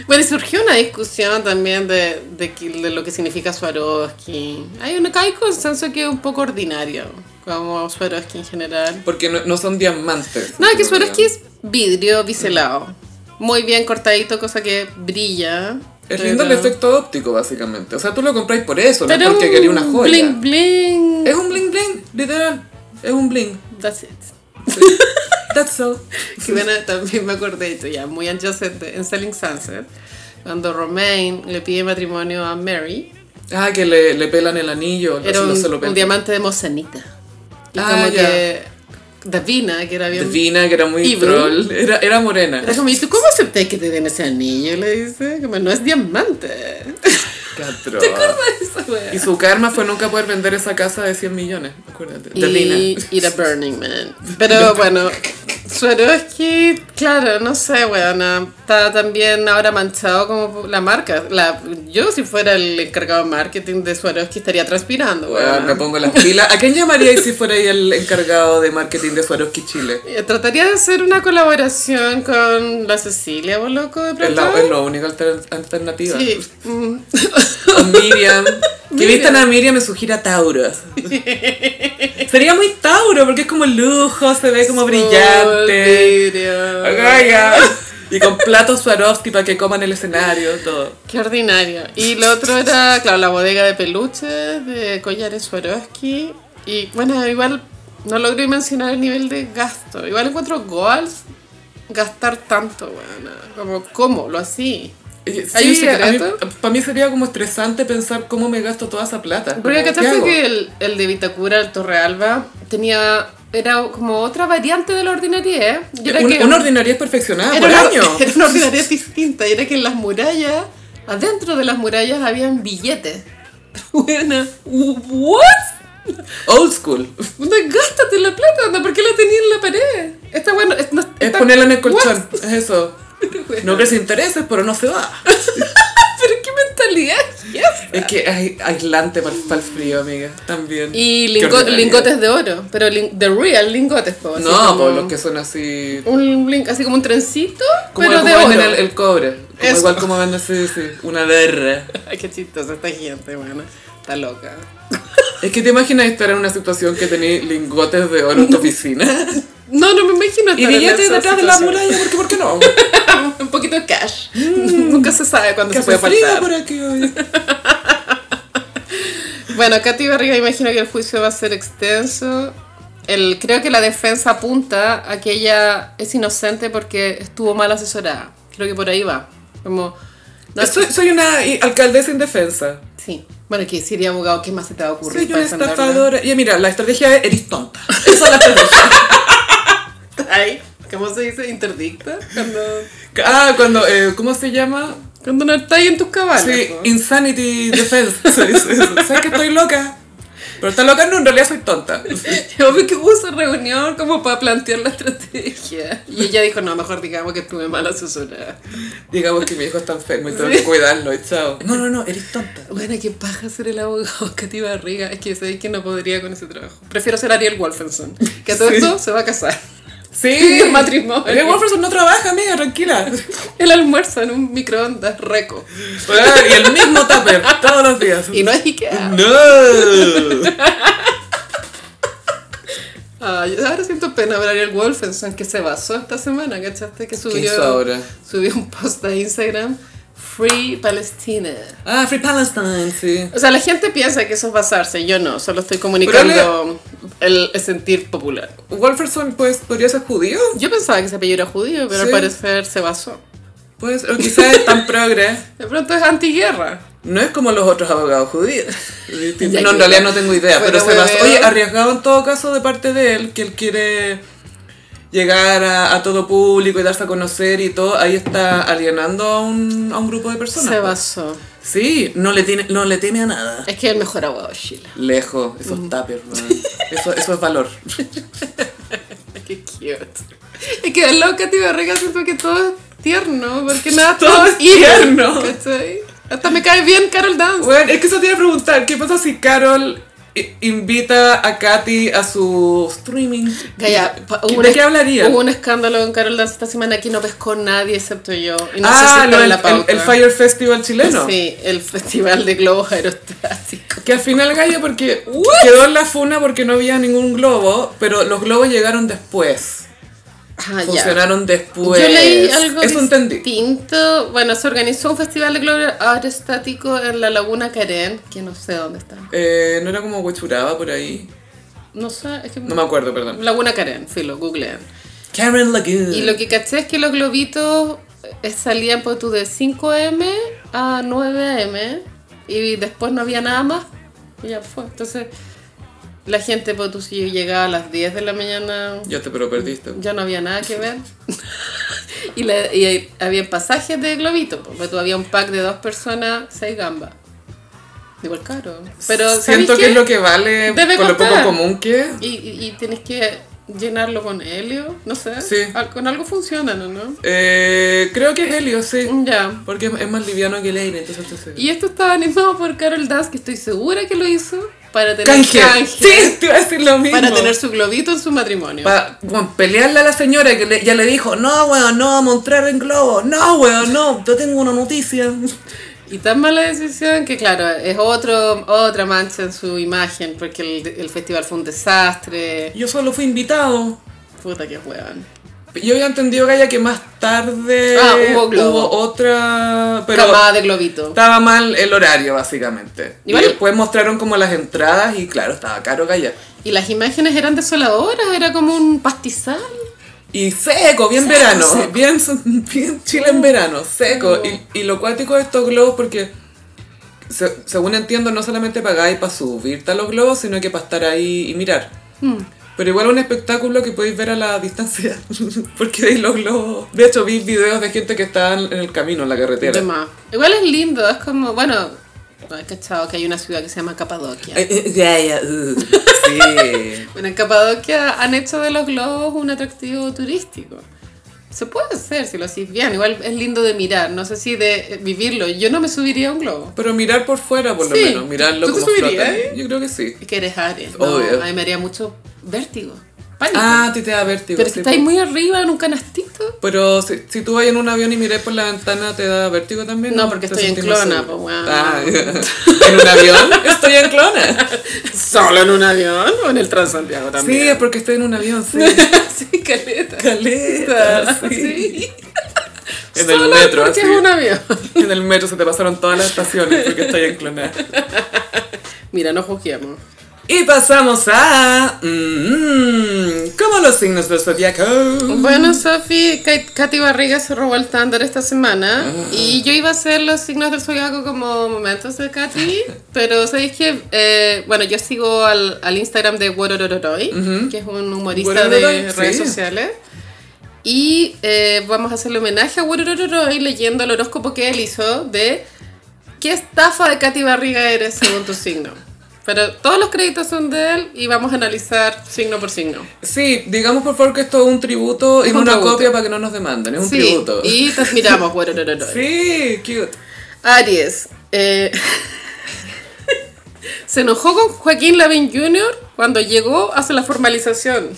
Bueno, y surgió una discusión también de, de, que- de lo que significa Swarovski. Hay, un, hay consenso que es un poco ordinario, como Swarovski en general. Porque no, no son diamantes. No, es que en realidad. Swarovski es vidrio biselado. Muy bien cortadito, cosa que brilla. Es lindo el pero- efecto óptico, básicamente. O sea, tú lo compráis por eso, no Pero porque quería una un joya. Bling bling. Es un bling bling, literal. Es un bling. That's it. That's all. Que bueno, también me acordé de esto ya, muy adyacente, en Selling Sunset, cuando Romaine le pide matrimonio a Mary, Ah, que le, le pelan el anillo. era no un, se lo un pelan. diamante de mocenita. Y Ah, como ya. que Davina, que era bien... Divina, que era muy Evil. troll. Era, era morena. Era como, ¿y tú cómo acepté que te den ese anillo? Le dice, como, no es diamante. Ah. Cuatro. Esa wea. Y su karma fue nunca poder vender esa casa de 100 millones. Acuérdate. y Divina. ir a Burning Man. Pero bueno, Swarovski, claro, no sé, weona. Está también ahora manchado como la marca. La, yo, si fuera el encargado de marketing de Swarovski, estaría transpirando, Bueno, weona. Ah, me pongo las pilas. ¿A quién llamaríais si fuera ahí el encargado de marketing de Swarovski Chile? Eh, Trataría de hacer una colaboración con la Cecilia, vos loco, de Es pronto. la, es la única alter- alternativa. Sí. mm. O Miriam. Que Miriam. vistan a Miriam me sugiera Tauro. Sería muy Tauro porque es como lujo, se ve como brillante. Vidrio. Gaya. Y con platos Swarovski para que coman el escenario, todo. Qué ordinario. Y lo otro era, claro, la bodega de peluches, de collares Swarovski. Y bueno, igual no logré mencionar el nivel de gasto. Igual encuentro goals gastar tanto, bueno. Como, ¿cómo? Lo así. ¿Hay un secreto? Para Eh, mí sería como estresante pensar cómo me gasto toda esa plata. Porque Como, ¿qué cachaste hago? que el, el de Vitacura, el Torrealba, tenía. Era como otra variante de la ordinariedad. Y era Un- que- una ordinaria es perfeccionada era Ah, por una, año. era una ordinariedad distinta. y Era que en las murallas, adentro de las murallas, habían billetes. Buena. ¿What? Old school. Onda, gástate la plata, onda, ¿por qué la tenías en la pared? Está bueno, es, no, Es está- ponerla en el What? colchón. Es eso. Pero, weón, No crece intereses, pero no se va. pero qué mentalidad. ya. fiesta. Es que hay aislante para el frío, amiga, también. Y Qué lingo- ordinaria. lingotes de oro, pero lin- the real lingotes, po, así No, como por los que son así... Un link, así como un trencito, Como, pero como de venden oro. el, el cobre. Como Eso. igual como venden, sí, sí, una berra. Ay, qué chistosa esta gente, bueno. Está loca. Es que te imaginas estar en una situación que tenés lingotes de oro en tu oficina. No, no me imagino y estar en billetes esa detrás de la situación. muralla, porque ¿por qué no? Un poquito de cash. Nunca se sabe cuándo Mm. Que se hace puede frío faltar. por aquí hoy. Bueno, Katy Barriga, imagino que el juicio va a ser extenso. El, creo que la defensa apunta a que ella es inocente porque estuvo mal asesorada. Creo que por ahí va. Como, no, soy, soy una i- alcaldesa indefensa. sí. Bueno, que sería abogado, ¿qué más se te va a ocurrir? Soy una para defenderla? estafadora. Y mira, la estrategia es eres tonta. Esa es la estrategia. Ay, ¿cómo se dice? ¿Interdicta? Cuando, Ah, cuando, eh, ¿cómo se llama? cuando no estáis en tus caballos. Sí, insanity defense. Se dice eso. Sabes que estoy loca. Pero está loca no, en realidad soy tonta. Yo vi que hubo esa reunión como para plantear la estrategia. Y ella dijo, no, mejor digamos que estuve mal asesorada. Digamos que mi hijo está enfermo y tengo que cuidarlo y chao. No, no, no, eres tonta. Bueno, qué paja ser el abogado Katy Barriga. Es que sabéis que no podría con ese trabajo. Prefiero ser Ariel Wolfenson. Que a todo Sí. esto se va a casar. Sí, Un matrimonio. Ariel Wolferson no trabaja, amiga, tranquila. El almuerzo en un microondas reco. Ah, y el mismo tupper todos los días. Y no es Ikea. No. Ay, ahora siento pena ver a Ariel Wolfenson que se basó esta semana, ¿cachaste? Que subió, hizo ahora? subió un post a Instagram. Free Palestina. Ah, Free Palestine, sí. O sea, la gente piensa que eso es basarse, yo no, solo estoy comunicando el, el sentir popular. Wolferson, pues, podría ser judío. Yo pensaba que ese apellido era judío, pero al Sí. parecer se basó. Pues, o quizás es tan progre. De pronto es antiguerra. No es como los otros abogados judíos. Ya No, que- en realidad no tengo idea, Pero pero se basó. hueveo. Oye, arriesgado en todo caso de parte de él, que él quiere llegar a, a todo público y darse a conocer y todo. Ahí está alienando a un, a un grupo de personas. pues. Se basó. Sí, no le, tiene, no le teme a nada. Es que es el mejor abogado de Chile. Lejos, esos tuppers, man. Eso, eso es valor. Qué cute. Es que al lado Katy Barriga siento que todo es tierno, porque nada, todo, es tierno. ¿Cachai? Hasta me cae bien Carol Dance. Bueno, es que eso te iba a preguntar, ¿qué pasa si Carol i- invita a Katy a su streaming? Gaya, pa- hubo ¿De un qué es- hablaría? Hubo un escándalo con Carol Dance esta semana que no pescó nadie excepto yo. Y no sé ah, si está lo en del- la pauta. el, el Fire Festival chileno. Sí, el festival de globos aerostáticos. Que al final Gaya porque quedó en la funa porque no había ningún globo, pero los globos llegaron después. Ah, Funcionaron después. Yo leí algo Eso entendí. distinto. Bueno, se organizó un festival de globo aerostático en la Laguna Carén, que no sé dónde está. Eh, no era como Huechuraba por ahí. No sé, es que... No me acuerdo, perdón. Laguna Carén, filo, googleen. Karen Lagoon. Y lo que caché es que los globitos eh, salían por tú de 5M a 9M y después no había nada más y ya fue. Entonces la gente por tú si yo llegaba a las 10 de la mañana Ya te pero perdiste. ya no había nada que ver. y, la- y había pasajes de globito, porque tú había un pack de dos personas, seis gambas. Igual caro. Pero ¿sabes Siento qué? que es lo que vale Debe por lo poco costar. común que es. Y, y- y tienes que llenarlo con helio, no sé. Sí. al- con algo funciona, ¿no? ¿no? Eh, creo que es helio, sí. Ya. Porque es, es más liviano que el aire, entonces esto se- Mm. Y esto estaba animado por Carol Dance, que estoy segura que lo hizo para tener Canje. canje. Sí, te iba a decir lo mismo. Para tener su globito en su matrimonio. Pa- bueno, pelearle a la señora que le- ya le dijo, no, weón, no vamos a entrar en globo, no, weón, no, yo tengo una noticia. Y tan mala decisión que, claro, es otro, otra mancha en su imagen, porque el, el festival fue un desastre. Yo solo fui invitado. Puta que huevan. Yo había entendido, Gaya, que más tarde Ah, hubo globo. otra... Pero Camada de globito. estaba mal el horario, básicamente. Y Igual- después mostraron como las entradas y claro, estaba caro, Gaya. Y las imágenes eran desoladoras, era como un pastizal. Y seco, bien Seco, verano, seco. Mm. Bien, bien chile en verano, seco. Y, y lo cuático de estos globos, porque se- según entiendo, no solamente pagáis para subirte a los globos, sino que para estar ahí y mirar. Hmm. Pero igual un espectáculo que podéis ver a la distancia, porque veis los globos. De hecho, vi videos de gente que estaba en el camino, en la carretera. De más. Igual es lindo, es como, bueno, no he cachado que hay una ciudad que se llama Capadocia. Eh, eh, ya, ya, uh, sí. Bueno, en Capadocia han hecho de los globos un atractivo turístico. Se puede hacer si lo hacís bien. Igual es lindo de mirar, no sé si de vivirlo. Yo no me subiría a un globo. Pero mirar por fuera, por lo Sí. menos, mirarlo ¿Tú te como flota. subirías? Yo creo que sí. Es que eres Aries. No, Obvio. a mí me haría mucho vértigo. Pánico. Ah, a ti te da vértigo. Pero sí, si estáis po. muy arriba en un canastito. Pero si, si tú vas en un avión y miras por la ventana, ¿te da vértigo también? No, porque Te estoy en sentís más Clona, seguro. po, weón. Ah, ¿En un avión? Estoy en Clona. ¿Solo en un avión o en el Transantiago Sí, es porque estoy en un avión, sí. Sí, sí caleta. Caleta, Sí. En el Solo metro, porque así. es un avión. En el metro se te pasaron todas las estaciones porque estoy en Clona. Mira, no juzguemos. Y pasamos a... mm, ¿Cómo los signos del zodiaco? Bueno, Sofi, Ka- Katy Barriga se robó el estándar esta semana y yo iba a hacer los signos del zodiaco como momentos de Katy, pero sabéis que, bueno, yo sigo al, al Instagram de Wororororoy, que es un humorista de Wororororoy, redes sí. sociales. Y eh, vamos a hacerle homenaje a Wororororoy leyendo el horóscopo que él hizo de ¿Qué estafa de Katy Barriga eres según tu signo? Pero todos los créditos son de él y vamos a analizar signo por signo. Sí, digamos por favor que esto es un tributo y Es no un una tributo. copia para que no nos demanden, es un sí, tributo. y te admiramos, Wororororoy. Sí, cute. Aries. eh, se enojó con Joaquín Lavín Jr. cuando llegó hacia la formalización.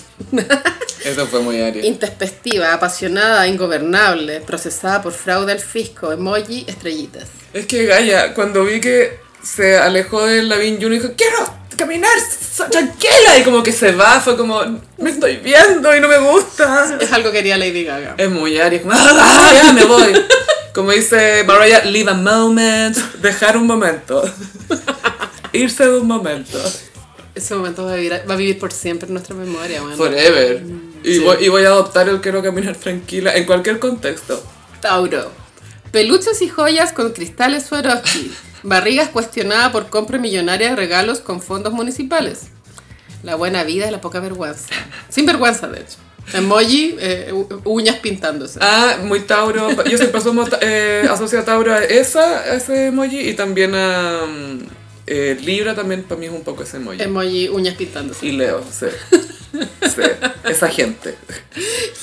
Eso fue muy Aries. Intespectiva, apasionada, ingobernable, procesada por fraude al fisco, emoji, estrellitas. Es que Gaia, cuando vi que se alejó de Lavín Jr. dijo, quiero caminar so- tranquila y como que se va, fue como, me estoy viendo y no me gusta. Es algo que haría Lady Gaga. Es muy Aries, como, "Ah, ya me voy. Como dice Mariah, leave a moment, dejar un momento. Irse de un momento. Ese momento va a vivir, va a vivir por siempre en nuestra memoria, bueno. Forever. Y, Sí. voy, y voy a adoptar el quiero caminar tranquila en cualquier contexto. Tauro. Peluches y joyas con cristales Swarovski. Barrigas cuestionada por compra millonaria de regalos con fondos municipales. La buena vida es la poca vergüenza. Sin vergüenza, de hecho. Emoji, eh, u- uñas pintándose. Ah, muy Tauro. Yo siempre asumo, eh, asocio a Tauro a, esa, a ese emoji y también a mm, eh, Libra también para mí es un poco ese emoji. Emoji, uñas pintándose. y Leo, sí. Sí, esa gente.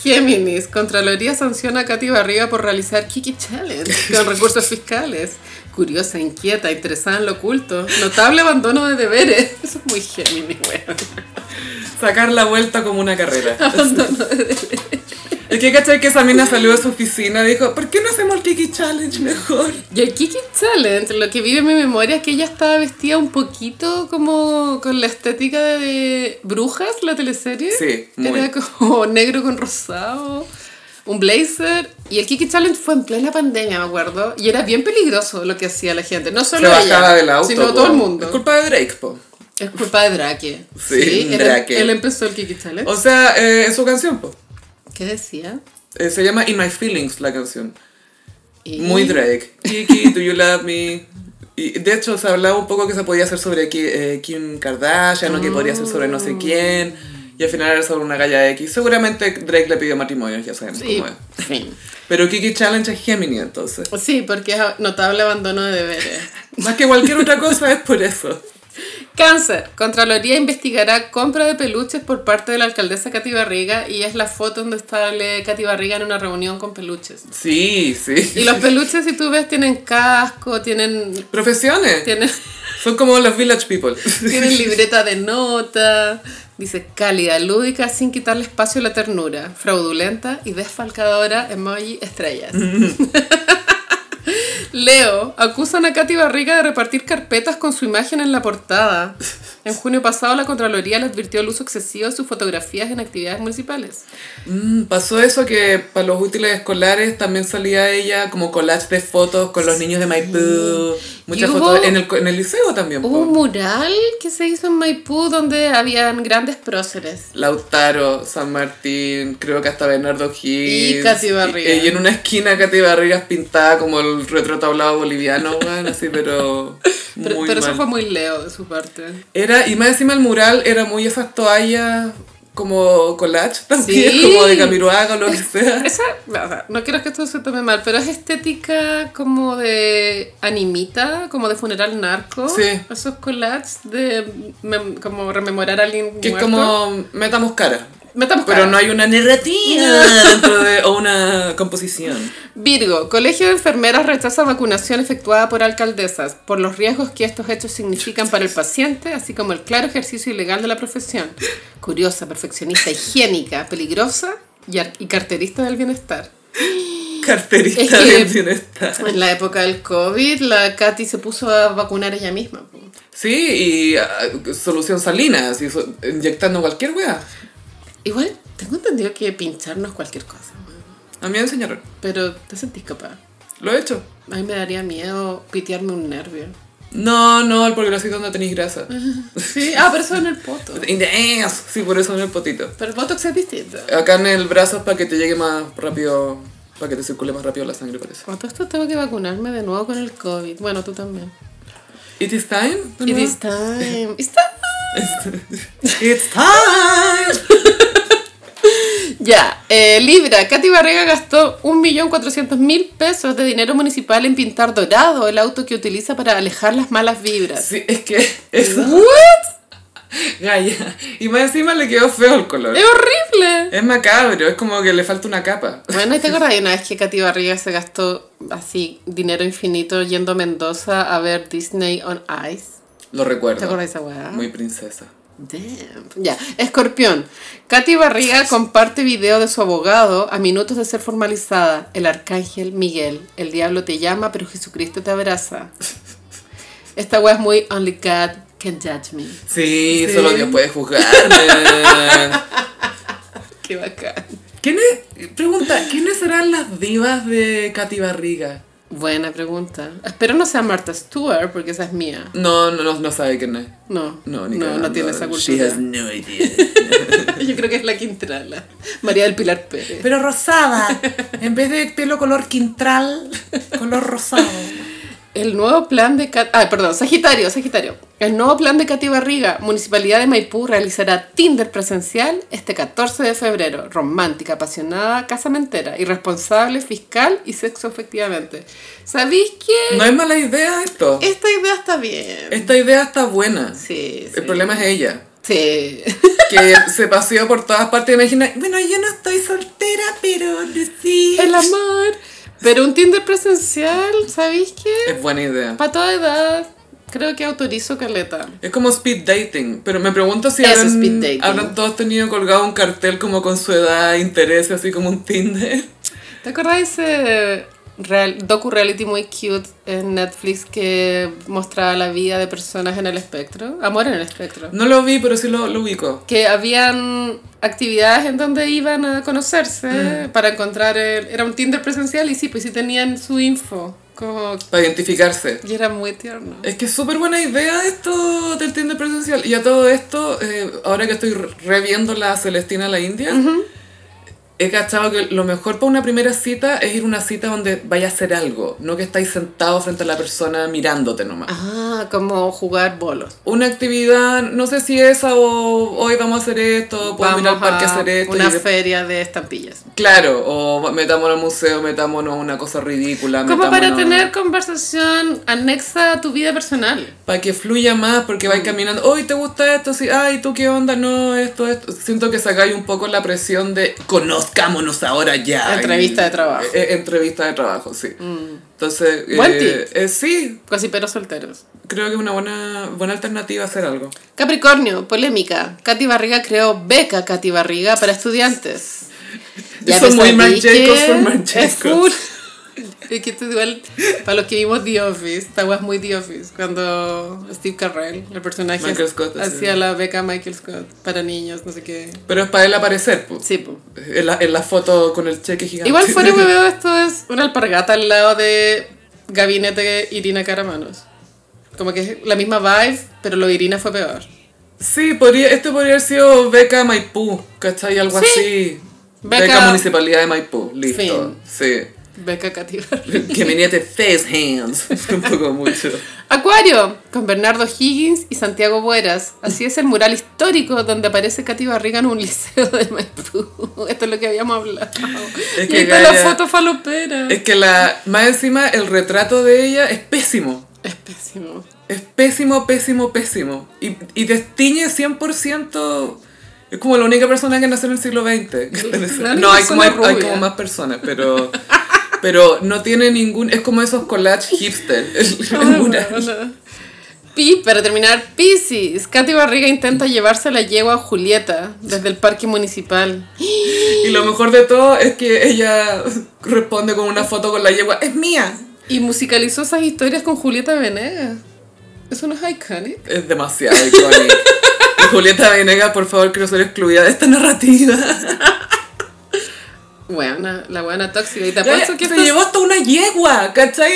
Géminis. Contraloría sanciona a Katy Barriga por realizar Kiki Challenge con recursos fiscales. Curiosa, inquieta, interesada en lo oculto. Notable abandono de deberes. Eso es muy Géminis, weón. Sacar la vuelta como una carrera. Es que cachai que esa mina salió de su oficina y dijo, ¿por qué no hacemos el Kiki Challenge mejor? Y el Kiki Challenge, lo que vive en mi memoria es que ella estaba vestida un poquito como con la estética de Brujas, la teleserie. Sí, muy. Era como negro con rosado, un blazer. Y el Kiki Challenge fue en plena pandemia, me acuerdo. Y era bien peligroso lo que hacía la gente. No Se solo bajaba ella, del auto. sino po. todo el mundo. Es culpa de Drake, po. Es culpa de Drake. Sí, él, em- Drake. él empezó el Kiki Challenge. O sea, eh, en su canción, po. ¿Qué decía? Eh, se llama In My Feelings la canción. Y- Muy Drake. Kiki, do you love me? Y de hecho se hablaba un poco que se podía hacer sobre Ki- eh, Kim Kardashian o que podría ser sobre no sé quién. Y al final era sobre una galla X. Seguramente Drake le pidió matrimonio, ya sabemos Sí, cómo es. fin. Pero Kiki Challenge es Gemini entonces. sí, porque es notable abandono de deberes. Más que cualquier otra cosa es por eso. Cáncer. Contraloría investigará compra de peluches por parte de la alcaldesa Katy Barriga y es la foto donde sale Katy Barriga en una reunión con peluches. Sí, Y sí. los peluches, si tú ves, tienen casco, tienen, Profesiones. tienen, Son como los village people. tienen libreta de nota. Dice cálida, lúdica, sin quitarle espacio a la ternura, fraudulenta y desfalcadora, emoji estrellas. Leo, acusan a Katy Barriga de repartir carpetas con su imagen en la portada. En junio pasado la Contraloría le advirtió el uso excesivo de sus fotografías en actividades municipales. Mm, Pasó eso que para los útiles escolares también salía ella como collage de fotos con los niños de Maipú. Muchas Y hubo- fotos en el, co- en el liceo también. po. Hubo un mural que se hizo en Maipú donde habían grandes próceres. Lautaro, San Martín, creo que hasta Bernardo Gil. Y Katy Barriga. Y, y en una esquina Katy Barrigas pintada como el retrotablado boliviano, weón, así, pero. Pero, muy pero eso mal. fue muy Leo de su parte. Era, y más encima el mural era muy esas toallas como collage también, Sí. como de Camiroaga o lo que sea. Esa, o sea, no quiero que esto se tome mal, pero es estética como de animita, como de funeral narco. Sí. Esos collages de mem- como rememorar a alguien Que es muerto. como metamos cara. Metamos Pero cara. no hay una narrativa dentro de, o una composición. Virgo, Colegio de Enfermeras rechaza vacunación efectuada por alcaldesas por los riesgos que estos hechos significan para el paciente, así como el claro ejercicio ilegal de la profesión. Curiosa, perfeccionista, higiénica, peligrosa y, ar- y carterista del bienestar. Carterista Es que- del bienestar. En la época del COVID, la Katy se puso a vacunar ella misma. po. Sí, y ah, solución salina, así, so- inyectando cualquier wea. Igual, tengo entendido que pincharnos cualquier cosa, A mí me enseñaron. pero te sentís capaz. Lo he hecho. A mí me daría miedo pitearme un nervio. No, no, el progresito no tenéis grasa. Sí, ah, pero eso en el poto. In the ass. Sí, por eso en el potito. Pero el botox es distinto. Acá en el brazo es para que te llegue más rápido, para que te circule más rápido la sangre, parece. Con todo esto tengo que vacunarme de nuevo con el COVID. Bueno, tú también. It is time. ¿no? It is time. It's time. It's time. Ya, eh, Libra, Katy Barriga gastó 1.400.000 pesos de dinero municipal en pintar dorado el auto que utiliza para alejar las malas vibras. Sí, es que eso. ¿What? Gaya. Y más encima le quedó feo el color. ¡Es horrible! Es macabro, es como que le falta una capa. Bueno, ¿y te acordás de una vez que Katy Barriga se gastó así dinero infinito yendo a Mendoza a ver Disney on Ice? Lo ¿Te recuerdo. acordás de esa weá? Muy princesa. Damn. Ya, escorpión. Katy Barriga comparte video de su abogado a minutos de ser formalizada. El arcángel Miguel. El diablo te llama, pero Jesucristo te abraza. Esta wea es muy Only God can judge me. Sí, Sí. solo Dios puede juzgarme. Qué bacán. ¿Quién es? Pregunta, ¿quiénes serán las divas de Katy Barriga? Buena pregunta. Espero no sea Martha Stewart, porque esa es mía. No, no, no, no sabe quién es. No, No, no, ni no, cagando. tiene esa She has cultura. no idea. Yo creo que es la Quintrala. María del Pilar Pérez. Pero rosada, en vez de pelo color quintral, color rosado. El nuevo plan de Cat- Ah, perdón, Sagitario, Sagitario. El nuevo plan de Katy Barriga, Municipalidad de Maipú realizará Tinder presencial este 14 de febrero. Romántica, apasionada, casamentera, irresponsable, fiscal y sexo efectivamente. ¿Sabéis qué? No es mala idea esto. Esta idea está bien. Esta idea está buena. Sí, sí. El problema es ella, Sí. que se paseó por todas partes. Imagina, bueno, yo no estoy soltera, pero sí. El amor. Pero un Tinder presencial, ¿sabéis qué? Es buena idea. Para toda edad, creo que autorizo caleta. Es como speed dating, pero me pregunto si Eso es habrán, speed dating. habrán todos tenido colgado un cartel como con su edad, interés, así como un Tinder. ¿Te acordás de ese real, docu reality muy cute en Netflix que mostraba la vida de personas en el espectro? Amor en el espectro. No lo vi, pero sí lo, lo ubico. Que habían actividades en donde iban a conocerse Mm. para encontrar el- era un Tinder presencial y sí, pues sí tenían su info. Como, Para identificarse. y era muy tierno. Es que es súper buena idea esto del Tinder presencial. Y a todo esto, eh, ahora que estoy reviendo la Celestina la India, he cachado que lo mejor para una primera cita es ir a una cita donde vaya a hacer algo, no que estáis sentados frente a la persona mirándote nomás. Ah, como jugar bolos. Una actividad, no sé si esa o hoy vamos a hacer esto, podemos ir al parque a hacer esto. y una de- feria de estampillas. Claro, o metámonos al museo, metámonos a una cosa ridícula. Como para Ah, metámonos- tener conversación anexa a tu vida personal. Para que fluya más, porque Mm. vais caminando, hoy te gusta esto, sí, ay, tú qué onda, no, esto, esto. Siento que sacáis un poco la presión de conozcámonos ahora ya. Entrevista de trabajo. Mm. Eh, eh, entrevista de trabajo, sí. Entonces, Buen eh, eh, sí, Casi pero solteros. creo que es una buena, buena alternativa hacer algo. Capricornio, polémica. Katy Barriga creó beca Katy Barriga para estudiantes. Eso me muy sabí Marc Jacobs que por Marc es Jacobs. full. Es que esto es igual para los que vimos The Office, esta weá es muy The Office, cuando Steve Carell, el personaje, Michael Scott, hacía sí. la beca Michael Scott para niños, no sé qué. Pero es para él aparecer, pues. Sí, po. En la, en la foto con el cheque gigante. Igual fuera de hueveo, esto es una alpargata al lado de Gabinete de Irina Caramanos. Como que es la misma vibe, pero lo de Irina fue peor. Sí, podría, este podría haber sido Beca Maipú, ¿cachai? Algo Sí. así. Beca... Beca- Municipalidad de Maipú, listo. Fin. Sí. Beca Katy Barriga. Que venía de face hands. Un poco mucho. Acuario, con Bernardo Higgins y Santiago Bueras. Así es el mural histórico donde aparece Katy Barriga en un liceo de Maipú. Esto es lo que habíamos hablado. Es y que, está la Gaya, foto falopera. Es Es, que la. Más encima, el retrato de ella es pésimo. pésimo. Es pésimo, pésimo, pésimo. Y, y destiñe 100%. Es como la única persona que nació en el siglo XX. La única No, hay como, hay, persona hay rubia. como más personas, pero, pero no tiene ningún... Es como esos collages hipster. el- el mural. Pi, para terminar, Pisces. Katy Barriga intenta llevarse la yegua a Julieta desde el parque municipal. Y lo mejor de todo es que ella responde con una foto con la yegua. ¡Es mía! Y musicalizó esas historias con Julieta Venegas. Eso no es iconic. Es demasiado icónico. Y Julieta Venegas, por favor, quiero ser excluida de esta narrativa. Buena, la buena tóxica. Y te Ya, apuesto ya, que se esto es- llevó hasta una yegua, ¿cachai?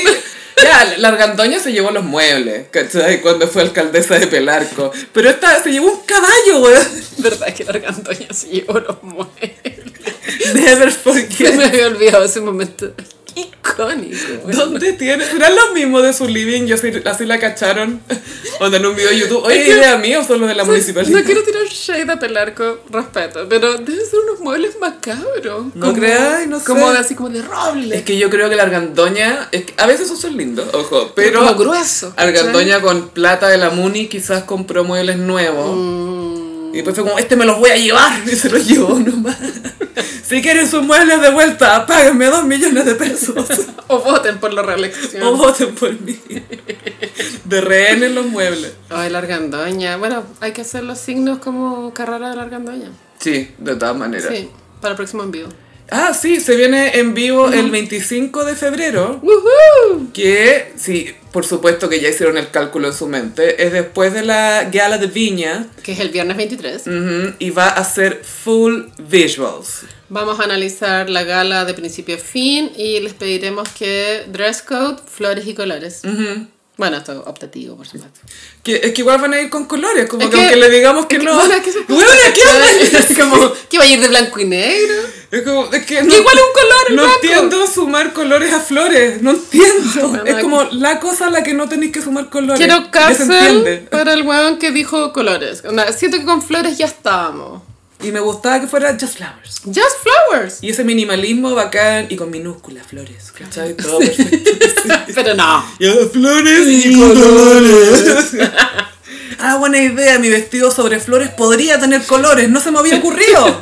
Ya, la argandoña se llevó los muebles, ¿cachai? Cuando fue alcaldesa de Pelarco. Pero esta se llevó un caballo, weón. ¿Verdad que la argandoña se llevó los muebles? Never Se me forget. había olvidado ese momento. Icónico. güey. ¿Dónde tiene? ¿Será lo mismo de su living? Y así, así la cacharon. O en un video de YouTube. Oye, Es que- idea mía o solo de la municipalidad. No quiero tirar shade a Pelarco, respeto, pero deben ser unos muebles macabros. No Como- creáis, no sé. Como de- así como de roble. Es que yo creo que la argandoña, es que a veces esos son lindos, ojo, pero Como grueso. argandoña con plata de la Muni quizás compró muebles nuevos. Mm. Y después fue como, este me los voy a llevar. Y se los llevó nomás. si quieren sus muebles de vuelta, páguenme dos millones de pesos. ¿cachai? O voten por la reelección. o voten por mí. De rehén en los muebles. Ay, la argandoña. Bueno, hay que hacer los signos como carrera de la argandoña. Sí, de todas maneras. Sí, para el próximo en vivo. Ah, sí, se viene en vivo el 25 de febrero. ¡Woohoo! que sí, por supuesto que ya hicieron el cálculo en su mente, es después de la gala de Viña Que es el viernes 23. ujú, y va a ser full visuals. Vamos a analizar la gala de principio a fin y les pediremos que dress code, flores y colores. Bueno, esto es optativo, por supuesto. Que, es que igual van a ir con colores, como Es que, que- aunque le digamos que Es no. bueno, es que eso es Bueno, cosa, ¿qué ¿cachai? van a- Es como, que va a ir de blanco y negro. Es como, es que igual es un color, el No blanco. entiendo sumar colores a flores, no entiendo. Bueno, es como la cosa a la que no tenéis que sumar colores. Quiero desentiende. cárcel para el weón que dijo colores. Onda, Siento que con flores ya estábamos. Y me gustaba que fuera Just Flowers. Just flowers. Y ese minimalismo bacán y con minúsculas flores, ¿cachai? Todo perfecto. Pero no. Y a las flores y colores. Ah, buena idea, mi vestido sobre flores podría tener colores, no se me había ocurrido.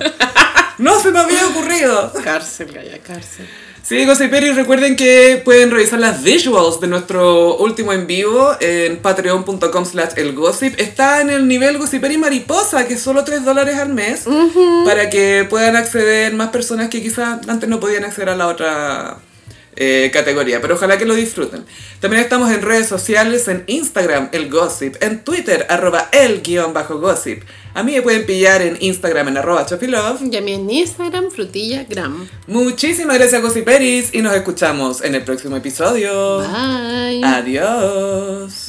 No se me había ocurrido. Cárcel, Gaya, cárcel. Sí, Gossiperi, recuerden que pueden revisar las visuals de nuestro último en vivo en patreon.com slash elgossip. Está en el nivel Gossiperi Mariposa, que es solo 3 dólares al mes, para que puedan acceder más personas que quizás antes no podían acceder a la otra eh, categoría. Pero ojalá que lo disfruten. También estamos en redes sociales, en Instagram, el gossip, en Twitter, arroba el guión bajo gossip. A mí me pueden pillar en Instagram, en arroba chopilove. Y a mí en Instagram, frutilla gram. Muchísimas gracias, Ah, Gossiperis, y nos escuchamos en el próximo episodio. Bye. Adiós.